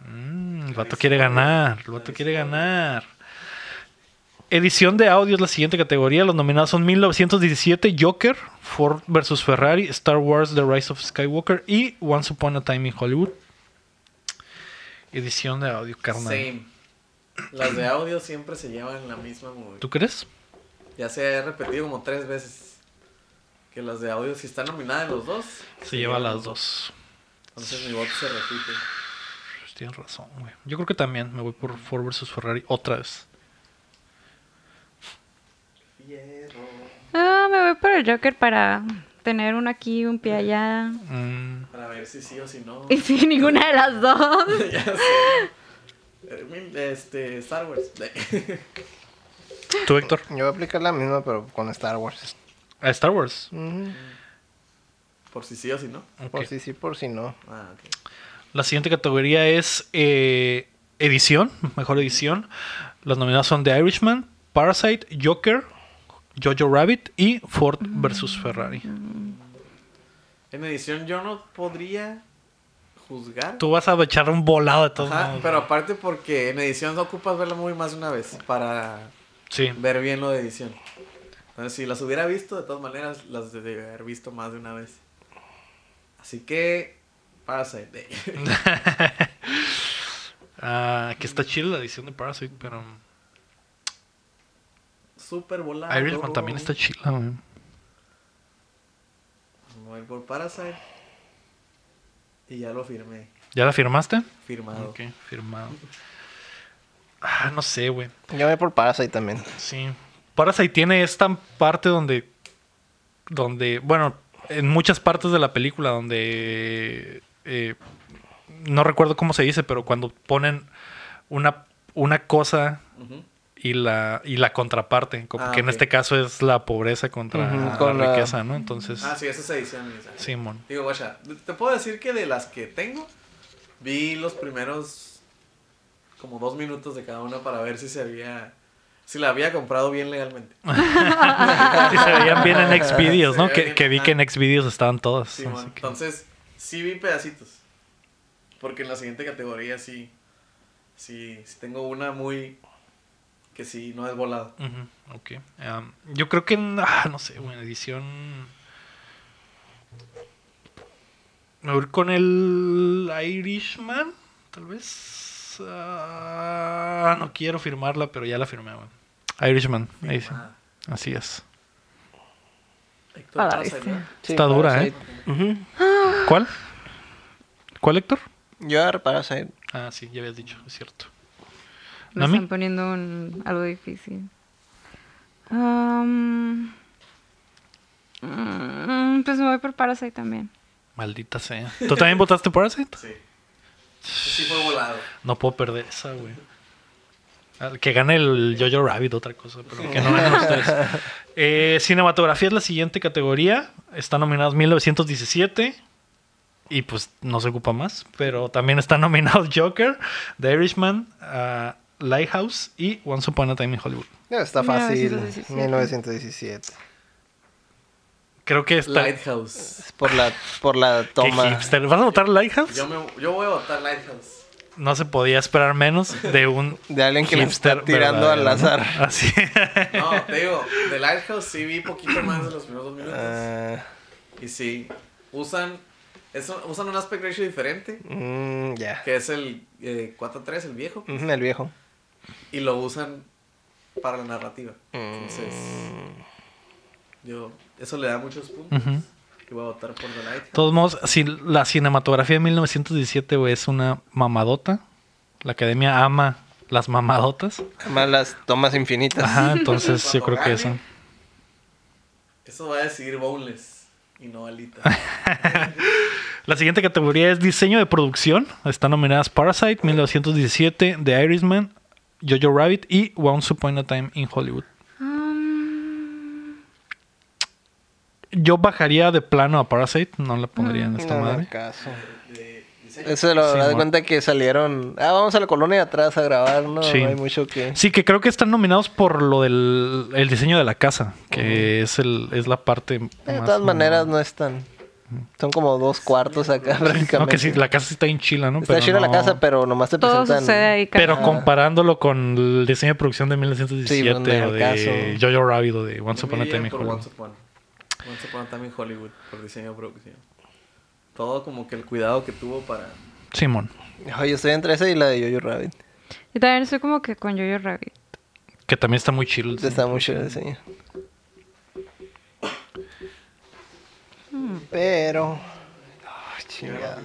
A: Mm, el vato quiere ganar, el vato quiere ganar. Edición de audio es la siguiente categoría. Los nominados son 1917, Joker, Ford vs. Ferrari, Star Wars, The Rise of Skywalker y Once Upon a Time in Hollywood. Edición de audio, carnal.
D: Same. Las de audio siempre se llevan la misma movie.
A: ¿Tú crees?
D: Ya se ha repetido como tres veces. Que las de audio, si están nominadas en los dos,
A: Se lleva
D: llevan
A: las
D: los
A: dos.
D: Entonces mi voto se repite.
A: Pues Tienes razón, güey. Yo creo que también me voy por Ford vs. Ferrari otra vez.
C: Ah, me voy por el Joker para tener uno aquí, un pie allá.
A: Mm,
D: Para ver si sí o si no.
C: Y sin ninguna de las dos.
D: ya sé. Eh, mil- Este, Star Wars.
A: ¿Tú, Héctor?
B: Yo voy a aplicar la misma, pero con Star Wars.
A: A Star Wars.
B: Mm,
D: Por si sí o si no.
A: Ok.
B: Por si sí, por si no.
D: Ah, ok.
A: La siguiente categoría es eh, edición, mejor edición. Las nominadas son The Irishman, Parasite, Joker, Jojo Rabbit y Ford versus Ferrari.
D: En edición yo no podría juzgar.
A: Tú vas a echar un volado de todos
D: Ajá,
A: modos.
D: pero aparte porque en edición no ocupas verla muy más de una vez para
A: Sí,
D: ver bien lo de edición. Entonces, si las hubiera visto, de todas maneras, las de haber visto más de una vez. Así que, pase.
A: Ah, que está chida la edición de Parasite, pero
D: Super volado.
A: Irishman
D: oh.
A: también está chila. güey.
D: Me voy por Parasite. Y ya lo firmé.
A: ¿Ya la firmaste?
D: Firmado.
A: Ok, firmado. Ah, no sé, güey.
B: Yo voy por Parasite también.
A: Sí. Parasite tiene esta parte donde. Donde. Bueno, en muchas partes de la película donde. eh, no recuerdo cómo se dice, pero cuando ponen una, una cosa
D: Ujú.
A: y la, y la contraparte. Como
D: Ah,
A: que en
D: ok.
A: este caso es la pobreza contra
B: Ujú,
A: la
B: con la-
A: riqueza, ¿no? Entonces.
D: Ah, sí, eso es edición. Isa.
A: Simón.
D: Digo, guacha, te puedo decir que de las que tengo, vi los primeros como dos minutos de cada una para ver si se había, si la había comprado bien legalmente.
A: Sí, se veían bien en Xvideos,
D: Se
A: ¿no?
D: veía
A: Que,
D: bien.
A: que vi que en Xvideos estaban todas.
D: Sí,
A: así
D: man.
A: que-
D: Entonces, sí vi pedacitos. Porque en la siguiente categoría sí, sí, sí tengo una muy que sí no es volado.
A: Ujú, ok. Am, yo creo que en. ah, no sé, güey, en edición. Me voy con el Irishman, tal vez. Ah, no quiero firmarla, pero ya la firmé, güey. Irishman, ahí sí.
D: Ah,
A: Así es.
D: Héctor
C: A la
D: Plaza,
C: bestia.
D: ¿no?
B: Sí, Ah.
A: Está dura, ¿eh?
B: Parasite. Ujú.
A: ¿Cuál? ¿Cuál, Héctor?
B: Yo voy a Parasite.
A: Ah, sí, ya habías dicho, es cierto.
C: Me
A: ¿Nami?
C: están poniendo un- algo difícil. Am, mm, pues me voy por Parasite también.
A: Maldita sea. ¿Tú también votaste por Parasite?
D: Sí. Sí fue volado.
A: No puedo perder esa, güey. Al Que gane el Jojo Rabbit, otra cosa, pero que no ganen ustedes. Eh, cinematografía es la siguiente categoría. Están nominados 1917. Y pues no se ocupa más. Pero también están nominados Joker, The Irishman, ah, Lighthouse y Once Upon a Time in Hollywood.
B: Ya Está fácil.
C: 1917.
B: 1917.
A: Creo que está.
D: Lighthouse.
B: Es Por la, por la
A: Qué
B: toma.
A: hipster. ¿Vas a votar Lighthouse?
D: Yo, me, yo voy a votar Lighthouse.
A: No se podía esperar menos de un
B: De alguien que le está
A: hipster
B: tirando al
A: verdadero, ¿no?
B: azar.
A: Así.
D: No, te digo, The Lighthouse sí vi poquito más de los primeros dos minutos.
B: Ah,
D: Y sí, usan, es un- usan un aspect ratio diferente,
B: mm, ya.
D: que es el eh, 4-3, el viejo,
B: Ujú, El viejo.
D: y lo usan para la narrativa. Entonces,
B: Mm,
D: yo, eso le da muchos puntos.
A: Ujú.
D: Y voy a votar por The Lighthouse.
A: De todos modos, si la cinematografía de 1917, güey, es una mamadota. La academia ama las mamadotas.
B: Más las tomas infinitas.
A: Ajá, entonces yo creo que eso.
D: Eso va a decidir Boneless y no Alita.
A: La siguiente categoría es diseño de producción. Están nominadas Parasite, 1917, The Irishman, Jojo Rabbit y Once Upon a Time in Hollywood.
C: Mm,
A: Yo bajaría de plano a Parasite, no la pondría en esta
B: Mm, No, no,
A: madre.
B: caso.
D: De diseño.
B: Eso lo
A: Sí,
B: das
A: mon.
B: cuenta que salieron. Ah, vamos a la colonia de atrás a grabar, ¿no?
A: Sí.
B: No hay mucho que.
A: Sí, que creo que están nominados por lo del el diseño de la casa, que
B: Mm.
A: es el es la parte
B: Eh, De
A: más
B: todas maneras,
A: mamada.
B: no es tan. Son como dos cuartos acá prácticamente.
A: no que sí, la casa sí está en chila, ¿no?
B: Está
A: Pero
B: chida la
A: no-
B: casa, pero nomás te
C: todo
B: presentan.
C: sucede ahí,
A: Pero
C: carnal.
A: comparándolo con el diseño de producción de 1917
B: Sí,
A: o
B: no,
A: de
B: en el caso.
A: Jojo Rabbit o de Once
D: Yo me
A: Upon a
D: iría
A: Time in
D: por
A: Hollywood.
D: Once Upon. Once Upon a Time in Hollywood, por diseño de producción. Todo como que el cuidado que tuvo para...
A: Simón,
B: Ay, yo estoy entre esa y la de Yoyo Rabbit.
C: Yo también soy como que con Jojo Rabbit.
A: que también está muy chill.
B: Está mucho el diseño. Pero. Ay, chingada.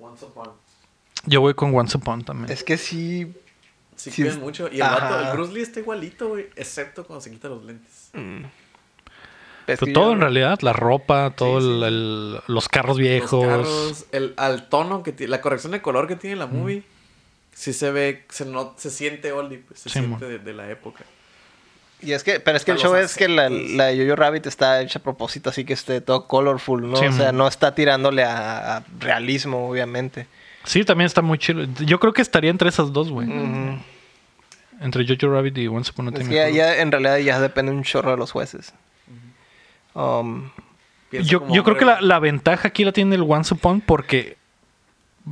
D: Once Upon.
A: Yo voy con Once Upon también.
B: Es que sí.
D: Sí,
B: Sí,
D: cuidan
B: es-
D: mucho. Y el
B: Ajá.
D: vato, el Bruce Lee está igualito, güey. Excepto cuando se quita los lentes.
B: es que
A: Pero Pues todo
B: yo-
A: en realidad, la ropa, todo
D: Sí, sí,
A: el- el- los carros viejos.
D: Los carros, el, al tono que tiene, la corrección de color que tiene
A: Mm.
D: la movie. Sí se ve, se, no, se siente oldie, pues, se
A: Sí,
D: siente
A: mon.
D: de, de la época.
B: Y es que, pero es que el
D: Hasta
B: show
D: los
B: es que la,
A: pues
D: acentos.
B: la de Jojo Rabbit está hecha a propósito, así que esté todo colorful, ¿no?
A: Sí,
B: o sea,
A: mm.
B: no está tirándole a, a realismo, obviamente.
A: Sí, también está muy chill. Yo creo que estaría entre esas dos, güey. Entre Jojo Rabbit y Once Upon a Time
B: Mm. Es
A: in
B: que ya,
A: Hollywood.
B: ya en realidad ya depende un chorro de los jueces. Um,
D: Piensa
A: Yo,
D: como
A: yo creo
D: hombre,
A: que la,
D: güey.
A: la ventaja aquí la tiene el Once Upon porque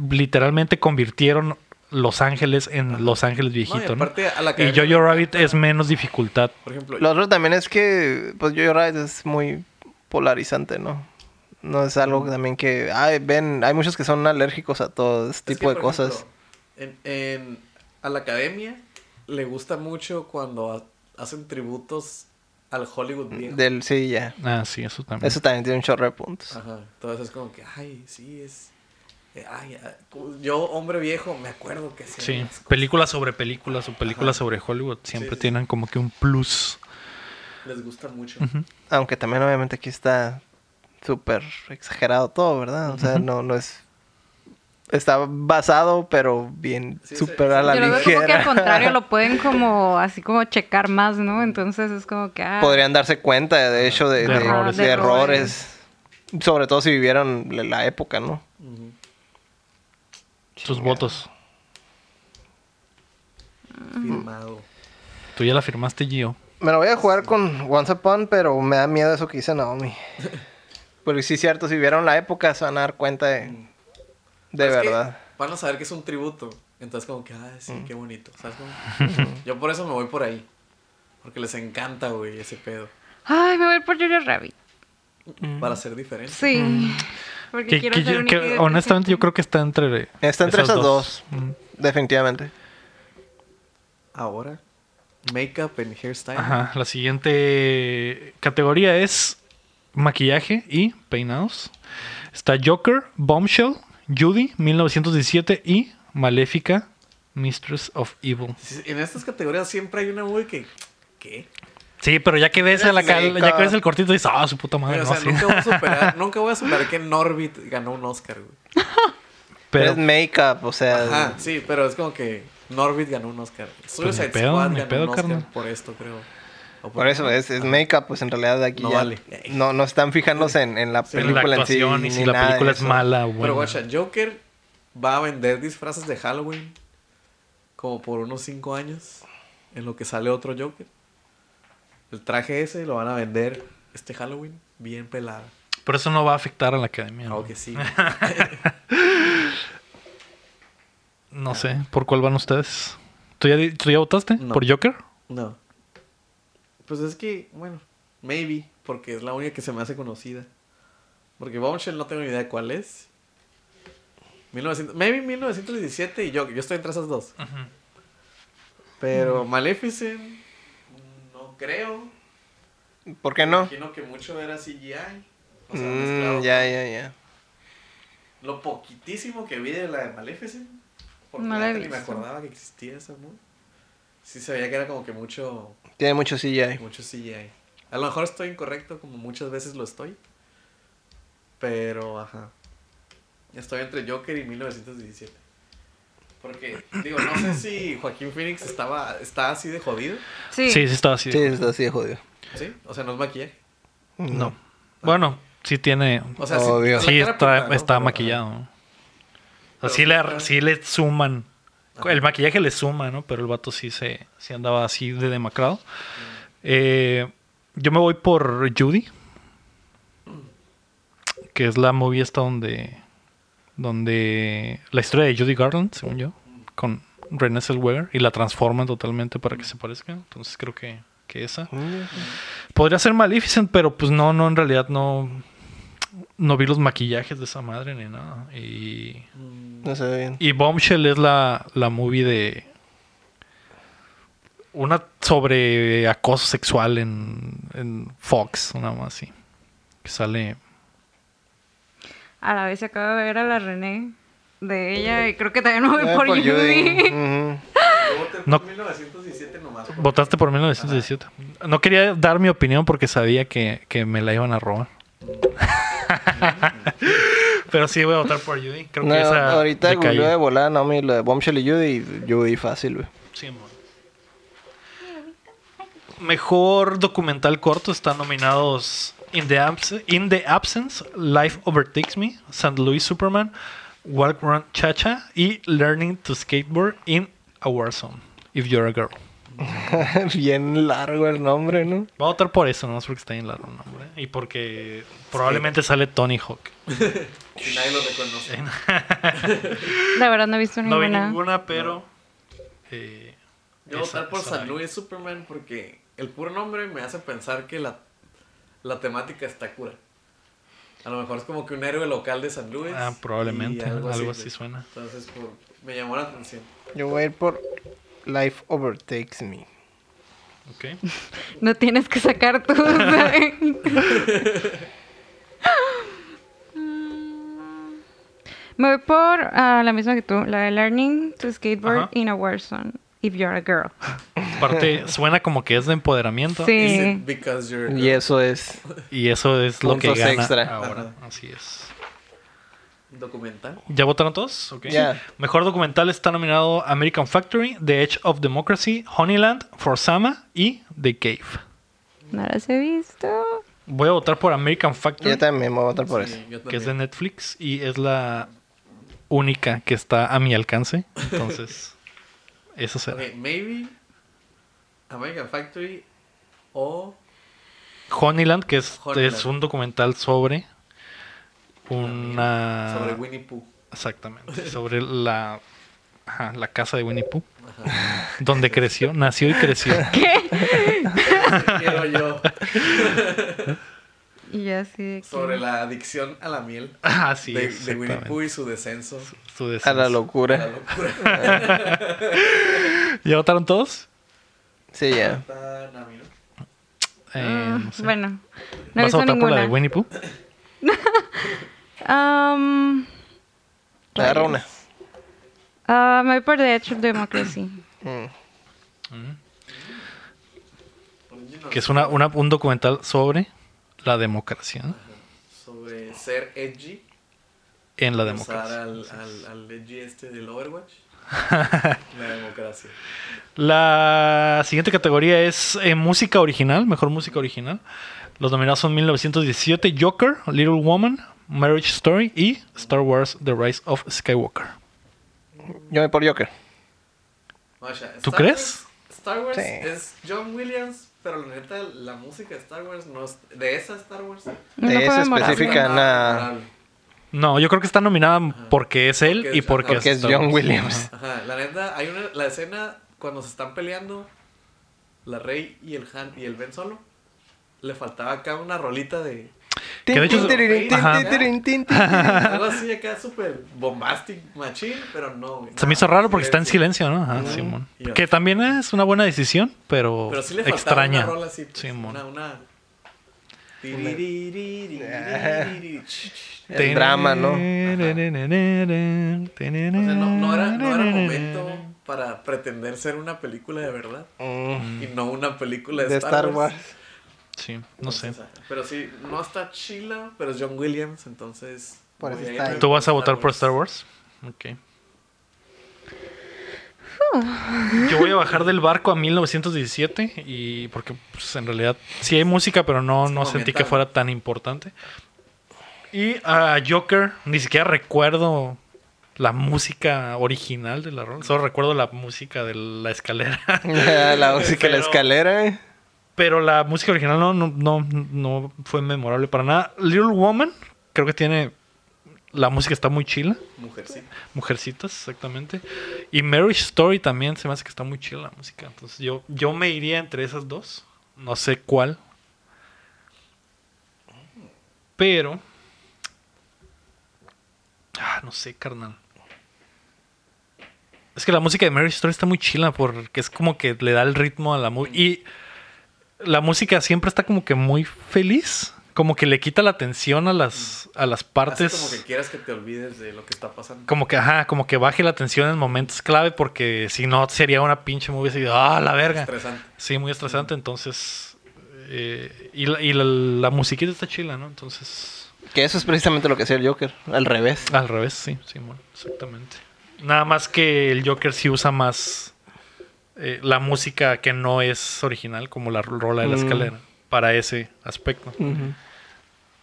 A: literalmente convirtieron Los Ángeles en Los Ángeles viejito, ¿no?
D: aparte a la
A: Y
D: academia-
A: Jojo Rabbit es menos dificultad.
D: Por ejemplo,
B: lo otro también es que, pues Jojo Rabbit es muy polarizante, ¿no? No es algo que también que, ay, ven, hay muchos que son alérgicos a todo este
D: Es que,
B: tipo de
D: por
B: cosas.
D: ejemplo, en, en- a la academia le gusta mucho cuando ha- hacen tributos al Hollywood
A: Mm,
D: viejo.
B: Del, sí, ya.
A: Ah, sí, eso también.
B: Eso también tiene un chorro de puntos.
D: Ajá. Entonces es como que, ay, sí, es. eh, Ay, ah, como- yo, hombre viejo, me acuerdo que hacían
A: Sí,
D: las cosas.
A: películas sobre películas o películas sobre Hollywood siempre
D: sí.
A: tienen como que un plus.
D: Les gusta mucho.
B: Aunque también obviamente aquí está súper exagerado todo, ¿verdad? O sea, no, no es... Está basado, pero bien
D: Sí,
B: súper
D: sí,
B: a la
C: Yo lo veo como que al
B: ligera.
C: contrario lo pueden como así como checar más, ¿no? Entonces es como que ah,
B: Podrían darse cuenta,
D: Ah,
B: de hecho,
A: De
B: de, de-
A: errores.
B: de
C: De
B: errores. Sobre todo si vivieron la- la época, ¿no?
D: Ujú.
A: Sus votos.
D: Firmado.
A: Tú ya la firmaste, Gio.
B: Me lo voy a jugar con Once Upon, pero me da miedo eso que dice Naomi. Porque sí es cierto, si vieron la época se van a dar cuenta de... De
D: Pues Es que
B: verdad.
D: van a saber que es un tributo. Entonces, como que, ay, sí, qué bonito. ¿Sabes cómo? Yo por eso me voy por ahí. Porque les encanta, güey, ese pedo.
C: ay, me voy a ir por Jojo Rabbit.
D: Para ser diferente.
C: Sí. Porque
A: Mm. Que-
C: quiero
A: que
C: ser
A: yo-
C: única
A: que
C: y detergente.
A: honestamente yo creo que está entre
B: Está entre
A: esas
B: esas dos, definitivamente.
D: Ahora, makeup and hairstyle.
A: Ajá, la siguiente categoría es maquillaje y peinados. Está Joker, Bombshell, Judy, 1917 y Maléfica, Mistress of Evil.
D: Sí, En estas categorías siempre hay una movie que. ¿Qué?
A: Sí, pero ya que ves, a la
B: Sí,
A: cal- ya que
B: cabrón.
A: ves el cortito dices, ah, su puta madre,
D: Güey, o
A: no,
D: sea,
A: sí".
D: nunca voy a superar, nunca voy a superar que Norbit ganó un Oscar, güey.
B: Pero es
A: Pero
B: make-up, o sea...
D: Ajá, sí, pero es como que Norbit ganó un Oscar.
A: Pues ni
D: Suicide
A: pedo,
D: Squad
A: ni
D: ganó
A: pedo,
D: un Oscar
A: carnal.
D: por esto, creo. O
B: Por eso es, es make-up, pues en realidad aquí
D: No
B: ya
D: vale.
B: no, no están fijándose en, en la
A: en la
B: película en, sí.
A: actuación y si
B: ni
A: la
B: nada de
A: película es
B: eso.
A: mala o
D: Pero
A: buena.
D: guacha, Joker va a vender disfraces de Halloween como por unos 5 años en lo que sale otro Joker. El traje ese lo van a vender este Halloween bien pelado.
A: Pero eso no va a afectar a la academia.
D: Claro
A: ¿no?
D: que sí.
A: No sé, ¿por cuál van ustedes? ¿Tú ya, di- tú ya votaste?
D: No.
A: ¿Por Joker?
D: No. Pues es que, bueno, maybe, porque es la única que se me hace conocida. Porque Bombshell no tengo ni idea de cuál es. 1900 maybe 1917 y Joker. Yo estoy entre esas dos. Pero
B: Mm.
D: Maleficent, no creo.
B: ¿Por qué no?
D: Imagino que mucho era CGI. O sea,
B: Ah. Mm,
D: mezclado
B: ya, ya, ya.
D: Lo poquitísimo que vi de la de Maleficent. Porque
C: No
D: no
C: la he
D: ni me
C: visto.
D: acordaba que existía esa, ¿no? Sí se veía que era como que mucho
B: Tiene mucho CGI.
D: Mucho CGI. A lo mejor estoy incorrecto, como muchas veces lo estoy. Pero, ajá. Estoy entre Joker y 1917. Porque, digo, no sé si Joaquín Phoenix estaba, está así de jodido.
A: Sí,
C: Sí.
A: sí, estaba así.
B: Sí, está así de jodido.
D: ¿Sí? O sea, no es maquillaje.
A: No. Bueno, sí tiene.
D: O sea,
B: Obvio.
D: la
A: sí,
D: cara
A: está,
D: pintada, ¿no?
A: está
D: Pero,
A: maquillado. ¿no? O sea,
D: Pero
A: sí
D: sí
A: le,
D: está-
A: sí le suman.
D: Ajá.
A: El maquillaje le suma, ¿no? Pero el vato sí se sí andaba así de demacrado. Eh, yo me voy por Judy. Que es la movie esta donde. Donde. La historia de Judy Garland, según yo. Con Renée Zellweger. Y la transforman totalmente para que se parezca. Entonces creo que, que esa.
B: Mm.
A: Podría ser Maleficent, pero pues no, no, en realidad no. No vi los maquillajes de esa madre ni nada. Y.
D: mm,
B: No se ve bien.
A: Y Bombshell es la, la movie de. Una sobre acoso sexual en, en Fox, nada más así. Que sale.
C: A la vez se acaba de ver a la René de ella y creo que también no voy
B: Eh,
C: por,
B: por
C: Judy.
B: Judy. Ujú.
D: Yo voté por
A: No.
D: 1917 nomás. porque-
A: Votaste por 1917. No quería dar mi opinión porque sabía que, que me la iban a robar. Pero sí voy a votar por Judy. Creo
B: No,
A: que esa.
B: ahorita
A: le caí.
B: googleó de volada Naomi lo de Bombshell y Judy. y Judy fácil, güey.
A: Sí, mon. Mejor documental corto están nominados In the, Abs- In the Absence, Life Overtakes Me, St. Louis Superman, Walk Run Cha Cha y Learning to Skateboard in a War Zone, If You're a Girl.
B: bien largo el nombre, ¿no?
A: Voy a votar por eso, no es porque está bien largo el nombre. Y porque probablemente sale Tony Hawk.
D: Y nadie lo reconoce.
C: La verdad no he visto
A: No vi
C: ninguna.
A: ninguna, pero... eh,
D: Yo
A: esa-
D: votar por
A: esa la
D: San
A: vi.
D: Luis Superman porque el puro nombre me hace pensar que la, la temática está cura. A lo mejor es como que un héroe local de San Luis.
A: Ah, probablemente,
D: y
A: algo así
D: güey.
A: suena.
D: Entonces, por- me llamó la atención.
B: Yo voy a ir por Life Overtakes Me.
A: Ok.
C: No tienes que sacar tú. ¿sabes? Mm. Me voy por ah, la misma que tú, la de Learning to Skateboard
A: Ajá.
C: in a War Zone if you're a girl.
A: Aparte, suena como que es de empoderamiento.
D: Is
C: Sí.
D: it because you're a girl?
B: Y eso es.
A: Y eso es lo que
B: Puntos
A: gana
B: extra.
A: ahora. Así es.
D: documental.
A: ¿Ya votaron todos? Ok.
B: Ya.
A: Mejor documental está nominado American Factory, The Edge of Democracy, Honeyland, For Sama y The Cave.
C: No las he visto.
A: Voy a votar por American
B: Yo
A: Factory,
B: también voy a votar por eso.
D: Sí, yo
A: que es de
D: también.
A: Netflix y es la única que está a mi alcance. Entonces, eso será.
D: Ok, maybe American Factory o
A: Honeyland, que es,
D: Honeyland.
A: es un documental sobre una...
D: sobre Winnie Pooh.
A: Exactamente, sobre la, ajá, la casa de Winnie Pooh.
D: Ajá.
A: Donde creció, nació y creció.
D: Quiero yo.
C: Y ya así de que-
D: Sobre la adicción a la miel
A: Así
D: de,
A: es.
D: de Winnie Pooh y su descenso.
A: Su
B: A la
A: descenso.
D: La
B: locura.
D: locura.
A: ¿Ya votaron todos?
B: Sí, ya.
D: Tan a mí, ¿no?
A: Eh,
C: Ah,
A: no sé.
C: Bueno, no he
A: ¿Vas a
C: visto
A: votar por la de
C: ninguna.
A: Winnie Pooh?
C: Um,
B: Agarra una.
C: ah, me voy por The Edge of Democracy.
B: Mm.
A: Que es una, una- un documental sobre la democracia. ¿no?
D: sobre ser edgy.
A: En la
D: Usar
A: democracia.
D: al, al, al edgy este del Overwatch. la democracia.
A: La siguiente categoría es eh, música original, mejor música original. Los nominados son 1917, Joker, Little Woman, Marriage Story y Star Wars The Rise of Skywalker.
B: Yo voy por Joker.
D: O sea,
A: ¿Tú
D: Star
A: crees?
D: Wars- Star Wars
B: Sí.
D: es John Williams, pero la neta, la música de Star Wars no es. De esa Star Wars. no
C: No
B: De
C: fue
B: esa
C: memorable.
B: específica.
D: está
B: nada.
D: memorable.
A: No, yo creo que está nominada porque es él
D: Porque
A: y
D: es-
A: porque,
D: porque
B: es
A: Star
B: John
A: Wars.
B: Williams.
D: Ajá, la neta, hay una, la escena cuando se están peleando, la Rey y el Han y el Ben solo, le faltaba acá una rolita de...
A: Que de hecho-
B: Tin, tin, tin,
A: Ajá.
B: tin, tin, tin, tin.
D: Algo así acá súper bombastic, machín, pero no. güey,
A: Se me
D: nada,
A: hizo raro porque está en silencio, ¿no? Ajá, Simón.
D: Y ya.
A: Que también es una buena decisión, pero,
D: Pero sí le faltaba
A: extraña.
D: una rola así. pues,
A: Simón.
D: Una, una... Tiririririririri. O
B: El drama, ¿no?
D: sea, no, no era, no era momento para pretender ser una película de verdad
B: Mm,
D: y no una película de,
B: De Star Wars.
A: Sí, no sé.
D: Entonces, ah, Pero sí, no está chila, pero es John Williams, entonces.
B: Por eso
D: voy a
B: está
D: irme
B: ahí.
A: ¿Tú vas a votar por Star Wars? Ok. Yo voy a bajar del barco a 1917 y porque pues, en realidad sí hay música, pero no, no sentí que
D: ambiental.
A: fuera tan importante. Y a Joker, ni siquiera recuerdo la música original de la rola, solo recuerdo la música de la escalera.
B: La música, la
A: Pero-
B: escalera. eh.
A: Pero la música original no, no, no, no fue memorable para nada. Little Woman, creo que tiene. La música está muy chila.
D: Mujercita.
A: Mujercitas, exactamente. Y Marriage Story también se me hace que está muy chila la música. Entonces yo, yo me iría entre esas dos. No sé cuál. Pero. Ah, no sé, carnal. Es que la música de Marriage Story está muy chila porque es como que le da el ritmo a la música. Y la música siempre está como que muy feliz. Como que le quita la tensión a las, a las partes
D: Hace como que quieras que te olvides de lo que está pasando.
A: como que, ajá, como que baje la tensión en momentos clave porque si no sería una pinche movie así, de, ah, la verga.
D: Estresante.
A: Sí, muy estresante, entonces... eh, y la, y la- la musiquita está chila, ¿no? Entonces...
B: Que eso es precisamente lo que hacía el Joker. Al revés.
A: Al revés, sí, sí, bueno, exactamente. Nada más que el Joker sí usa más eh, la música que no es original, como la rola de la
B: Mm.
A: escalera, para ese aspecto.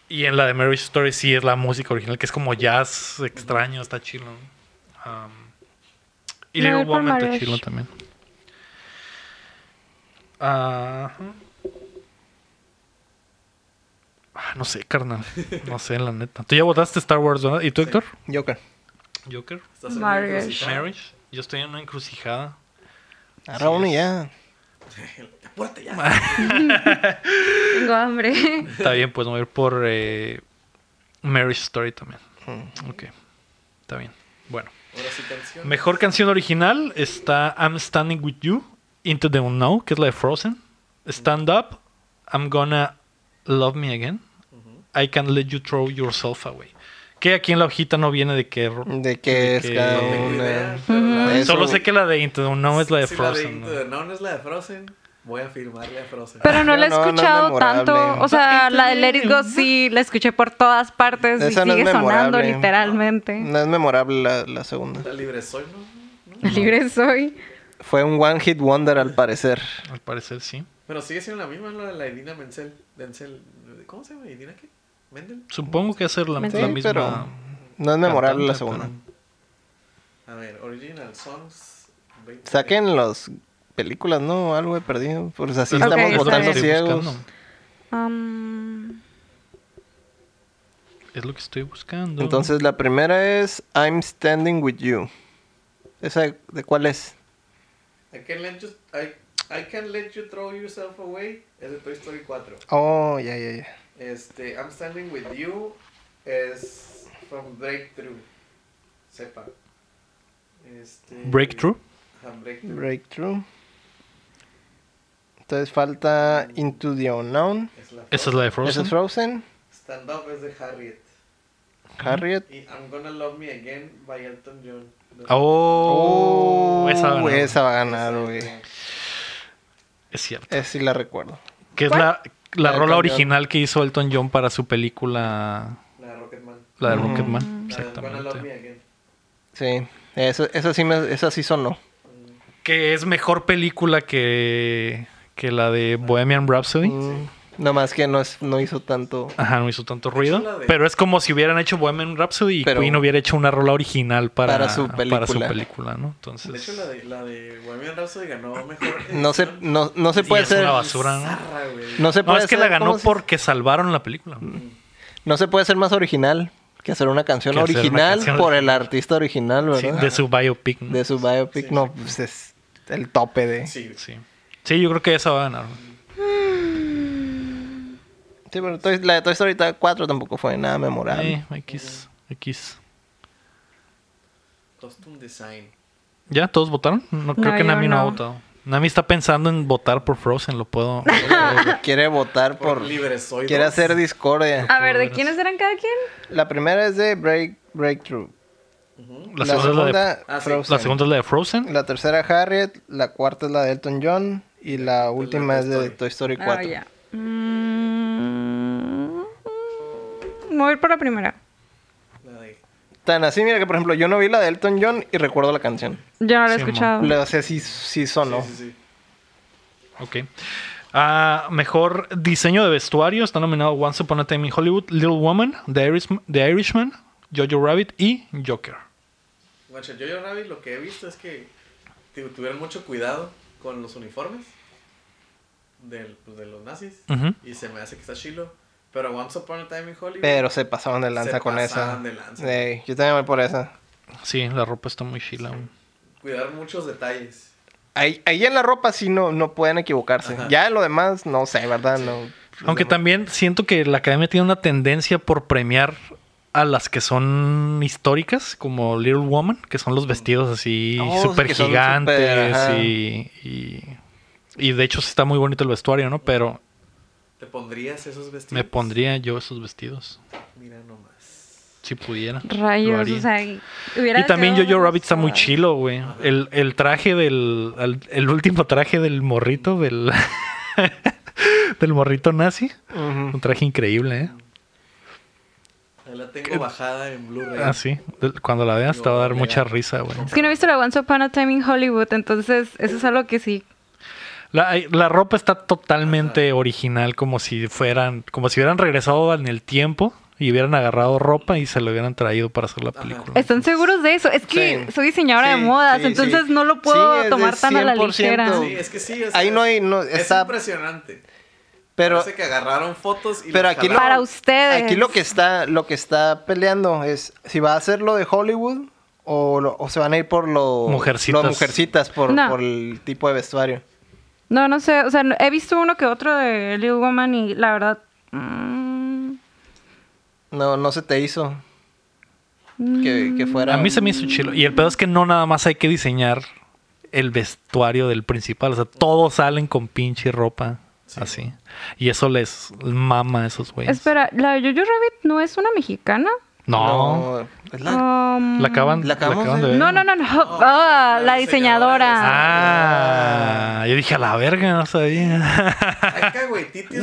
A: Y en la de Marriage Story sí es la música original, que es como jazz extraño, está chilo. Um, y
C: Me
A: Little
C: voy por
A: Woman está
C: Marriage.
A: chilo también. Ajá. Ah, no sé, carnal. No sé, la neta. Tú ya votaste Star Wars, ¿verdad? ¿Y tú, Héctor?
B: Joker.
A: Joker.
D: Estás en
C: Marriage.
D: una encrucijada.
A: Marriage. Yo estoy en una encrucijada.
B: Ahora uno y ya.
D: Apúrate ya.
C: Tengo hambre.
A: Está bien, pues me voy a ir por eh, Marriage Story también. Ok. Está bien. Bueno.
D: Ahora sí, canción.
A: Mejor canción original está I'm Standing With You, Into the Unknown, que es la de Frozen. Stand Up, I'm Gonna Love Me Again. I Can't Let You Throw Yourself Away. Que aquí en la hojita no viene de qué. ro-
B: ¿De qué es
A: que-
B: cada
A: No tengo
B: una?
D: Ujú.
B: Eso-
A: Solo sé que la de Into the Unknown es la de
D: Si
A: Frozen.
D: de
A: ¿no?
D: Into the Known es la de Frozen. Voy a firmarle a Frozen.
C: Pero no la he
B: Ah, No, no es
C: escuchado
B: memorable.
C: tanto. O sea, la de Let It Go sí la escuché por todas partes y
B: Esa no es
C: sigue sonando
B: memorable.
C: literalmente.
B: No es memorable la, la segunda.
D: La libre soy, ¿no? ¿no?
C: Libre soy.
B: Fue un one hit wonder al parecer.
A: Al parecer sí.
D: Pero sigue siendo la misma, la de la Idina Menzel. Denzel. ¿Cómo se llama? ¿Idina qué? ¿Mendel?
A: Supongo que hacer la, la
C: Sí,
B: Sí,
A: misma.
B: pero no es memorable la
A: cantante,
B: segunda.
A: pero-
D: A ver, Original Songs. 20.
B: Saquen las películas, ¿no? Algo he perdido. Pues así
A: Es lo
C: Ok,
B: estamos
A: que
C: está
B: votando
C: bien.
A: estoy
B: ciegos.
A: buscando.
C: Um,
A: Es lo que estoy buscando.
B: Entonces la primera es I'm Standing With You. ¿Esa de cuál es?
D: I can let you, I, I can let you throw yourself away es de Toy Story 4.
B: Oh, ya, ya, ya.
D: Este, I'm standing with you es from Breakthrough. Sepa. Este,
A: Breakthrough.
D: Ajá, Breakthrough.
B: Breakthrough. Entonces falta Into the Unknown.
D: Es la
A: Esa es la de
B: Esa
A: Frozen.
B: es Frozen.
D: Stand Up es de Harriet.
B: Harriet.
D: Y I'm Gonna Love Me Again by Elton John.
A: Oh,
B: Oh,
A: esa ganó.
B: esa va a ganar, güey.
A: Es cierto.
B: Esa sí la recuerdo.
A: Que es la, la
B: La de
A: rola
B: Elton
A: original que hizo Elton John para su película,
D: La de Rocketman.
A: la de
B: Ujú.
A: Rocketman.
D: La de I'm Gonna Love Me
A: Exactamente.
D: Again.
B: Sí. Esa, esa sí, me, esa sí sonó.
A: Que es mejor película que, que la de Bohemian Rhapsody.
B: Ah. Mm, No más que no, es, no hizo tanto.
A: Ajá, no hizo tanto
D: De hecho, la
A: ruido.
D: de-
A: Pero es como si hubieran hecho Bohemian Rhapsody y
B: Pero-
A: Queen hubiera hecho una rola original para,
B: Para su
A: para su
B: película.
A: película, ¿no?
D: De hecho,
A: Entonces,
D: la de, la de Bohemian Rhapsody ganó mejor.
B: No se,
D: edición.
B: no, no se
A: Y
B: puede
A: es una
B: hacer.
A: basura, ¿no?
D: Zarra, güey.
B: No se
A: No,
B: puede
A: es que la
B: hacer-
A: ganó
B: ¿cómo se-
A: porque salvaron la película.
B: No se puede ser más original que hacer una canción
A: Que hacer una
B: original
A: canción
B: por el artista original,
A: Sí,
B: ¿verdad?
A: de su biopic. ¿no?
B: de su biopic.
D: Sí.
B: No, pues es el tope de. Sí,
D: Sí, güey.
A: Sí. Sí, yo creo que esa va a ganar. güey.
B: pero Toy- la de Toy Story 4 tampoco fue nada memorable.
A: Eh, X, X.
D: Costume Design.
A: ¿Ya? ¿Todos votaron? No creo
C: No,
A: que
C: yo
A: Nami no. ha
C: no.
A: votado. Nami está pensando en votar por Frozen, lo puedo. lo puedo-
B: Pero Quiere votar
D: Por,
B: por.
D: Libre Soy.
B: Quiere
D: dos.
B: hacer discordia.
C: A ver, ¿de quiénes eran cada quien?
B: La primera es de Break, Breakthrough.
A: la, segunda es la, de-
D: Ah, sí.
B: Frozen.
A: la segunda es la de Frozen.
B: La tercera Harriet, la cuarta es la de Elton John y la última es de Toy Story 4.
C: Ah, ya. Mm, Voy a ir por la primera.
D: La de-
B: Tan así, mira que por ejemplo yo no vi la de Elton John y recuerdo la canción.
C: Yo no la he
A: Simón.
C: escuchado.
B: Le- O sea, sí, sí sonó.
D: Sí, sí, sí.
A: Ok. Ah, mejor diseño de vestuario está nominado Once Upon a Time in Hollywood, Little Woman, The, Irish- The Irishman, Jojo Rabbit y Joker.
D: Guacha, yo, yo, Rabbit, lo que he visto es que tipo, tuvieron mucho cuidado con los uniformes del- pues, de los nazis.
A: Ujú.
D: Y se me hace que está chilo. Pero Once Upon a Time in Hollywood.
B: Pero se pasaban de lanza
D: Se
B: con
D: pasaban
B: esa.
D: de lanza.
B: Ey, yo también voy por esa.
A: Sí, la ropa está muy chila. güey.
D: Cuidar muchos detalles.
B: Ahí, ahí en la ropa sí no, no pueden equivocarse.
D: Ajá.
B: Ya en lo demás, no sé, ¿verdad? No.
A: Aunque también siento que la academia tiene una tendencia por premiar a las que son históricas, como Little Woman, que son los vestidos así
B: Mm. Oh, sí,
A: super
B: que son
A: gigantes
B: súper, ajá.
A: y, y- y de hecho sí está muy bonito el vestuario, ¿no? Pero
D: ¿Te pondrías esos vestidos?
A: me pondría yo esos vestidos,
D: Mira nomás.
A: si pudiera. lo
C: Rayos,
A: haría.
C: o sea, hubiera
A: Y también
C: quedado
A: Jojo Rabbit está muy
C: más-
A: chilo, güey. El, el traje del. al- el último traje del morrito, del. del morrito nazi.
B: Ujú.
A: Un traje increíble, ¿eh?
D: Ahí la tengo bajada en Blu-ray.
A: Ah, sí. Del- Cuando la veas te va a dar
D: Yo,
A: mucha
D: mira.
A: risa, güey.
C: Es que no he visto la Once Upon a Time in Hollywood, entonces eso es algo que sí.
A: La, la ropa está totalmente original, como si fueran. Como si hubieran regresado en el tiempo y hubieran agarrado ropa y se lo hubieran traído para hacer la
D: Ajá.
A: película.
C: ¿Están seguros de eso? Es que
B: Sí.
C: soy diseñadora de
B: Sí,
C: modas,
B: sí,
C: entonces
B: sí.
C: no lo puedo
B: Sí, es de
C: tomar tan a la
B: 100%.
C: ligera.
D: Sí, es que sí. o sea,
B: Ahí no hay- no-
D: es
B: está-
D: impresionante.
B: Pero
D: Parece que agarraron fotos y
B: Pero
D: las
B: aquí lo,
D: jalaron.
C: Para ustedes.
B: Aquí lo que está, lo que está peleando es si va a hacer lo de Hollywood o, lo- o se van a ir por lo,
A: Mujercitas.
B: lo mujercitas por,
C: No.
B: por el tipo de vestuario.
C: No, no sé, o sea, no- he visto uno que otro de Little Woman y la verdad... mm,
B: No, no se te hizo que, que fuera.
A: A mí se me hizo chilo. Y el pedo es que no nada más hay que diseñar el vestuario del principal. O sea, todos salen con pinche ropa así. Y eso les mama a esos güeyes.
C: mm, Espera, ¿la Jojo Rabbit no es una mexicana?
A: No.
B: No, es la-
C: Um,
A: La acaban,
B: La
A: la
B: acabamos
A: acaban de
B: de-
A: ver.
C: No, no, no, no. Ah, la diseñadora.
A: Ah, yo dije a la verga, no sabía.
D: Ay, cagüetitis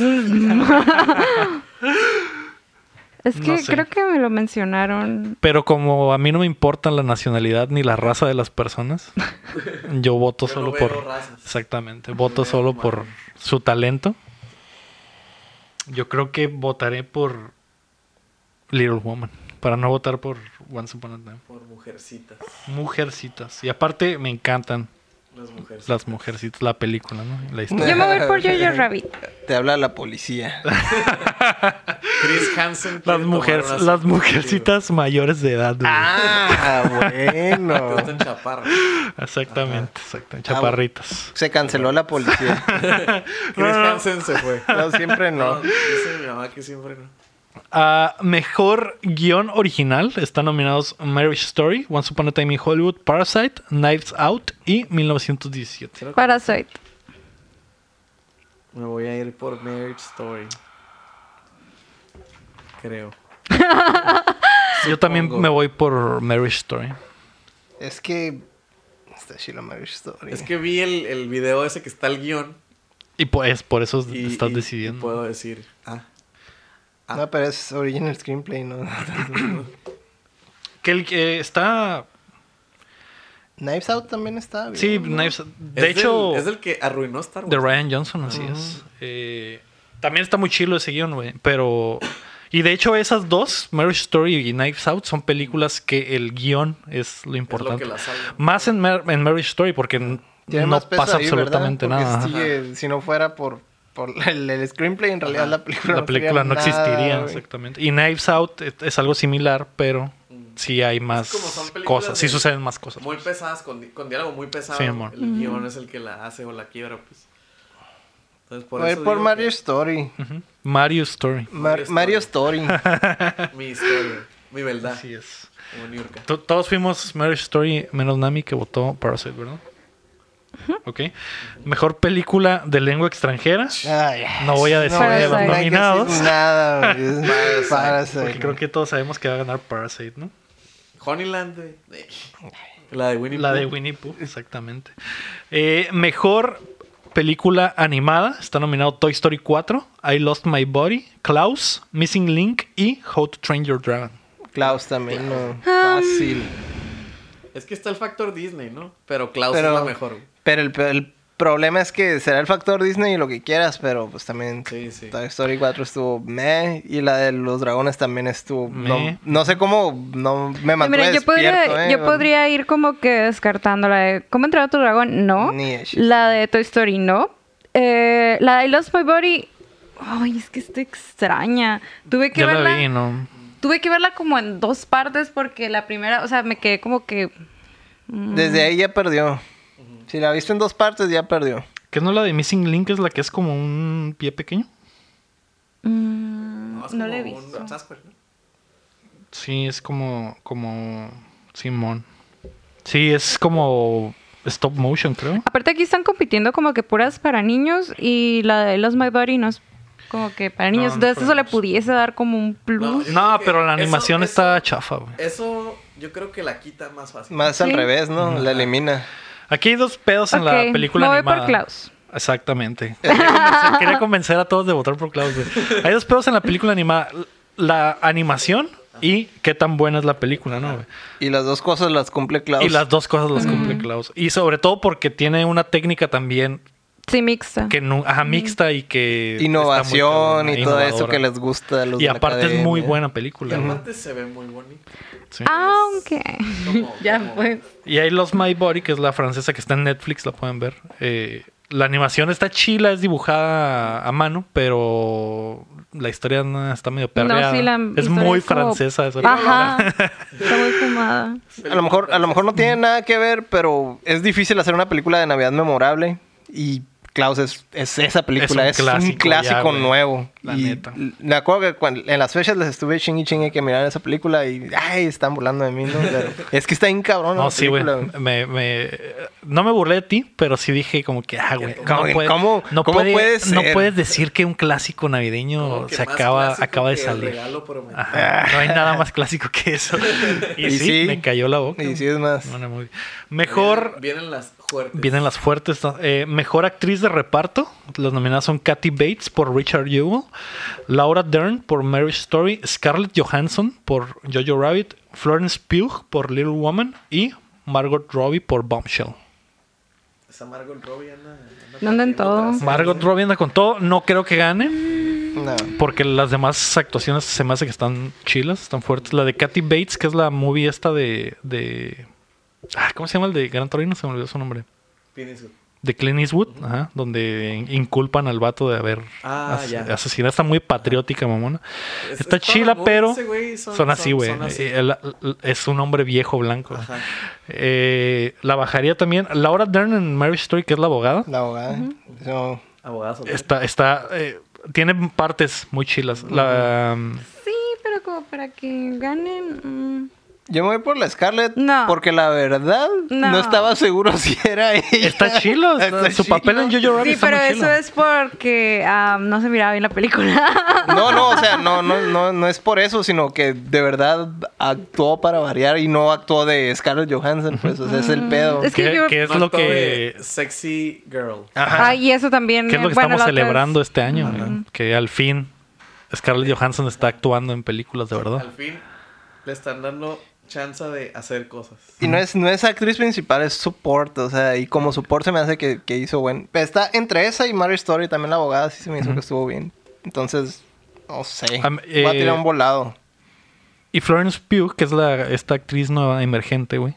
D: mexicanos.
C: Es que
A: no sé.
C: creo que me lo mencionaron.
A: Pero como a mí no me importa la nacionalidad ni la raza de las personas, yo voto
D: Yo no
A: solo
D: veo
A: por.
D: razas.
A: Exactamente, voto solo por su talento. Yo creo que votaré por Little Woman, para no votar por Once Upon a Time.
D: Por mujercitas.
A: Mujercitas. Y aparte me encantan
D: Las mujercitas.
A: las mujercitas, la película, ¿no? La historia.
C: Yo me voy por Jojo Rabbit.
B: Te habla la policía.
D: Chris Hansen. quiere
A: Las,
D: tomar
A: mujeres,
D: una
A: las
D: selfie
A: mujercitas mayores de edad. güey.
B: ah,
D: contigo.
B: bueno.
D: Te gustan chaparras.
A: Exactamente,
D: Ah,
A: exactamente. Chaparritas.
B: Se canceló la policía.
D: Chris Hansen se fue.
B: No, siempre no.
D: Dice mi mamá que siempre no.
A: A Ah, mejor guión original están nominados Marriage Story, Once Upon a Time in Hollywood, Parasite, Knives Out y 1917.
C: Parasite.
D: Me voy a ir por Marriage Story. Creo.
A: Yo también
D: Supongo.
A: me voy por Marriage Story.
B: Es que. Está chila Marriage Story.
D: Es que vi el, el video ese que está el guión.
A: Y pues por eso
D: Y,
A: estás
D: y- y
A: decidiendo.
D: puedo decir. Ah.
B: No, pero es original screenplay, ¿no?
A: Que el que está.
B: Knives Out también está bien.
A: Sí,
B: ¿no?
A: Knives Out.
D: Es
A: De
D: del-
A: hecho,
D: es el que arruinó Star Wars.
A: de Ryan Johnson, así es. Eh, también está muy chilo ese guión, güey. Pero. Y de hecho, esas dos, Marriage Story y Knives Out, son películas que el guión es lo
D: es lo
A: importante.
D: que la salva.
A: Más en, Mar- en Marriage Story porque n-
B: Tiene
A: no
B: más peso
A: pasa
B: ahí, ¿verdad?
A: absolutamente
B: Porque
A: nada.
B: sigue- si no fuera por por el, el screenplay, en realidad la película
A: La película no
B: sería nada,
A: existiría,
B: güey.
A: exactamente. Y Knives Out es, es algo similar, pero sí hay más
D: Mm. como son películas
A: cosas, sí
D: de-
A: suceden más cosas.
D: Muy pesadas, con, di- con diálogo muy pesado.
A: Sí, amor.
D: El guión es el que la hace o la quiebra, pues. Entonces, por
B: Voy a ir
D: eso
B: por
D: digo
B: Mario Story.
A: Ujú. Mario Story.
B: Mar-
D: Mario
B: Mario Story.
D: que Mi historia, mi verdad,
A: Así es.
D: como Niurka.
A: To- Todos fuimos Marriage Story, menos Nami, que votó Parasite, ¿verdad? Ok. Mejor película de lengua extranjera.
B: Ay,
A: No voy a decir
C: voy a
A: de
C: decir
A: los
B: hay que
C: nada.
B: decir
A: nominados.
B: Nada, güey. Es
A: Porque
B: Parasite.
A: creo que todos sabemos que va a ganar Parasite, ¿no?
D: Honeyland, güey. Eh. La de Winnie
A: La de
D: Pooh.
A: Winnie Pooh, exactamente. Eh, mejor película animada. Está nominado Toy Story 4, I Lost My Body, Klaus, Missing Link y How to Train Your Dragon.
B: Klaus también, no. Fácil.
D: Es que está el factor Disney, ¿no? Pero Klaus
B: Pero-
D: es la mejor, güey.
B: Pero el, el problema es que será el factor Disney y lo que quieras, pero pues también
D: Sí, sí.
B: Toy Story 4 estuvo meh y la de los dragones también estuvo.
A: Meh.
B: No, no sé cómo no me mantuve
C: Mira, yo
B: despierto,
C: podría,
B: eh,
C: yo podría ir como que descartando la de ¿Cómo entrar a tu dragón? No.
B: Ni de chiste.
C: La de Toy Story, no. Eh, la de I Lost My Body. Ay, es que está extraña. Tuve que
A: Ya
C: verla.
A: la vi, ¿no?
C: Tuve que verla como en dos partes porque la primera, o sea, me quedé como que.
B: Desde ahí ya perdió. Si la viste en dos partes, ya perdió.
A: ¿Qué no la de Missing Link es la que es como un pie pequeño?
C: mm,
D: No, es
C: no
D: como
C: la he
D: un
C: visto.
D: Jasper, ¿no?
A: Sí, es como. como. Simón. Sí, es como. Stop motion,
D: Ah,
A: creo.
C: Aparte, aquí están compitiendo como que puras para niños y la de I Lost My Body no es como que para niños.
A: no
C: Entonces,
A: para
C: eso le
A: niños.
C: pudiese dar como un plus.
D: Yo creo
A: No,
D: que
A: pero la
D: eso-
A: animación
D: eso-
A: está chafa, güey.
D: Eso yo creo que la quita más fácil.
B: Más al
C: Sí.
B: revés, ¿no? La elimina.
A: Aquí hay dos pedos en
C: Ok,
A: la película
C: me voy
A: animada.
C: por Klaus.
A: Exactamente. Quería convencer, quería convencer a todos de votar por Klaus. güey. Hay dos pedos en la película animada. La animación y qué tan buena es la película, ¿no? güey?
B: Y las dos cosas las cumple Klaus.
A: Y las dos cosas las cumple Klaus. Y sobre todo porque tiene una técnica también
C: Sí, mixta.
A: que nu- ajá, mixta y que... está muy
B: Innovación
A: cabrona,
B: y todo eso
A: innovadora.
B: que les gusta a los
A: Y
B: de la
A: aparte es muy
B: academia.
A: buena
D: Y
A: película. güey.
D: aparte se ve muy bonito.
A: Sí.
C: Aunque.
D: Como-
C: ya
D: como-
C: pues.
A: Y hay Lost My Body, que es la francesa que está en Netflix, la pueden ver. Eh, la animación está chila, es dibujada a mano, pero la historia no, está medio perreada.
C: No, sí, la
A: es
C: historia
A: muy
C: es como-
A: francesa esa
C: Ajá. Está muy fumada.
B: A lo mejor, a lo mejor no tiene nada que ver, pero es difícil hacer una película de Navidad memorable. Y Klaus es, es esa película,
A: Es un
B: es un
A: clásico
B: clásico,
A: ya, güey.
B: nuevo.
A: La
B: y
A: neta.
B: l- Me acuerdo que cuando- en las fechas les estuve chingue y chingue que miraran esa película y ay, están burlando de mí, ¿no? Pero es que está bien cabrón
A: No,
B: la
A: sí, güey.
B: película, güey.
A: Me, me- no me burlé de ti, pero sí dije como que, ah, güey.
B: Como
A: no
B: que,
A: puede-
B: ¿cómo-
A: no
B: cómo
A: puede-
B: puede ser?
A: no puedes decir que un clásico navideño
D: Como que
A: se
D: más
A: acaba,
D: clásico
A: acaba de
D: que el
A: salir.
D: regalo prometido.
A: Ajá, no hay nada más clásico que eso. Y,
B: Y
A: sí,
B: sí.
A: me cayó la boca.
B: Y sí es más.
A: No, no, muy- Mejor
D: Vienen, vienen las fuertes.
A: Vienen las fuertes. ¿no? Eh, mejor actriz de reparto. Las nominadas son Kathy Bates por Richard Jewell, Laura Dern por Marriage Story, Scarlett Johansson por Jojo Rabbit, Florence Pugh por Little Woman y Margot Robbie por Bombshell.
D: Esa Margot Robbie anda. anda
C: Andan
D: partiendo
C: todo.
D: tras-
A: Margot Robbie anda con todo. No creo que gane
B: No.
A: porque las demás actuaciones se me hace que están chilas, están fuertes. La de Kathy Bates, que es la movie esta de... de ah, ¿Cómo se llama el de Gran Torino? Se me olvidó su nombre.
D: Pinniswood.
A: De Clint Eastwood, ajá, donde in- inculpan al vato de haber
D: Ah,
A: as-
D: ya.
A: asesinado. Está muy patriótica, mamona.
D: Es-
A: Está
D: es
A: chila,
D: todo,
A: pero
D: ese güey
A: son,
D: son-
A: así,
D: son-
A: güey.
D: son así.
A: Eh, el- el- Es un hombre viejo blanco.
D: Ajá.
A: Eh, la bajaría también. Laura Dern en Marriage Story, que es la abogada,
B: La abogada. Eso-
D: Abogado soltero.
A: está, está, eh, tiene partes muy chilas. La,
D: Mm.
A: um,
C: Sí, pero como para que ganen. mm.
B: Yo me voy por la Scarlett
C: No.
B: porque la verdad no.
C: No.
B: estaba seguro si era ella.
A: está chilo. está-
B: Está
A: su
B: chilo.
A: papel en Jojo Rabbit
C: Sí,
A: está
C: pero
A: muy
C: eso
A: chilo.
C: es porque ah, no se miraba bien la película.
B: No, no, o sea, no, no, no, no es por eso, sino que de verdad actuó para variar y no actuó de Scarlett Johansson, pues, o sea, es el pedo.
C: Es que
A: ¿Qué-
C: yo-
A: qué es
D: No
A: lo
D: actúa
A: que...
D: de Sexy girl.
C: Ah, y eso también.
A: ¿Qué es lo que
C: eh, bueno,
A: estamos
C: la otra
A: celebrando
C: es-
A: este año? güey? Que al fin Scarlett Johansson está actuando en películas de verdad.
D: Al fin le están dando chance de hacer cosas.
B: Y no es, no es actriz principal, es support, o sea, y como support se me hace que, que hizo buen. pero Está entre esa y Mary Story, también la abogada sí se me hizo que estuvo bien. Entonces, no sé,
A: Am-
B: voy a
A: eh,
B: tirar un volado.
A: Y Florence Pugh, que es la, esta actriz nueva emergente, güey,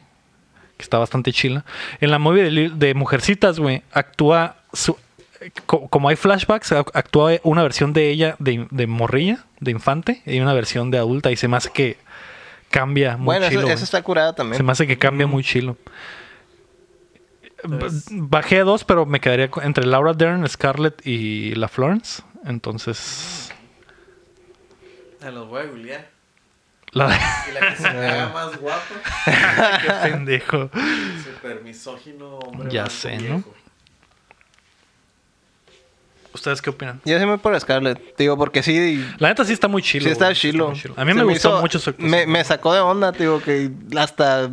A: que está bastante chila. En la movie de, Lil- de Mujercitas, güey, actúa su, co- como hay flashbacks, ac- actúa una versión de ella de, de morrilla, de infante, y una versión de adulta, y se me hace que cambia muy
B: Bueno,
A: chilo.
B: eso,
A: güey.
B: eso está curada
A: Se
B: también.
A: me hace que cambia muy chilo. B- Bajé a dos, pero me quedaría co- entre Laura Dern, Scarlett y la Florence. Entonces,
D: Se Ah, los voy a googlear.
A: la
D: Y la que se me haga más guapo.
A: qué pendejo.
D: Super misógino, hombre.
A: Ya
D: blanco
A: sé,
D: viejo.
A: ¿no? ¿Ustedes qué opinan?
B: Yo sí me voy por Scarlett. Digo, porque sí.
A: La neta sí está muy chilo.
B: sí está
A: güey.
B: chilo.
A: muy A mí
B: Se
A: me, gustó
B: hizo-
A: mucho su actuación.
B: me, me sacó de onda, digo, que hasta.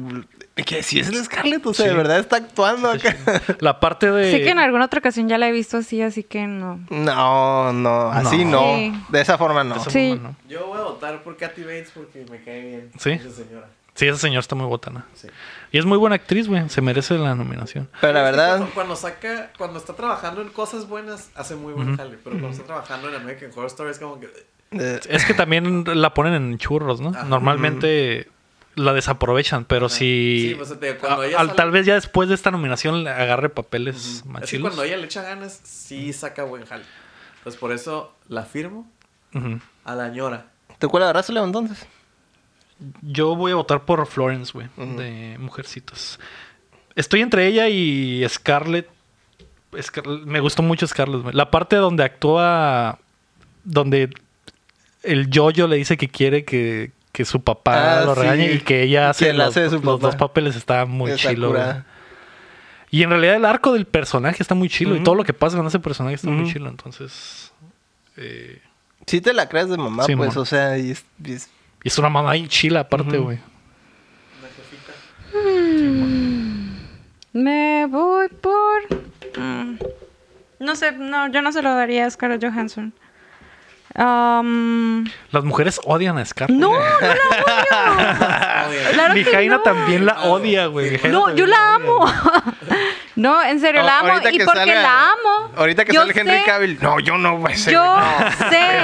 B: Que si es el Scarlett, o sea,
A: Sí.
B: de verdad está actuando
A: Está
B: acá.
A: chilo. La parte de...
C: Sí que en alguna otra ocasión ya la he visto así, así que no.
B: No, no, así
A: No.
B: no.
C: Sí.
B: De esa forma no.
A: de esa
C: Sí.
A: forma, ¿no?
D: Yo voy a votar por Katy Bates porque me cae bien.
A: ¿Sí?
D: Esa señora.
A: Sí, esa señora está muy botana.
D: Sí.
A: Y es muy buena actriz, güey. Se merece la nominación.
B: Pero la
D: Es que
B: verdad,
D: Cuando, cuando saca, cuando está trabajando en cosas buenas, hace muy buen jale. Pero cuando está trabajando en American Horror Story es como que.
B: eh,
A: Es que también la ponen en churros, ¿no?
D: Ajá.
A: Normalmente la desaprovechan, pero si...
D: Sí, pues, te digo, cuando
A: a-
D: ella
A: al-
D: sale-
A: Tal vez ya después de esta nominación le agarre papeles
D: Es que
A: machilos.
D: cuando ella le echa ganas, sí saca buen jale. Entonces por eso la firmo
A: Ujú.
D: a la ñora.
B: ¿tú cuál agarraste, Leo, entonces?
A: Yo voy a votar por Florence, güey, de Mujercitas. Estoy entre ella y Scarlett. Scar- me gustó mucho Scarlett, güey. La parte donde actúa, donde el Jojo le dice que quiere que, que su papá
B: Ah,
A: lo
B: sí.
A: regañe y que ella hace,
B: Que él
A: los,
B: hace de su
A: los
B: papá.
A: dos papeles está muy
B: Está
A: chilo. güey.
B: curada.
A: Y en realidad el arco del personaje está muy chilo y
B: Ujú.
A: todo lo que pasa con ese personaje está muy
B: Ujú.
A: chilo. Entonces, eh,
B: Sí te la crees de mamá,
A: Sí,
B: pues,
A: mamá.
B: o sea, y es- y es-
A: y es una mamá bien chila aparte, güey.
D: La jefita.
C: Me voy por... mm, No sé, no, yo no se lo daría a Scarlett Johansson. Am,
A: Las mujeres odian a Scarlett.
C: No, no la odio.
A: Ah.
D: Obvio.
C: Claro
A: Mi
C: que
A: Jaina
C: no.
A: también la
D: No.
A: odia, güey. Mi Jaina
B: pues,
C: No,
A: también
C: yo
A: odia.
C: la amo. No, en serio,
B: A-
C: la amo.
B: ahorita
C: Y
B: que
C: porque
B: salga-
C: la amo.
B: Ahorita que
C: yo
B: sale Henry
C: sé-
B: Cavill, no, yo no, güey, ese
C: Yo
B: güey, no.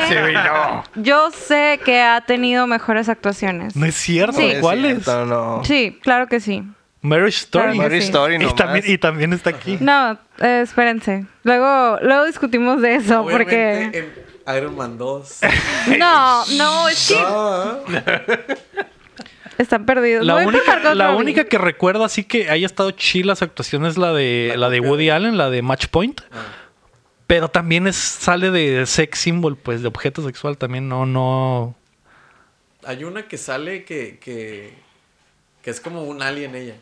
B: Ese güey,
C: sé.
B: no.
C: Yo sé que ha tenido mejores actuaciones.
A: No es cierto.
C: Sí.
A: ¿Cuál
B: es?
A: es?
B: cierto, No.
C: Sí, claro que sí.
A: Marriage Story.
C: Claro
B: Marriage
C: Sí.
B: Story
A: y,
B: nomás.
A: también, y también está aquí.
C: No, eh, espérense. Luego, luego discutimos de eso
D: Obviamente
C: porque
D: en Iron Man 2.
C: no, no es que
D: Ah,
C: están perdidos.
A: La,
C: Voy por
A: única,
C: Margot
A: la
C: Robbie.
A: única que recuerdo así que haya estado chila esa actuación es la de, la de Woody Allen, la de Match Point.
B: Ah.
A: Pero también es, sale de sex symbol, pues, de objeto sexual. También no, no.
D: Hay una que sale que, que, que es como un alien ella.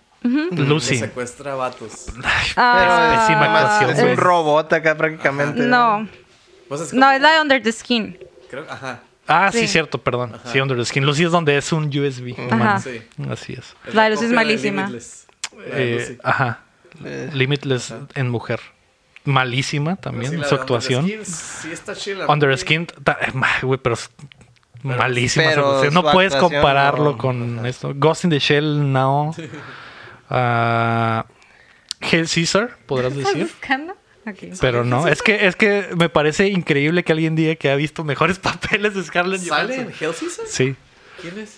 A: Lucy.
D: Que secuestra vatos.
B: Pero es,
A: pésima
B: nomás
A: actuación,
B: es
A: güey.
B: un robot acá prácticamente.
C: Ah, No,
D: Pues es como-
C: no es la de Under the Skin.
D: Creo, ajá.
A: Ah, sí,
C: Sí.
A: cierto, perdón. Sí, Under the Skin. Lucy es donde es un USB. humano.
C: Ajá.
D: Sí. Ah,
A: Así es.
C: La de
D: los
C: Lucy es malísima.
A: Eh, Ajá. Limitless en mujer. Malísima también su actuación.
D: Sí, está chila.
A: Under
D: porque-
A: Skin, ta- eh, ma- güey, pero es malísima. esa
B: pero
A: producción. no
B: su
A: puedes
B: actuación
A: compararlo
B: no.
A: con esto. Ghost in the Shell, no. Ah, Hail Caesar, podrás
C: ¿Estás
A: decir.
C: buscando? Aquí.
A: Pero no, es que, es que me parece increíble que alguien diga que ha visto mejores papeles de Scarlett
D: ¿Sale en
A: Johansson.
D: Hell Season?
A: Sí.
D: ¿Quién es?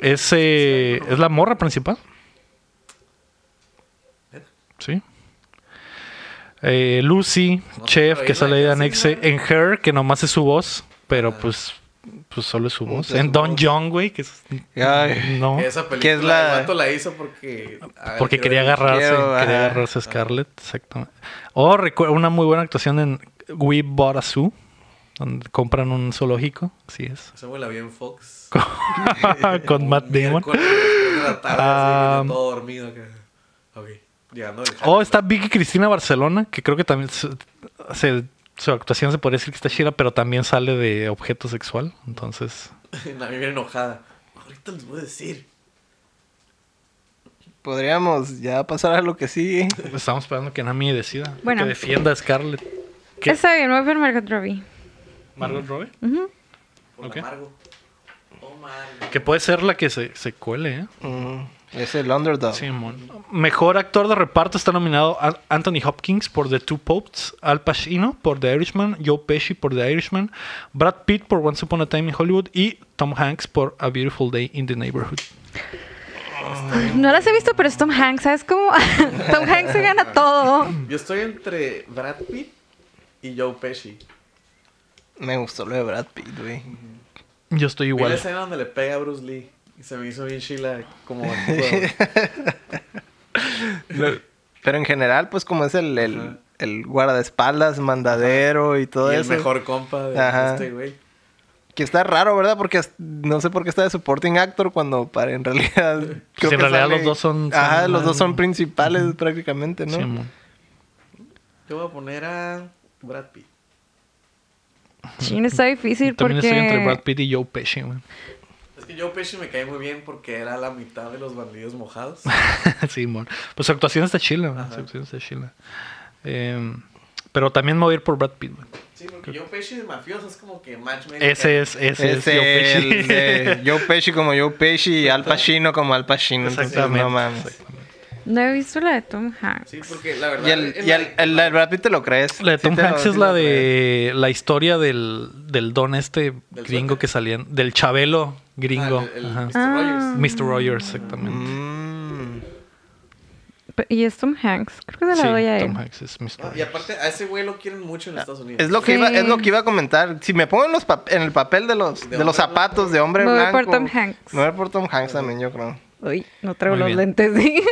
A: Es, eh, es la morra principal. Sí. Eh, Lucy,
D: No,
A: Chef,
D: pero
A: que
D: ahí
A: sale
D: la
A: de
D: dejas,
A: Anexe.
D: señora.
A: En Her, que nomás es su voz, pero pues, pues solo es su voz.
B: es
A: En
B: su
A: Don
B: voz.
A: John, güey, que es.
B: Ay.
A: No.
D: Que Esa película
B: Que es la-
D: el vato la hizo porque... ah,
A: Porque
D: creo
A: quería
D: que-
A: agarrarse,
B: quiero,
A: quería
B: ajá.
A: agarrarse a Scarlett, exactamente. O recuerdo una muy buena actuación en We Bought a Zoo, donde compran un zoológico, así es.
D: Esa güey la vi en Fox.
A: Con Matt
D: Un
A: Damon.
D: miércoles, después de la tarde, así,
A: Ah. Oh.
D: todo dormido. acá. Ok. Llegando del
A: O
D: jale,
A: está Vicky Cristina Barcelona, que creo que también se- se- su actuación se podría decir que está chida, pero también sale de objeto sexual. Entonces,
D: A mí viene enojada. Ahorita les voy a decir.
B: Podríamos ya pasar a lo que sigue.
A: estamos esperando que Nami decida.
C: Bueno.
A: Que defienda a Scarlett. ¿Qué?
C: Está bien, voy por Margot Robbie.
A: Margot Robbie.
C: Ujú.
D: Por
A: Ok.
D: la Margo. Oh, Margo.
A: Que puede ser la que se, se cuele, ¿eh?
B: Mm, Es el underdog.
A: Simón. Mejor actor de reparto está nominado a- Anthony Hopkins por The Two Popes, Al Pacino por The Irishman, Joe Pesci por The Irishman, Brad Pitt por Once Upon a Time in Hollywood y Tom Hanks por A Beautiful Day in the Neighborhood.
C: No las he visto, pero es Tom Hanks, ¿sabes cómo? Tom Hanks se gana todo.
D: Yo estoy entre Brad Pitt y Joe Pesci.
B: Me gustó lo de Brad Pitt, güey.
A: Yo estoy
D: Vi la
A: igual.
D: escena donde le pega a Bruce Lee y se me hizo bien chila como actúa.
B: Pero en general, pues como es el, el, el guardaespaldas, mandadero y todo
D: y el
B: eso.
D: mejor compa de
B: Ajá.
D: este güey.
B: Que está raro, ¿verdad? Porque as- no sé por qué está de supporting actor cuando para, en realidad... creo
A: pues, en
B: que
A: realidad los dos son-
B: Ajá,
A: son-
B: los dos son principales prácticamente, ¿no?
A: Simón.
D: Yo voy a poner a Brad Pitt.
C: Chin, está difícil
A: Yo también
C: porque...
A: estoy entre Brad Pitt y Joe Pesci, güey.
D: Es que Joe Pesci me cae muy bien porque era la mitad de los bandidos mojados.
A: Simón. Pues su actuación está chila, güey. Su actuación está chila. Eh, pero también me voy a ir por Brad Pitt, güey.
D: Sí, porque Joe Pesci de mafioso es como que matchmaker.
A: Ese es, ese es,
B: Es
A: Joe Pesci.
B: el de Joe Pesci como Joe Pesci y Al Pacino como Al Pacino. Entonces,
A: Exactamente.
B: no mames.
C: No he visto la de Tom Hanks.
D: Sí, porque la verdad.
B: Y el,
D: en
B: y
D: la-
B: el, el- el Brad Pitt te lo crees.
A: La de
B: Sí
A: Tom
B: te lo-
A: Hanks
B: sí
A: es
B: te
A: la
B: lo crees.
A: de la historia del, del don este
D: Del
A: gringo
D: suéter.
A: que salían, del chabelo gringo.
D: Ah, el- el
A: Ajá.
D: Mr.
C: Ah.
D: Rogers.
A: Mr. Rogers, exactamente.
B: Mm.
C: Pe- Y es Tom Hanks. Creo que se la doy a
A: sí,
C: él.
A: Tom Hanks es Mr.
D: Ah,
A: Rogers.
D: Y aparte, a ese güey lo quieren mucho en Estados Unidos.
B: Ah, Es lo que
C: Sí.
B: iba, es lo que iba a comentar. Si me pongo en, los pap- en el papel de los, de los
D: hombre
B: zapatos de hombre
C: Me voy
B: blanco.
C: por Tom Hanks.
B: Me voy por Tom Hanks también, yo creo.
C: Uy, no traigo
A: Muy
C: los
A: bien.
C: lentes. ¿sí?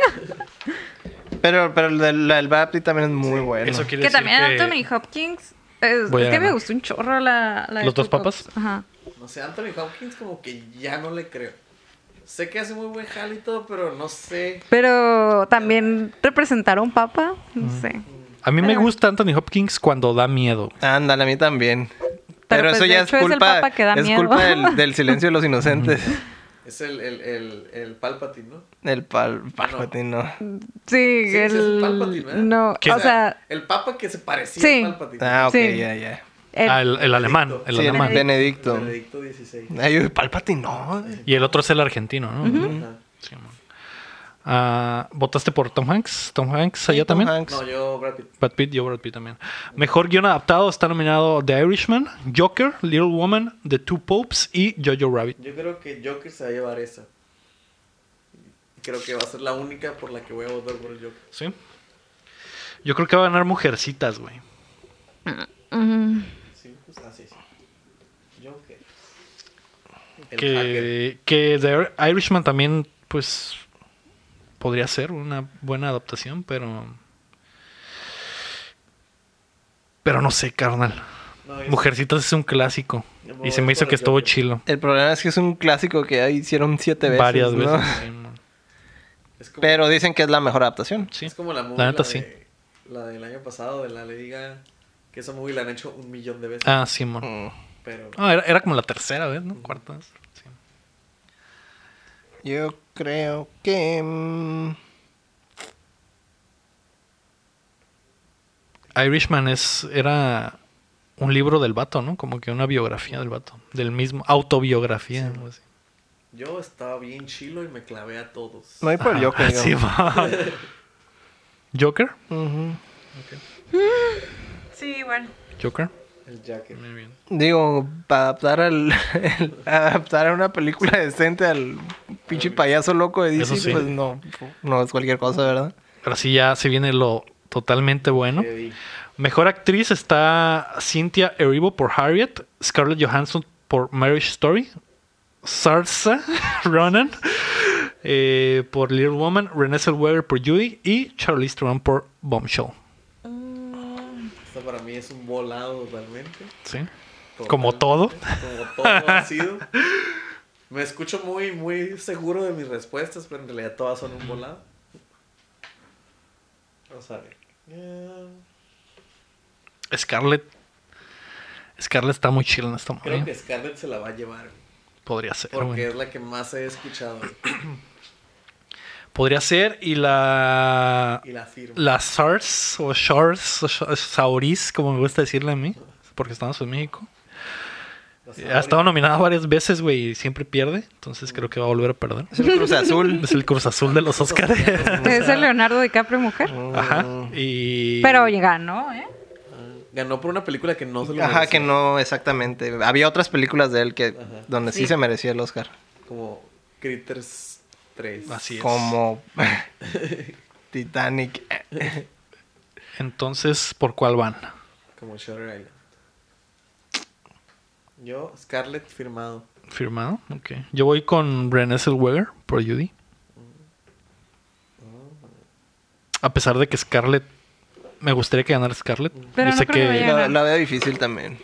B: Pero, pero el, del- el Brad Pitt también es muy bueno.
A: Eso quiere
C: que
A: decir
C: también
A: que-
C: Anthony Hopkins. Es,
A: Voy a
C: es que me
A: ganar.
C: gustó un chorro la... la de
A: ¿Los dos
C: Two Popes.
A: papas?
C: Ajá.
D: No sé, Anthony Hopkins como que ya no le creo. Sé que hace muy buen jale y todo, pero no sé.
C: Pero también representar a un papa, no
A: Mm.
C: sé.
A: A mí me
C: Pero-
A: gusta Anthony Hopkins cuando da miedo.
B: Ándale, a mí también. Pero,
C: pues,
B: eso
C: de
B: ya
C: hecho,
B: es
C: es el
B: culpa,
C: papa que da
B: es
C: miedo.
B: culpa del, del silencio de los inocentes.
D: Es el, el, el, el Palpatine, ¿no?
B: el pal, Palpatine, no.
C: Sí,
D: Sí, sí, es
C: el...
D: Palpatine, ¿verdad?
C: no,
A: ¿Qué?
C: o sea,
D: El papa que se parecía
C: Sí.
D: a Palpatine.
B: Ah, ok,
C: Sí.
B: ya, ya.
C: el-
A: Ah, el, el alemán, el
B: Sí, el
A: alemán.
B: Benedicto.
D: Benedicto XVI.
B: Ay, yo, Palpatine, no.
A: Y el otro es el argentino, ¿no?
D: Ajá.
A: Sí, amor. Ah, ¿Votaste por Tom Hanks? ¿Tom Hanks allá
B: Tom
A: también?
B: Hanks.
D: No, yo, Brad Pitt.
A: Brad Pitt, yo Brad Pitt también. Mejor guión adaptado está nominado The Irishman, Joker, Little Woman, The Two Popes y Jojo Rabbit.
D: Yo creo que Joker se va a llevar esa. Creo que va a ser la única por la que voy a votar por el Joker.
A: ¿Sí? Yo creo que va a ganar Mujercitas, güey.
C: mm,
D: Sí, pues así sí. Joker. El hacker.
A: Que, que The Irishman también, pues, podría ser una buena adaptación, pero... Pero no sé, carnal.
D: No, es-
A: Mujercitas es un clásico.
D: Yo me
A: Y
D: voy
A: se me hizo
D: por
A: que
D: el
A: estuvo
D: Joker.
A: chilo.
B: El problema es que es un clásico que ya hicieron siete veces.
A: Varias
B: ¿no?
A: veces. sí, man.
D: es como-
B: Pero dicen que es la mejor adaptación.
A: Sí.
D: Es como la movie.
A: La neta,
D: de-
A: sí.
D: La del año pasado, de la Lady Gaga. Que esa movie la han hecho un millón de veces.
A: Ah, Simón.
B: Mm.
D: Pero.
A: Ah, era, era como la tercera vez, ¿no? Cuarta vez. Sí.
B: Yo creo que. mm,
A: Irishman es, era un libro del vato, ¿no? Como que una biografía del vato. Del mismo, autobiografía. algo así.
D: Yo estaba bien chilo y me clavé a todos.
B: Me voy por el Joker. yo.
A: Sí, va. Ah, Joker.
B: Ujú.
C: Sí, bueno.
A: Joker.
D: El Jacker.
A: Muy bien.
B: Digo, para adaptar al. el- adaptar a una película decente al pinche payaso loco de
A: Eso
B: DC,
A: sí.
B: pues no, no es cualquier cosa, ¿verdad?
A: Ahora sí ya se viene lo totalmente bueno.
D: Heavy.
A: Mejor actriz está Cynthia Erivo por Harriet, Scarlett Johansson por Marriage Story, Sarsa Ronan eh, por Little Woman, Renée Zellweger por Judy y Charlize Theron por Bombshell.
D: Esta para mí es un volado totalmente.
A: ¿Sí? Como todo.
D: Como todo ha sido. Me escucho muy, muy seguro de mis respuestas, pero en realidad todas son un volado. Vamos a ver. Eh,
A: Scarlett. Scarlett está muy chila en esta
D: Creo que
A: movie.
D: Scarlett se la va a llevar.
A: Podría ser,
D: Porque
A: güey.
D: es la que más he escuchado.
A: Podría ser. Y la.
D: Y la firma.
A: La SARS o SARS, o Sa- Sauris, como me gusta decirle a mí, porque estamos en México. Ha estado nominada varias veces, güey, y siempre pierde. Entonces creo que va a volver a perder.
B: Es el Cruz Azul.
A: Es el Cruz Azul de los Oscars.
C: Es el Leonardo DiCaprio mujer.
A: Mm. Ajá. Y.
C: Pero oye, ganó, ¿eh?
D: Ganó por una película que no se lo
B: Ajá,
D: merecía.
B: que no, exactamente. Había otras películas de él que
D: Ajá.
B: donde sí.
C: Sí.
B: se merecía el Oscar.
D: Como Critters 3.
A: Así es.
B: Como Titanic.
A: Entonces, ¿por cuál van?
D: Como Shutter Island. Yo, Scarlett firmado.
A: Firmado, ok. Yo voy con René Zellweger por Judy. A pesar de que Scarlett. Me gustaría que ganara Scarlett.
C: Pero
A: Yo
C: no
A: sé
C: creo
A: que.
C: que vaya.
B: La, la veo difícil también.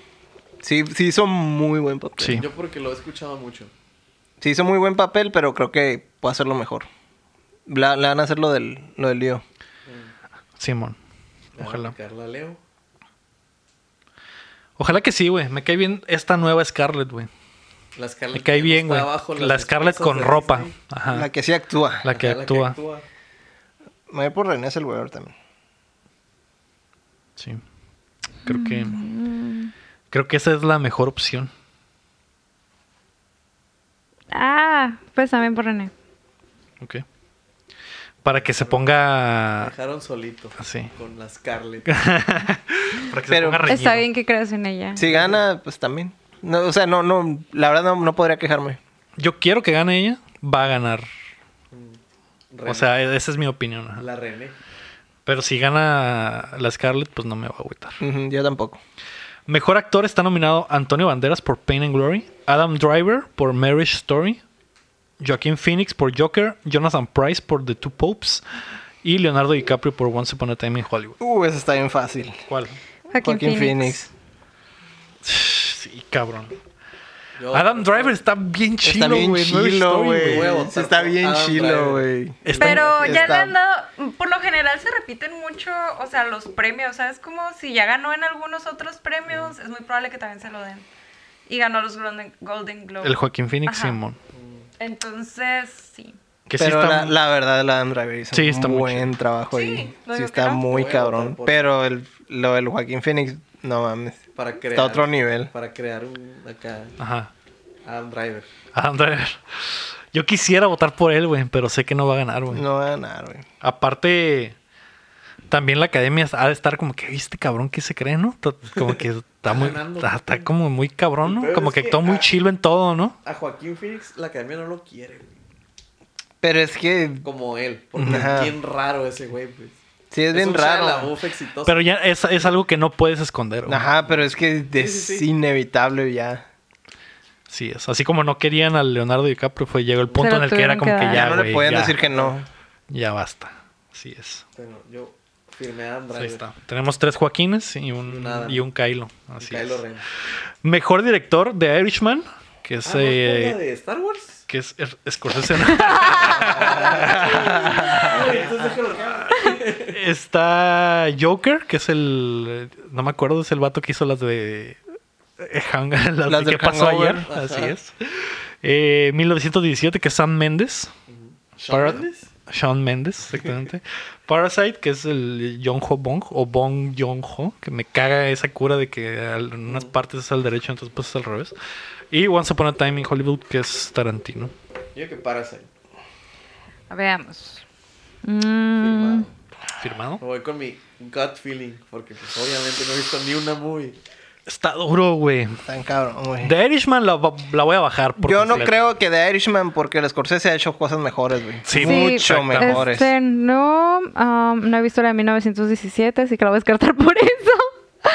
B: Sí, sí hizo muy buen papel.
A: Sí.
D: Yo porque lo he escuchado mucho.
B: Sí hizo muy buen papel, pero creo que puede hacerlo mejor. La- le van a hacer lo del, lo del lío.
A: Simón.
D: Le voy a
A: Ojalá.
D: picar la Ah, Leo.
A: Ojalá que sí, güey. Me cae bien esta nueva Scarlett, güey.
D: La Scarlett
A: Me cae
D: que
A: bien,
D: está
A: güey.
D: abajo,
A: La
D: las
A: Scarlett
D: esposas
A: con
D: de
A: ropa.
D: Disney.
A: Ajá.
B: La que sí actúa.
A: La que
D: Ajá,
A: actúa.
B: Me voy por René Zellweger también.
A: Sí. Creo que. Creo que esa es la mejor opción.
C: Ah, pues también por René.
A: Ok. Para que se ponga.
D: Dejaron solito.
A: Así.
D: Con la Scarlett.
A: Para que
B: Pero-
A: se ponga reñido.
C: Está bien que creas en ella.
B: Si gana, pues también. No, o sea, no, no, la verdad no, no podría quejarme.
A: Yo quiero que gane ella. Va a ganar.
D: René.
A: O sea, e-, esa es mi opinión. ajá.
D: la René.
A: Pero si gana la Scarlett, pues no me va a agüitar.
B: Ujú, yo tampoco.
A: Mejor actor está nominado Antonio Banderas por Pain and Glory, Adam Driver por Marriage Story, Joaquin Phoenix por Joker, Jonathan Price por The Two Popes y Leonardo DiCaprio por Once Upon a Time in Hollywood.
B: Uh, eso está bien fácil.
A: ¿Cuál?
C: Joaquin
B: Joaquín Phoenix.
C: Phoenix.
A: Sí, cabrón.
D: Yo-
A: Adam Driver está bien
B: Está
A: chilo, güey.
B: bien
A: Marriage
B: chilo,
A: Story,
B: güey.
D: güey. Huevo,
B: Sí, Está bien
D: Adam
B: chilo,
D: Driver.
B: güey.
A: Está-
C: Pero ya le
B: está-
C: han dado, por lo general se repiten mucho, o sea, los premios, ¿sabes? Como si ya ganó en algunos otros premios, es muy probable que también se lo den. Y ganó los Golden, Golden Globes.
A: El Joaquin Phoenix,
C: Ajá.
A: Simón.
C: Entonces, sí.
A: Que sí
B: pero
A: está...
B: la, la verdad, el Adam Driver hizo
A: Sí, está
B: un
A: muy
B: buen trabajo ahí.
C: Sí, no
B: Sí,
C: digo
B: está
C: que no.
B: muy
D: Voy a
B: cabrón.
D: votar por-
B: Pero el, lo del Joaquín Phoenix, no mames.
D: Para crear.
B: Está a otro nivel.
D: Para crear un. Acá.
A: Ajá.
D: Adam Driver.
A: Adam Driver. Yo quisiera votar por él, güey, pero sé que no va a ganar, güey.
B: No va a ganar, güey.
A: Aparte, también la academia ha de estar como que, ¿viste cabrón que se cree, no? To- Como que está muy,
D: ganando.
A: está, está como muy cabrón,
D: El
A: ¿no?
D: peor
A: Como
D: es
A: que
D: que,
A: actuó muy
D: ah.
A: chilo en todo, ¿no?
D: A Joaquín Phoenix, la academia no lo quiere, güey.
B: Pero es que
D: Como él. Porque
B: Ajá.
D: es bien raro ese güey, pues.
B: sí es, bien
D: un Shia
B: raro.
D: LaBeouf exitoso.
A: Pero ya es, es algo que no puedes esconder, güey.
B: Ajá, pero es que es
D: sí, sí.
B: inevitable ya.
A: Sí, es. Así como no querían al Leonardo DiCaprio, fue llegó el punto
C: lo
A: en el que era
C: tuvieron
A: como
C: que
A: que
C: dar.
A: ya,
B: Ya no
A: güey,
B: le pueden
A: ya,
B: decir que no.
A: ya basta. Así es.
D: Bueno, yo firmé a Adam
A: Ahí
D: Driver.
A: está. Tenemos tres Joaquines y
D: Y
A: un,
D: un Adam.
A: y un Kylo.
D: Y
A: Así
D: Kylo
A: es.
D: Ren.
A: Mejor director de Irishman, que es...
D: Ah, ¿no
A: eh,
D: fue la de Star Wars?
A: que es Er- Scorsese.
D: Ay, entonces déjalo acá.
A: Está Joker, que es el. No me acuerdo, es el vato que hizo las de. eh, Hang- las,
B: Las
A: de
B: del
A: qué pasó
B: Hangover.
A: ayer. Así es. Eh, 1917, que es Sam Mendes.
D: ¿Shawn
A: Para-
D: Mendes?
A: Shawn Mendes, exactamente. Parasite, que es el Jong Ho Bong, o Bong Jong Ho, que me caga esa cura de que al- en unas partes es al derecho, entonces pues es al revés. Y Once Upon a Time in Hollywood, que es Tarantino.
D: Yo que Parasite.
C: Veamos.
A: Mm,
D: Firmado.
A: Firmado.
D: Me voy con mi gut feeling. Porque pues, obviamente no he visto ni una movie.
A: Está duro, güey.
B: Tan cabrón, güey.
A: The Irishman la, la voy a bajar. por
B: Yo no
A: completo.
B: creo que The Irishman, porque el Scorsese ha hecho cosas mejores, güey.
A: Sí,
B: mucho
A: exactamente.
B: mejores.
C: Este, no, um, no he visto la de 1917, así que la voy a descartar por eso.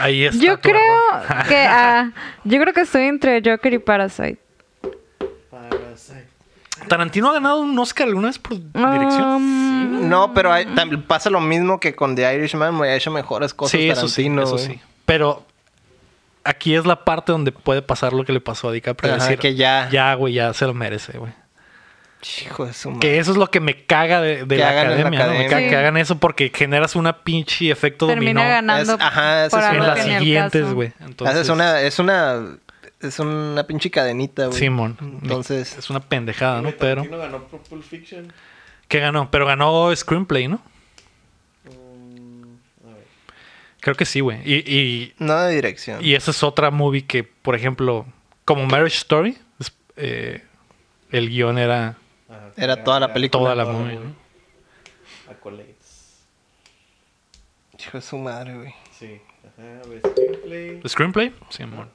A: Ahí está.
C: Yo
A: tu
C: creo
A: error.
C: que, ah, yo creo que estoy entre Joker y Parasite.
D: Parasite.
A: ¿Tarantino ha ganado un Oscar alguna vez por dirección?
C: Um,
B: No, pero hay- tam- pasa lo mismo que con The Irishman, güey. Ha hecho mejores cosas
A: sí, eso sí,
B: Tarantino,
A: eso
B: güey.
A: sí. Pero aquí es la parte donde puede pasar lo que le pasó a DiCaprio.
B: Ajá,
A: decir,
B: que ya-
A: Ya, güey, ya se lo merece, güey.
B: Hijo de su madre.
A: Que eso es lo que me caga de, de
B: Que
A: la
B: hagan en la
A: academia, ¿no? Me
B: academia.
A: caga
C: Sí.
A: que hagan eso porque generas una pinche efecto
C: termina
A: dominó
C: ganando
B: Es- ajá, ese
C: por
B: es
A: en
C: algo
B: una-
A: las
C: que ni al
A: siguientes,
C: caso.
A: güey. Entonces,
B: es una, es una, es una pinche cadenita, güey.
A: Simón.
B: Entonces,
A: Es una pendejada, Ah, ¿no? Pero...
D: Tarantino ganó por Pulp Fiction.
A: Que ganó, pero ganó Screenplay, ¿no?
D: Mm, a ver.
A: Creo que sí, güey. Y, y,
B: no de dirección.
A: Y esa es otra movie que, por ejemplo, como Marriage Story, es- eh, el guión era
D: Ajá,
B: Era toda la película.
A: toda la
D: toda la
A: movie.
D: movie.
A: ¿no?
D: Accolades.
B: Hijo de su madre, güey.
D: Sí. Ajá, a ver, screenplay.
A: ¿El screenplay? Sí, amor.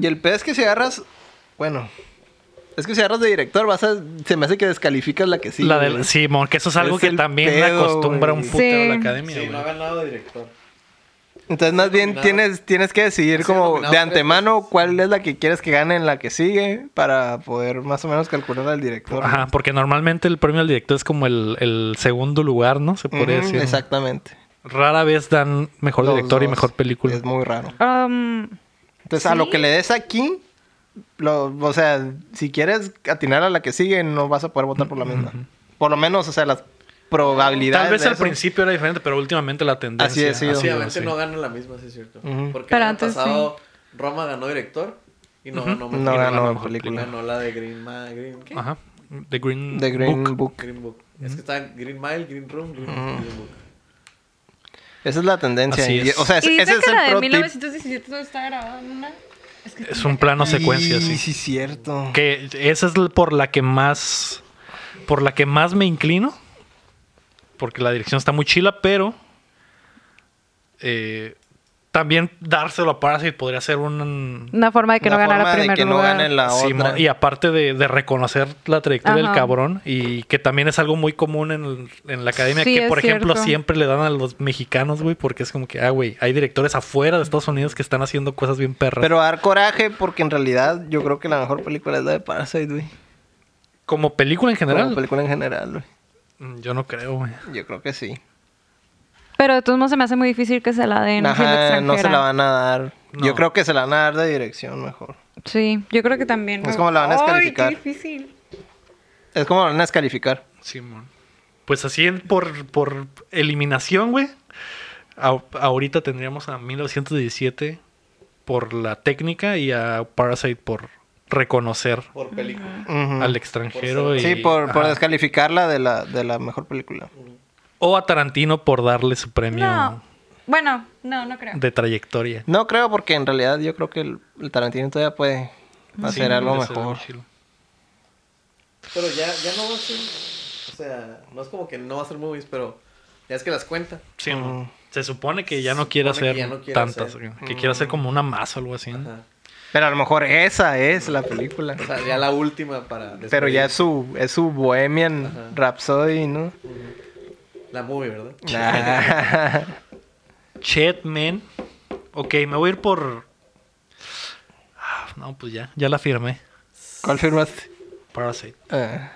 B: Y el pedo es que si agarras, bueno, Es que si agarras de director, vas a, se me hace que descalificas la que sí.
A: la del, sí, mon, que eso es algo
B: Es
A: que
B: el
A: también le
B: pedo,
A: acostumbra un
B: güey.
A: putero a la
C: Sí.
A: academia,
D: Sí,
A: güey.
D: no ha ganado de director.
B: Entonces, más bien
D: nominado.
B: tienes, tienes que decidir
D: Ha sido
B: como
D: nominado
B: de
D: tres
B: antemano cuál es la que quieres que gane en la que sigue para poder más o menos calcular al director.
A: Ajá, porque normalmente el premio al director es como el, el segundo lugar, ¿no? Se podría
B: Ujú,
A: decir.
B: Exactamente.
A: Rara vez dan mejor
B: Los
A: director y
B: dos.
A: mejor película.
B: Es muy raro.
C: Um,
B: Entonces, a lo
C: Sí.
B: que le des aquí, lo- o sea, si quieres atinar a la que sigue, no vas a poder votar por la misma. Por lo menos, o sea, las probabilidades.
A: Tal vez
B: de
A: al
B: eso-
A: principio era diferente, pero últimamente la tendencia.
B: Así ha sido.
A: ha sido,
D: Últimamente
A: sí.
D: no ganan la misma, sí es cierto.
B: Ujú.
D: Porque
C: Pero
D: el año
C: antes
D: pasado Roma ganó director y no ganó
B: No
D: mejor película.
B: ganó
A: mejor
B: película.
D: Ganó la de Green Ma- Green, ¿qué?
A: Ajá. The Green,
B: The Green
A: Book.
B: Book.
D: Green Book. Es que está Green Mile, Green Room, Green, Green Book.
B: Esa es la tendencia.
A: Así
B: Y-
A: es.
B: o sea,
C: y
B: ese,
C: dicen
B: ese es
C: que la
B: el
C: de
B: pro tip.
C: 1917 no está grabada en una. Es, que
A: Es un plano secuencia,
B: Y-
A: sí.
B: Sí, cierto.
A: Que esa es l- por la que más. Por la que más me inclino. Porque la dirección está muy chila, pero. eh, también dárselo a Parasite podría ser un.
C: Una forma de que
B: La
C: no ganara
B: forma de
C: primer
B: que no
C: lugar.
B: gane la
A: Simón,
B: otra.
A: y aparte de, de reconocer la trayectoria del
C: Ajá.
A: cabrón y que también es algo muy común en, el- en la academia
C: Sí,
A: que
C: es
A: por ejemplo
C: cierto.
A: siempre le dan a los mexicanos, güey, porque es como que, ah, güey, hay directores afuera de Estados Unidos que están haciendo cosas bien perras.
B: Pero dar coraje porque en realidad yo creo que la mejor película es la de Parasite, güey.
A: como película en
B: Como
A: general,
B: película en general, güey.
A: mm, yo no creo, güey.
B: Yo creo que sí.
C: Pero de todos modos se me hace muy difícil que se la den
B: Ajá,
C: siendo extranjera.
B: no se la van a dar.
A: No.
B: Yo creo que se la van a dar de dirección mejor.
C: Sí, yo creo que también.
B: Es como la van a descalificar.
C: Ay, qué difícil.
B: Es como la van a descalificar.
A: Simón. Pues así en- por, por eliminación, güey. a- ahorita tendríamos a 1917 por la técnica y a Parasite por reconocer
D: Por película.
B: Ujú.
A: al extranjero. y-
B: Sí, por, por
A: ajá.
B: descalificarla de la, de la mejor película.
A: O a Tarantino por darle su premio
C: No. Bueno, no, no creo.
A: de trayectoria.
B: No creo, porque en realidad yo creo que el, el Tarantino todavía puede hacer algo
A: Eso es
B: mejor.
A: muy chido.
D: Pero ya, ya no va a ser. O sea, no es como que no va a ser movies, pero ya es que las cuenta.
A: Sí, ¿no?
B: Mm.
A: Se supone que ya no quiere
D: Supone
A: hacer
D: que ya no quiere
A: tantas.
D: hacer.
A: Que quiere hacer como una masa o algo así. ¿no?
D: Ajá.
B: Pero a lo mejor esa es la película.
D: O sea, ya la última para.
B: Pero ya
D: despedir
B: es su, es su Bohemian
D: Ajá.
B: Rhapsody, ¿no?
D: La movie, ¿verdad?
B: Nah.
A: Chetman. Ok, me voy a ir por. Ah, No, pues ya, ya la firmé.
B: ¿Cuál firmaste?
A: Parasite.
B: Ah.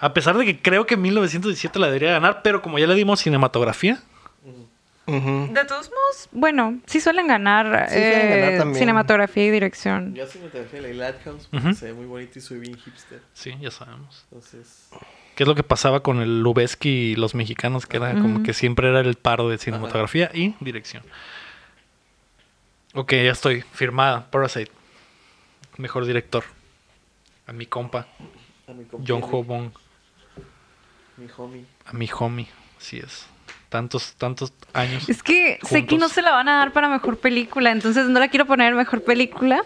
A: A pesar de que creo que 1917 la debería ganar, pero como ya le dimos cinematografía,
B: Ujú.
C: De todos modos, bueno, sí suelen ganar,
B: Sí suelen ganar
C: eh,
B: también.
C: cinematografía y dirección.
D: Yo sí me traje la Lila Adams porque
A: Ujú.
D: se ve muy bonito y soy bien hipster.
A: sí, ya sabemos.
D: Entonces.
A: ¿Qué es lo que pasaba con el Lubeski y los mexicanos? Que era como que siempre era el paro de cinematografía y dirección. Ok, ya estoy. Firmada. Parasite. Mejor director. A mi compa.
D: A mi
A: John
D: compañero,
A: Ho Bong.
D: Mi homie.
A: A mi homie. Así es. Tantos, tantos años.
C: Es que sé que no
A: juntos.
C: se la van a dar para mejor película, entonces no la quiero poner en mejor película,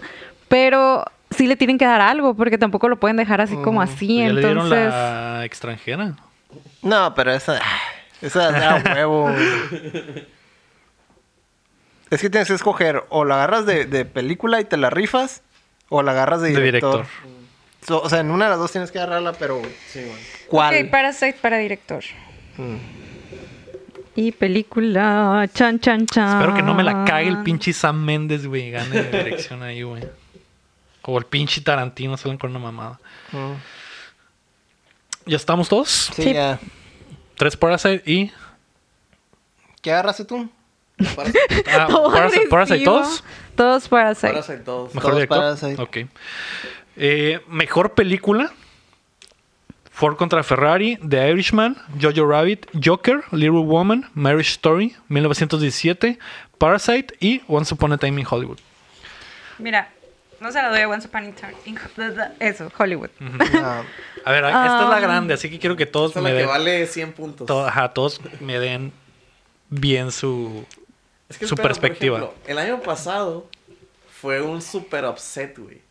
C: pero sí le tienen que dar algo, porque tampoco lo pueden dejar así como así,
A: Pues Ya le dieron
C: entonces...
A: la extranjera.
B: No, pero esa. ah, Esa da huevo. es que tienes que escoger o la agarras de, de película y te la rifas, o la agarras de
A: De
B: director.
A: director.
B: So- o sea, en una de las dos tienes que agarrarla, pero
D: Sí, bueno.
B: ¿cuál?
C: Ok, Parasite para director. Y película, chan, chan, chan.
A: Espero que no me
C: Ah.
A: la cague el pinche Sam Méndez, güey. Gane de dirección ahí, güey. O el pinche Tarantino salen con una mamada.
B: Mm.
A: ¿Ya estamos todos?
B: Sí,
C: Sí.
B: ya.
A: Tres Parasite y.
B: ¿Qué agarraste tú?
D: Parasite-
A: Ah,
C: Todo
A: Parasite, Parasite
C: agresivo.
A: todos.
C: Todos Parasite.
D: Parasite todos.
A: Mejor
B: Todos
A: director.
B: Parasite.
A: Ok. Eh, mejor película. Ford contra Ferrari, The Irishman, Jojo Rabbit, Joker, Little Woman, Marriage Story, 1917, Parasite y Once Upon a Time in Hollywood.
C: Mira, no se la doy a Once Upon a Time. in- Eso, Hollywood.
B: Ah,
A: A ver, esta es la grande, así que quiero que todos
D: Esta es
A: me
D: la que
A: den.
D: vale 100 puntos.
A: to- ajá, todos me den bien su.
D: Es que
A: su
D: espera, por
A: perspectiva.
D: ejemplo, el año pasado fue un super upset, güey.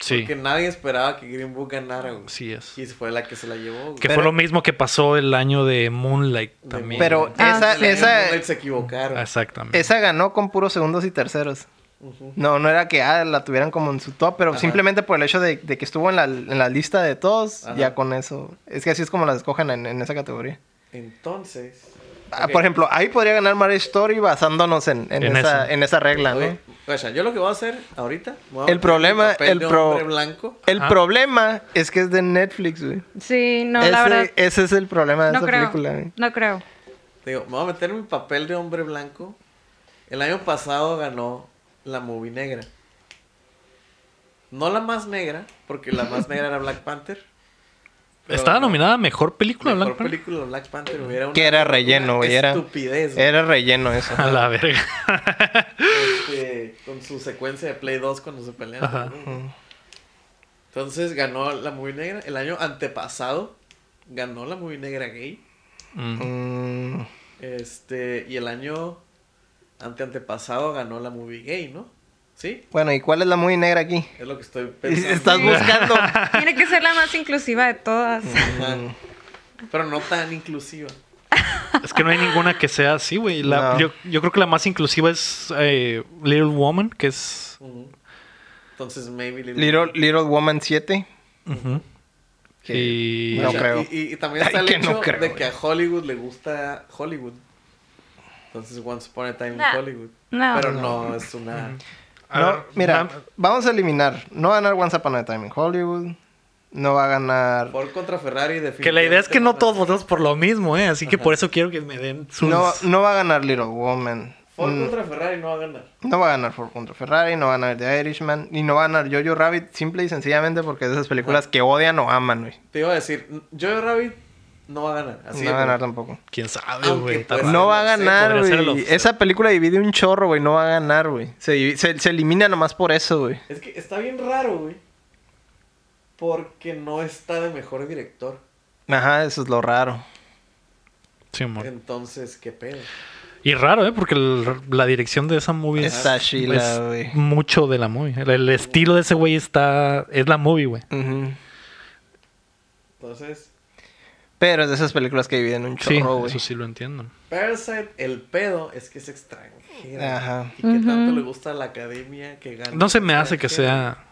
A: Sí.
D: Que nadie esperaba que Green Book ganara, güey.
A: Así es.
D: Y fue la que se la llevó, güey.
A: Que fue lo mismo que pasó el año de Moonlight también.
B: pero
C: Ah,
B: esa,
C: sí.
D: El año
B: esa,
D: Moonlight se equivocaron.
A: Exactamente.
B: esa ganó con puros segundos y terceros. No, no era que ah, la tuvieran como en su top, pero
D: Ajá.
B: simplemente por el hecho de, de que estuvo en la, en la lista de todos,
D: Ajá.
B: ya con eso. Es que así es como las escogen en, en esa categoría.
D: Entonces.
B: Ah,
D: ok.
B: Por ejemplo, ahí podría ganar Marriage Story basándonos en, en
A: En
B: esa,
A: eso.
B: en esa regla, Ah, ¿no?
D: Oye, guacha, yo lo que voy a hacer ahorita. voy a
B: El
D: poner mi
B: problema-
D: papel
B: el
D: de
B: pro-
D: hombre blanco.
B: El
A: Ajá.
B: problema es que es de Netflix, güey.
C: Sí, no,
B: ese,
C: la verdad.
B: ese es el problema de
C: No
B: esa
C: creo.
B: película,
A: eh.
B: güey.
C: No creo.
D: Te Digo, me voy a meter mi papel de hombre blanco. El año pasado ganó la movie negra. No la más negra, porque la más negra era Black Panther. Pero
A: Estaba
D: la
A: nominada a mejor película
D: Mejor
A: blanca.
D: película de Black Panther hubiera una
B: Que era relleno,
D: una
B: güey, era-
D: Estupidez. güey.
B: Era relleno eso.
A: A la verga.
D: Este, con su secuencia de Play 2 cuando se pelean.
A: Ajá.
D: ¿no? Entonces ganó la movie negra. El año antepasado ganó la movie negra gay.
A: Mm.
B: Mm,
D: Este, y el año ante antepasado ganó la movie gay, ¿no? ¿Sí?
B: bueno, ¿y cuál es la muy negra aquí?
D: Es lo que estoy pensando.
B: Estás buscando.
C: Tiene que ser la más inclusiva de todas.
D: Ajá. Pero no tan inclusiva.
A: Es que no hay ninguna que sea así, güey. La-
B: No.
A: yo, yo creo que la más inclusiva es eh, Little Woman, que es.
D: Ujú. Entonces, maybe.
B: Little, Little Woman 7.
A: Ujú.
B: Que-
A: Y-
B: No
D: O sea,
B: creo.
D: Y, y- y también está
B: Ay,
D: el
B: que
D: hecho
B: no creo,
D: de que
B: güey.
D: a Hollywood le gusta Hollywood. Entonces, Once Upon a Time
C: Nah.
D: in Hollywood.
C: No.
D: Pero no, es una.
A: A
B: No,
A: ver,
B: mira,
A: na-
B: vamos a eliminar. No va a ganar Once Upon a Time in Hollywood. No va a ganar.
D: Ford contra Ferrari, definitivamente.
A: Que la idea es que no
D: va a
A: todos
D: ganar.
A: votamos por lo mismo, ¿eh? Así que por eso quiero que me den sus.
B: No, no va a ganar Little Woman.
D: Ford
B: Mm,
D: contra Ferrari no va a ganar.
B: No va a ganar Ford contra Ferrari, no va a ganar The Irishman, y no va a ganar Jojo Rabbit, simple y sencillamente porque es de esas películas que odian o aman, güey.
D: Te iba a decir, Joe Rabbit no va a ganar. Así
B: No
D: de
B: va a ganar
D: claro.
B: tampoco.
A: Quién sabe,
D: Aunque
A: güey.
D: pues-
A: Tal-
B: No va a
D: no sé,
B: ganar,
A: podría ser el
B: güey. Eh,
A: offset.
B: Esa película divide un chorro, güey. No va a ganar, güey. Se, divi- se, se elimina nomás por eso, güey.
D: Es que está bien raro, güey. Porque no está de mejor director.
B: Ajá, eso es lo raro.
A: Sí, amor.
D: Entonces, ¿qué pedo?
A: Y raro, ¿eh? Porque el- la dirección de esa movie es,
B: Está chila,
A: es
B: güey.
A: mucho de la movie. El, el estilo de ese güey está. Es la movie, güey.
B: Ujú.
D: Entonces,
B: Pero es de esas películas que dividen un
A: Sí,
B: chorro, güey.
A: eso sí lo entiendo.
D: Parasite, el pedo es que es extranjera.
B: Ajá.
D: Y que tanto le gusta a la academia que gana.
A: No se me hace que
D: extranjero.
A: sea.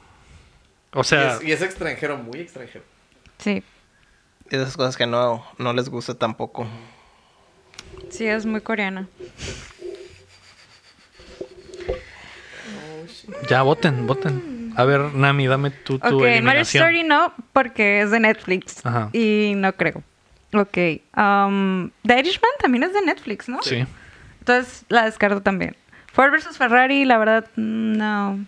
A: O sea.
D: Y es, y es extranjero, muy extranjero.
C: Sí.
B: Esas cosas que no, no les gusta tampoco.
C: Sí, es muy coreana.
A: Ya, voten, voten. A ver, Nami, dame tú tu
C: Ok, Marriage
A: eliminación.
C: Story no, porque es de Netflix.
A: Ajá.
C: Y no creo. Ok. um, The Irishman también es de Netflix, ¿no?
A: Sí.
C: Entonces la descarto también. Ford versus Ferrari, la verdad, no.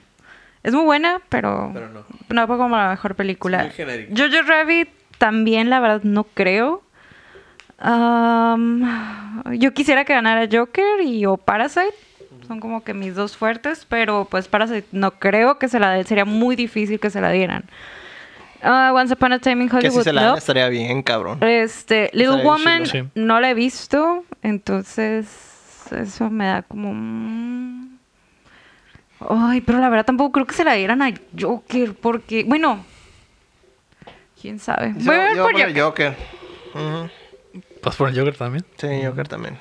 C: Es muy buena, pero.
D: Pero no.
C: No fue como la mejor película.
D: Es muy genérica.
C: Jojo Rabbit también, la verdad, no creo. Am, yo quisiera que ganara Joker y o Parasite. Son como que mis dos fuertes, pero pues Parasite no creo que se la den. Sería muy difícil que se la dieran. Ah, Once Upon a Time in Hollywood.
B: Que si se la dan
C: no.
B: estaría bien, cabrón.
C: Este,
B: Estaría
C: Little
B: bien
C: Woman
A: chido. Sí.
C: no la he visto, entonces eso me da como... un- Ay, pero la verdad tampoco creo que se la dieran a Joker, porque, bueno, quién sabe.
B: Yo,
C: Voy a ver
B: yo
C: por
B: voy a
C: Joker.
B: Joker. Ujú.
A: ¿Vas por el Joker también?
B: Sí, Joker también.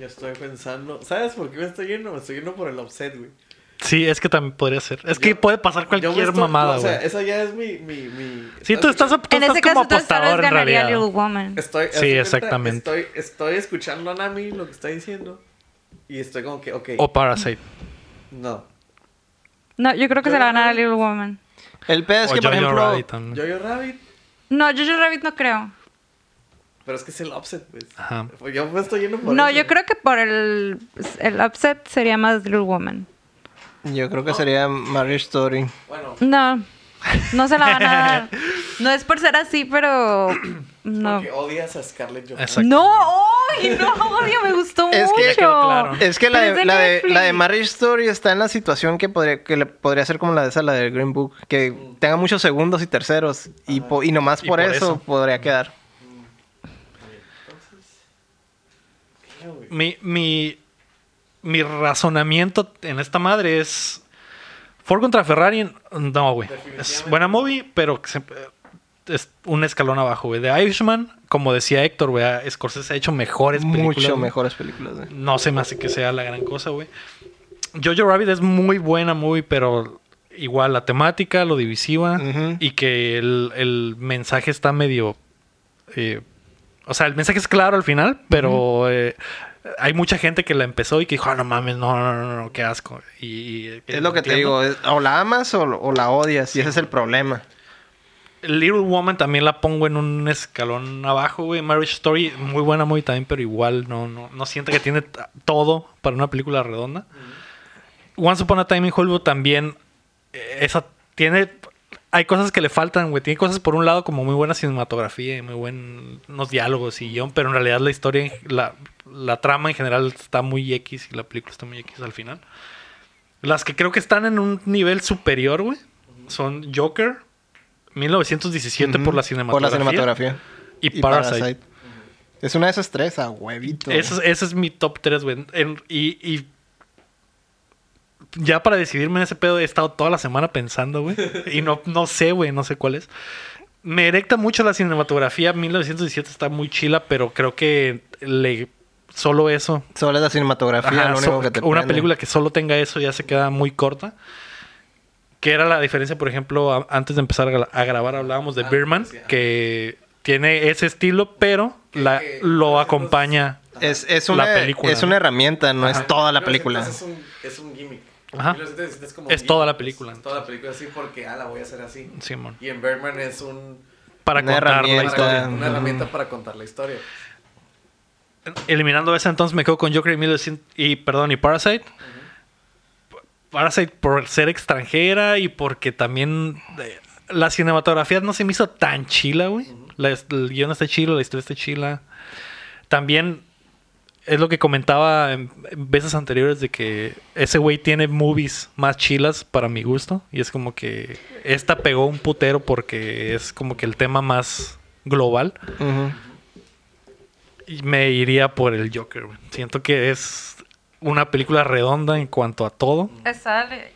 D: Yo estoy pensando. ¿Sabes por qué me estoy yendo? Me estoy yendo por el offset, güey.
A: Sí, es que también podría ser. Es que
D: Yo-
A: puede pasar
D: Yo me
A: cualquier
D: estoy-
A: mamada,
D: O
A: güey.
D: sea, esa ya es mi. mi, mi
A: sí, tú estás, tú
C: En
A: estás
C: ese
A: como
C: caso, entonces tal vez
A: apostador en
C: ganaría
A: realidad.
C: Little Woman.
D: Estoy,
A: Sí,
D: haz de cuenta,
A: exactamente.
D: Estoy, estoy escuchando a Nami lo que está diciendo. Y estoy como que, ok.
A: O Parasite.
D: No.
C: No, yo creo que
D: Yo
C: se la
D: no-
C: van a dar a Little Woman.
B: El pedo es
A: o
B: que, por
A: Jojo
B: ejemplo,
A: Rabbit también.
D: Jojo Rabbit.
C: No, Jojo Rabbit no creo.
D: Pero es que es el offset, pues.
A: Ajá.
D: Pues Yo me estoy yendo por
C: No,
D: eso.
C: yo creo que por el, el upset sería más Little Woman.
B: yo creo que sería Marriage Story.
D: Bueno,
C: No, no se la van a dar. No es por ser así, pero... No.
D: porque odias a Scarlett Johansson.
A: Exacto.
C: No, ¡ay! No, odio, me gustó
B: Es
C: mucho.
B: que- Ya
A: quedó claro.
B: Es que la
C: Pero
B: de, la, de,
C: Netflix.
B: la de Marriage Story está en la situación que podría, que le podría ser como la de esa, la del Green Book, que tenga muchos segundos y terceros. Y, po- y nomás
A: Y
B: por,
A: por
B: eso,
A: eso.
B: podría quedar.
D: Ya, güey.
A: Mi, mi, mi razonamiento en esta madre es. Ford contra Ferrari, no, güey. Es
D: Definitivamente.
A: buena movie, pero que se- es un escalón abajo, güey. De Irishman, como decía Héctor, güey, Scorsese ha hecho mejores películas.
B: Mucho
A: güey.
B: mejores películas. güey.
A: No se me hace que sea la gran cosa, güey. Jojo Rabbit es muy buena, muy, pero igual la temática, lo divisiva
B: Ujú.
A: y que el, el mensaje está medio... eh, o sea, el mensaje es claro al final, pero eh, hay mucha gente que la empezó y que dijo, ah, no mames, no, no, no, no, qué asco. Y, y- eh,
B: Es lo que te
A: entiendo.
B: digo, es- o la amas o, o la odias, y ese es el problema.
A: Little Woman también la pongo en un escalón abajo, güey. Marriage Story, muy buena, muy también, pero igual no, no, no siento que tiene t- todo para una película redonda. Once Upon a Time in Hollywood también, eh, esa tiene, hay cosas que le faltan, güey. Tiene cosas por un lado como muy buena cinematografía y muy buenos diálogos y guión, pero en realidad la historia, en- la, la trama en general está muy X y la película está muy X al final. Las que creo que están en un nivel superior, güey, son Joker, 1917 por la
B: Por la
A: cinematografía.
B: cinematografía.
A: Y, Parasite.
B: Es una de esas tres a huevito.
A: Ese, es- ese es mi top 3, güey. En- Y, y ya para decidirme en ese pedo he estado toda la semana pensando, güey. Y no, no sé, güey, no sé cuál es. Me erecta mucho la cinematografía. 1917 está muy chila, pero creo que le solo eso.
B: Solo es la cinematografía
A: Ajá,
B: lo
A: so-
B: único que te
A: una
B: prende.
A: película que solo tenga eso ya se queda muy corta. Que era la diferencia, por ejemplo, a- antes de empezar a, gra- a grabar hablábamos de
D: Ah,
A: Birdman,
D: sí, ajá.
A: que tiene ese estilo, pero la, lo
D: que- por ejemplo,
A: acompaña.
B: Es, es
A: La
B: una,
A: película,
B: es una
A: ¿no?
B: herramienta, no es toda la
D: 1917
B: película.
D: Es un, es un gimmick.
A: Ajá.
D: 1917 Es, como
A: Es
D: gimmick,
A: toda la película.
D: Es toda la película así porque, ah, la voy a hacer así.
A: Simón.
D: Y en Birdman es un,
A: Para
B: Una
A: contar la
B: herramienta.
A: historia.
D: una herramienta para contar la historia.
A: Eliminando esa, entonces me quedo con Joker y, 1900 y, perdón, y Parasite. Parasite por ser extranjera y porque también eh, la cinematografía no se me hizo tan chila, güey. La his- El guión está chila, la historia está chila. También es lo que comentaba en en veces anteriores de que ese güey tiene movies más chilas para mi gusto. Y es como que esta pegó un putero porque es como que el tema más global.
B: Ujú.
A: Y me iría por el Joker. güey. Siento que es una película redonda en cuanto a todo.
C: Estaba, le- eh,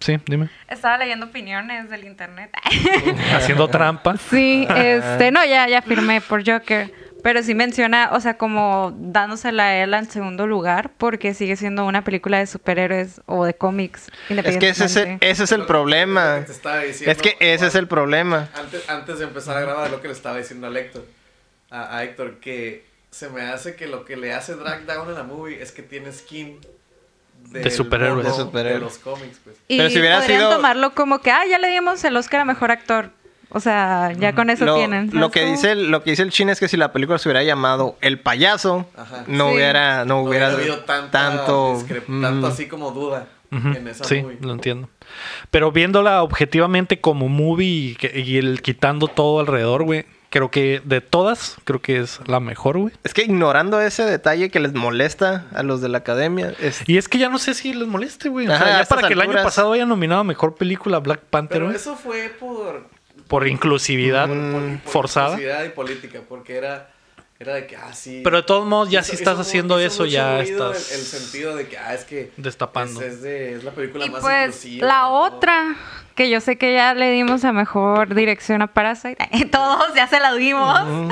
A: Sí, dime.
C: estaba leyendo opiniones del internet.
A: Haciendo trampa.
C: Sí,
B: Ah.
C: este, no, ya, ya firmé por Joker. Pero sí menciona, o sea, como dándosela a él en segundo lugar, porque sigue siendo una película de superhéroes o de cómics.
B: Es que ese es, el,
C: independientemente.
B: ese es el
D: Lo
B: problema.
D: que te estaba diciendo,
B: Es que ese es el problema.
D: Antes, antes de empezar a grabar lo que le estaba diciendo a Héctor, a, a Héctor, que se me hace que lo que le hace Drag Down en la movie es que tiene skin del
A: De superhéroes.
D: morbo
B: De superhéroes.
D: los cómics, pues.
C: Y
B: eh, Pero si hubiera
C: podrían
B: sido-
C: tomarlo como que, ah, ya le dimos el Oscar a mejor actor. O sea, ya con eso
B: Lo,
C: tienen.
B: lo
C: ¿sabes
B: que
C: cómo?
B: dice el, lo que dice el chin es que si la película se hubiera llamado El payaso,
D: Ajá.
B: no
C: Sí.
B: hubiera, no
D: No hubiera
B: hubiera,
D: habido tanta
B: tanto,
D: discrep-
B: mm,
D: tanto así como duda
A: Ujú,
D: en esa
A: Sí,
D: movie.
A: lo entiendo. Pero viéndola objetivamente como movie y, que- y el quitando todo alrededor, güey. Creo que de todas, creo que es la mejor, güey.
B: Es que ignorando ese detalle que les molesta a los de la academia, es-
A: Y es que ya no sé si les moleste, güey. O sea,
B: Ajá, a
A: ya
B: estas
A: para que el año
B: alturas.
A: pasado haya nominado a mejor película Black Panther,
D: Pero
A: güey.
D: eso fue por
A: Por inclusividad
B: Mm.
A: forzada.
D: publicidad y política, porque era, era de que, ah, sí.
A: Pero de todos modos, ya
D: Hizo-
A: si estás
D: hizo mu-
A: haciendo
D: hizo
A: eso,
D: mucho
A: ya
D: ruido
A: estás.
D: El, el sentido de que, ah, es que.
A: destapando.
D: Es, es de- es la película
C: Y
D: más
C: pues
D: inclusiva y
C: la
D: todo.
C: otra, que yo sé que ya le dimos la mejor dirección a Parasite, eh, todos ya se la dimos.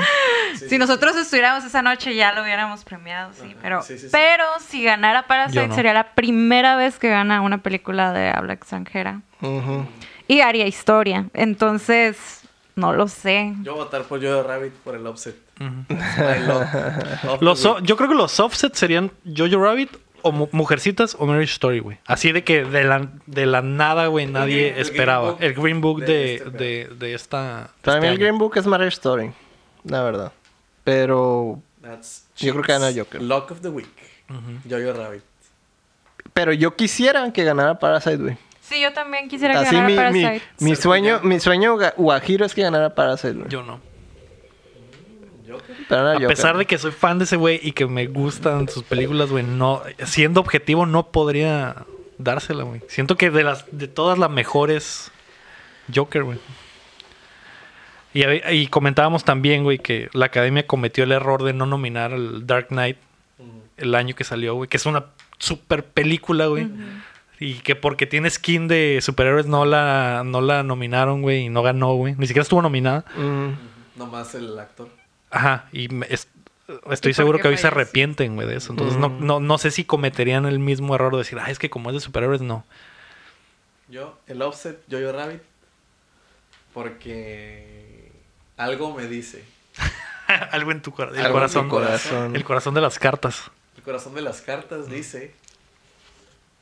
D: Sí,
C: si
D: sí,
C: nosotros estuviéramos esa noche ya lo hubiéramos premiado, sí,
D: Ajá,
C: pero,
D: sí, sí, sí.
C: pero si ganara
A: Yo
C: Parasite
A: no.
C: sería la primera vez que gana una película de habla extranjera
B: Ujú.
C: y haría historia, entonces no lo sé.
D: Yo voy a votar por Jojo Rabbit por el offset.
A: Ujú.
D: It's my love. Love
A: Los
D: the
A: o-
D: week.
A: yo creo que los offsets serían Jojo Rabbit o Mu- Mujercitas o Marriage Story, güey. Así de que de la, de la nada, güey, nadie
D: Green- el
A: esperaba.
D: Green Book
A: el Green Book
D: de
A: de,
D: este pedo.
A: de, de esta.
B: para
A: este
B: mí el
A: año.
B: Green Book es Marriage Story, la verdad. Pero,
D: That's
B: Yo creo que gana
D: cheats.
B: Joker.
D: Lock of the Week. Jojo Rabbit.
B: pero yo quisiera que ganara Parasite, güey.
C: Sí, yo también quisiera que
B: Así
C: ganara
B: mi, mi,
C: Parasite.
B: mi
D: Ser
B: sueño,
D: villano.
B: mi sueño ga- guajiro es que ganara Parasite, güey.
A: Yo no.
D: Joker.
B: Pero no
A: A
B: Joker.
A: pesar de que soy fan de ese güey y que me gustan sus películas, güey, no, siendo objetivo no podría dársela, güey. Siento que de las de todas las mejores Joker, güey. Y, hab- y comentábamos también, güey, que la Academia cometió el error de no nominar al Dark Knight el año que salió, güey, que es una super película, güey. Y que porque tiene skin de superhéroes no la, no la nominaron, güey, y no ganó, güey. Ni siquiera estuvo nominada.
B: Mm.
D: Nomás el actor.
A: Ajá, y me- es- estoy
C: ¿Y por
A: seguro
C: qué Mm.
A: que hoy se
C: fallas?
A: arrepienten, güey, de eso. Entonces, no, no, no sé si cometerían el mismo error de decir, ah, es que como es de superhéroes, no.
D: Yo, el offset, yo, yo Rabbit, porque algo me dice.
A: Algo en tu cora- el
B: Algo en mi
A: corazón.
B: corazón.
A: El corazón de las cartas.
D: El corazón de las cartas dice.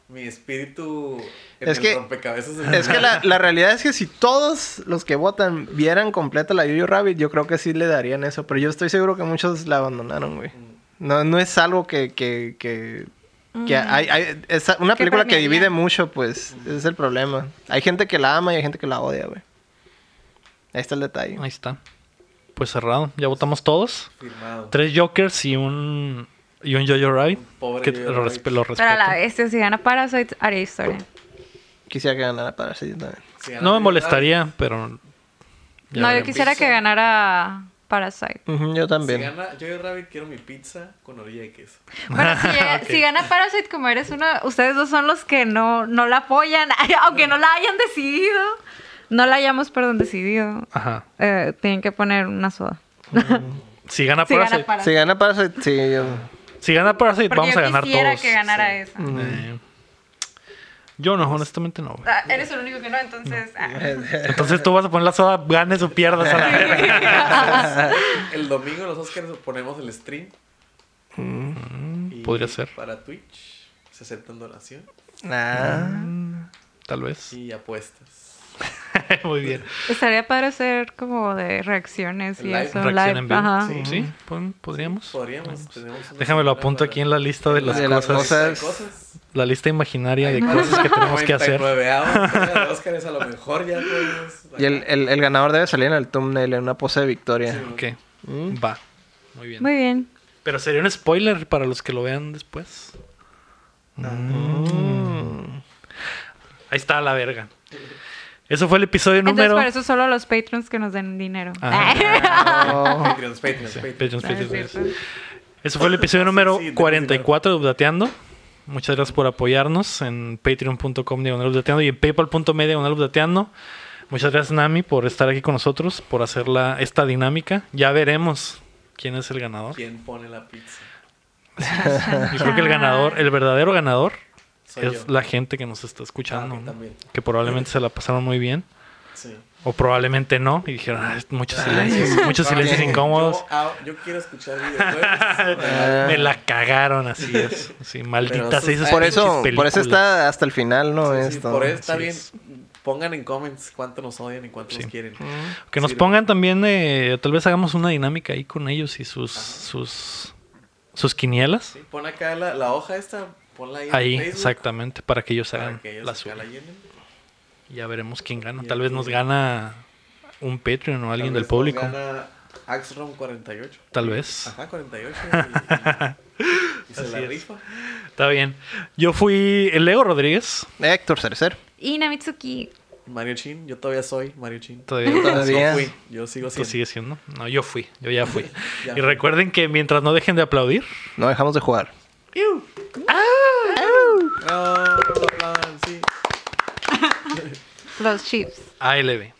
D: Mi espíritu en
B: Es
D: el
B: que-
D: rompecabezas de
B: Es que la, la realidad es que si todos los que votan vieran completa la Yuyo Rabbit, yo creo que sí le darían eso. Pero yo estoy seguro que muchos la abandonaron, güey. No, no es algo que... que, que, que hay, hay- es una
C: Que
B: película que
C: premiaría.
B: divide mucho, pues. Ese es el problema. Hay gente que la ama y hay gente que la odia, güey. Ahí está el detalle.
A: Ahí está. Pues cerrado. Ya votamos todos.
D: firmado.
A: Tres Jokers y un. Y un Jojo Rabbit.
D: Un pobre
A: que
D: Jojo
A: lo,
D: Rabbit.
A: respe- lo
C: Pero a la
A: respeto.
C: vez, si gana Parasite, haría historia.
B: Quisiera que ganara para sí también.
D: Si
A: No me
D: ganan,
A: molestaría, pero. ya
C: eh. no, yo
A: veremos.
C: quisiera que ganara Parasite.
B: Ujú, yo
D: Rabbit-
B: también.
D: Si gana yo, yo Rabbit quiero mi pizza con orilla de queso.
C: Bueno, si, llega-
A: Ah, Ok.
C: si gana Parasite, como eres uno, ustedes dos son los que no, no la apoyan, aunque no la hayan decidido. No la hayamos, perdón, decidido.
A: Ajá.
C: Eh, tienen que poner una soda.
A: Si gana
C: Si
A: Parasite.
C: gana Parasite.
B: Si gana para sí, yo...
A: si gana Parasite,
C: Porque
A: vamos
C: yo
A: a ganar
C: quisiera
A: todos.
C: que ganara esa.
A: Eh, yo no, honestamente no, güey.
C: Ah, eres el único que no, entonces. ah.
A: Entonces tú vas a poner la soda, ganes o pierdas a la verga.
D: El domingo los Oscars ponemos el stream. Y
A: Mm, podría ser.
D: Para Twitch se aceptan donaciones
C: Ah.
B: Nah.
A: Tal vez.
D: y apuestas.
A: Muy bien.
C: Estaría padre hacer como de reacciones y
D: Live.
C: eso.
A: Reacción
C: live,
A: en vivo.
C: ajá.
A: Sí, sí, pon- podríamos.
D: Podríamos. tenemos una
A: Déjame lo
D: semana
A: apunto
D: para-
A: aquí en la lista de las
B: De las
A: cosas.
B: cosas.
D: de cosas.
A: La lista imaginaria de cosas que tenemos que hacer.
D: 99avo, entrega de Óscares, a lo mejor ya podemos-
B: Y el, el- el ganador debe salir en el thumbnail, en una pose de victoria.
A: Ok.
B: Mm.
A: Va. Muy bien.
C: Muy bien.
A: Pero sería un spoiler para los que lo vean después. Mm. Ahí está la verga. Eso fue el episodio
C: Entonces,
A: número.
C: por eso solo los patrons que nos den dinero.
A: Ajá.
B: Oh.
D: Patreons, Patreons,
A: Sí,
D: Patreons.
A: Patreons,
C: Ah, es
A: Patreons.
C: cierto.
A: Eso fue el episodio número
D: Ah, Sí, sí,
A: 44 de Updateando. Muchas gracias por apoyarnos en patreon.com diagonal Updateando y en paypal.me diagonal Updateando. Muchas gracias, Nami, por estar aquí con nosotros, por hacer la- esta dinámica. Ya veremos quién es el ganador.
D: ¿Quién pone la pizza?
A: Yo creo que el ganador, el verdadero ganador,
D: Soy
A: es
D: yo.
A: la gente que nos está escuchando.
D: Ah, ok,
A: ¿no?
D: también.
A: Que probablemente se la pasaron muy bien.
D: Sí.
A: O probablemente no. Y dijeron, "Ah, muchos silencios, muchos silencios
D: Yo-
A: incómodos.
D: ah, Yo, quiero escuchar videojuegos.
A: Me la cagaron, así es. Sí, maldita
D: Pero
A: sea.
D: eso-
A: esas
B: Ah.
D: Ay,
B: Por
A: pinches
B: eso, por
A: películas.
B: eso está hasta el final, ¿no?
D: Sí, sí,
B: Esto.
D: por eso está
A: Así
D: bien.
A: es.
D: Pongan en comments cuánto nos odian y cuánto
A: Sí.
D: nos quieren.
A: Que nos
D: Sí,
A: pongan también, eh, tal vez hagamos una dinámica ahí con ellos y sus sus sus quinielas.
D: sí, Pon acá la, la hoja esta, ponla ahí. en
A: Ahí,
D: Facebook
A: exactamente, para que ellos hagan
D: Para que ellos
A: la
D: acá
A: suya.
D: la llenen.
A: Ya veremos quién gana.
D: Y
A: Tal vez
D: aquí-
A: nos gana un Patreon o alguien
D: Tal
A: del
D: vez nos
A: público.
D: Gana Axrom 48.
A: Tal vez.
D: Ajá, 48. y- Y, y se
A: Así
D: la
A: es.
D: rifa.
A: Está bien. Yo fui el Leo Rodríguez.
B: Héctor Cercer.
C: Y Namitsuki.
D: Mario Chin, yo todavía soy Mario Chin.
A: Todavía
B: Todavía.
D: Yo fui, yo sigo
A: Esto
D: siendo.
A: sigue siendo. No, yo fui. Yo ya fui.
D: Ya
A: y
D: fui.
A: recuerden que mientras no dejen de aplaudir,
B: No dejamos de jugar.
D: No, no, no, no, Ah, sí.
C: Los chips.
A: ALB.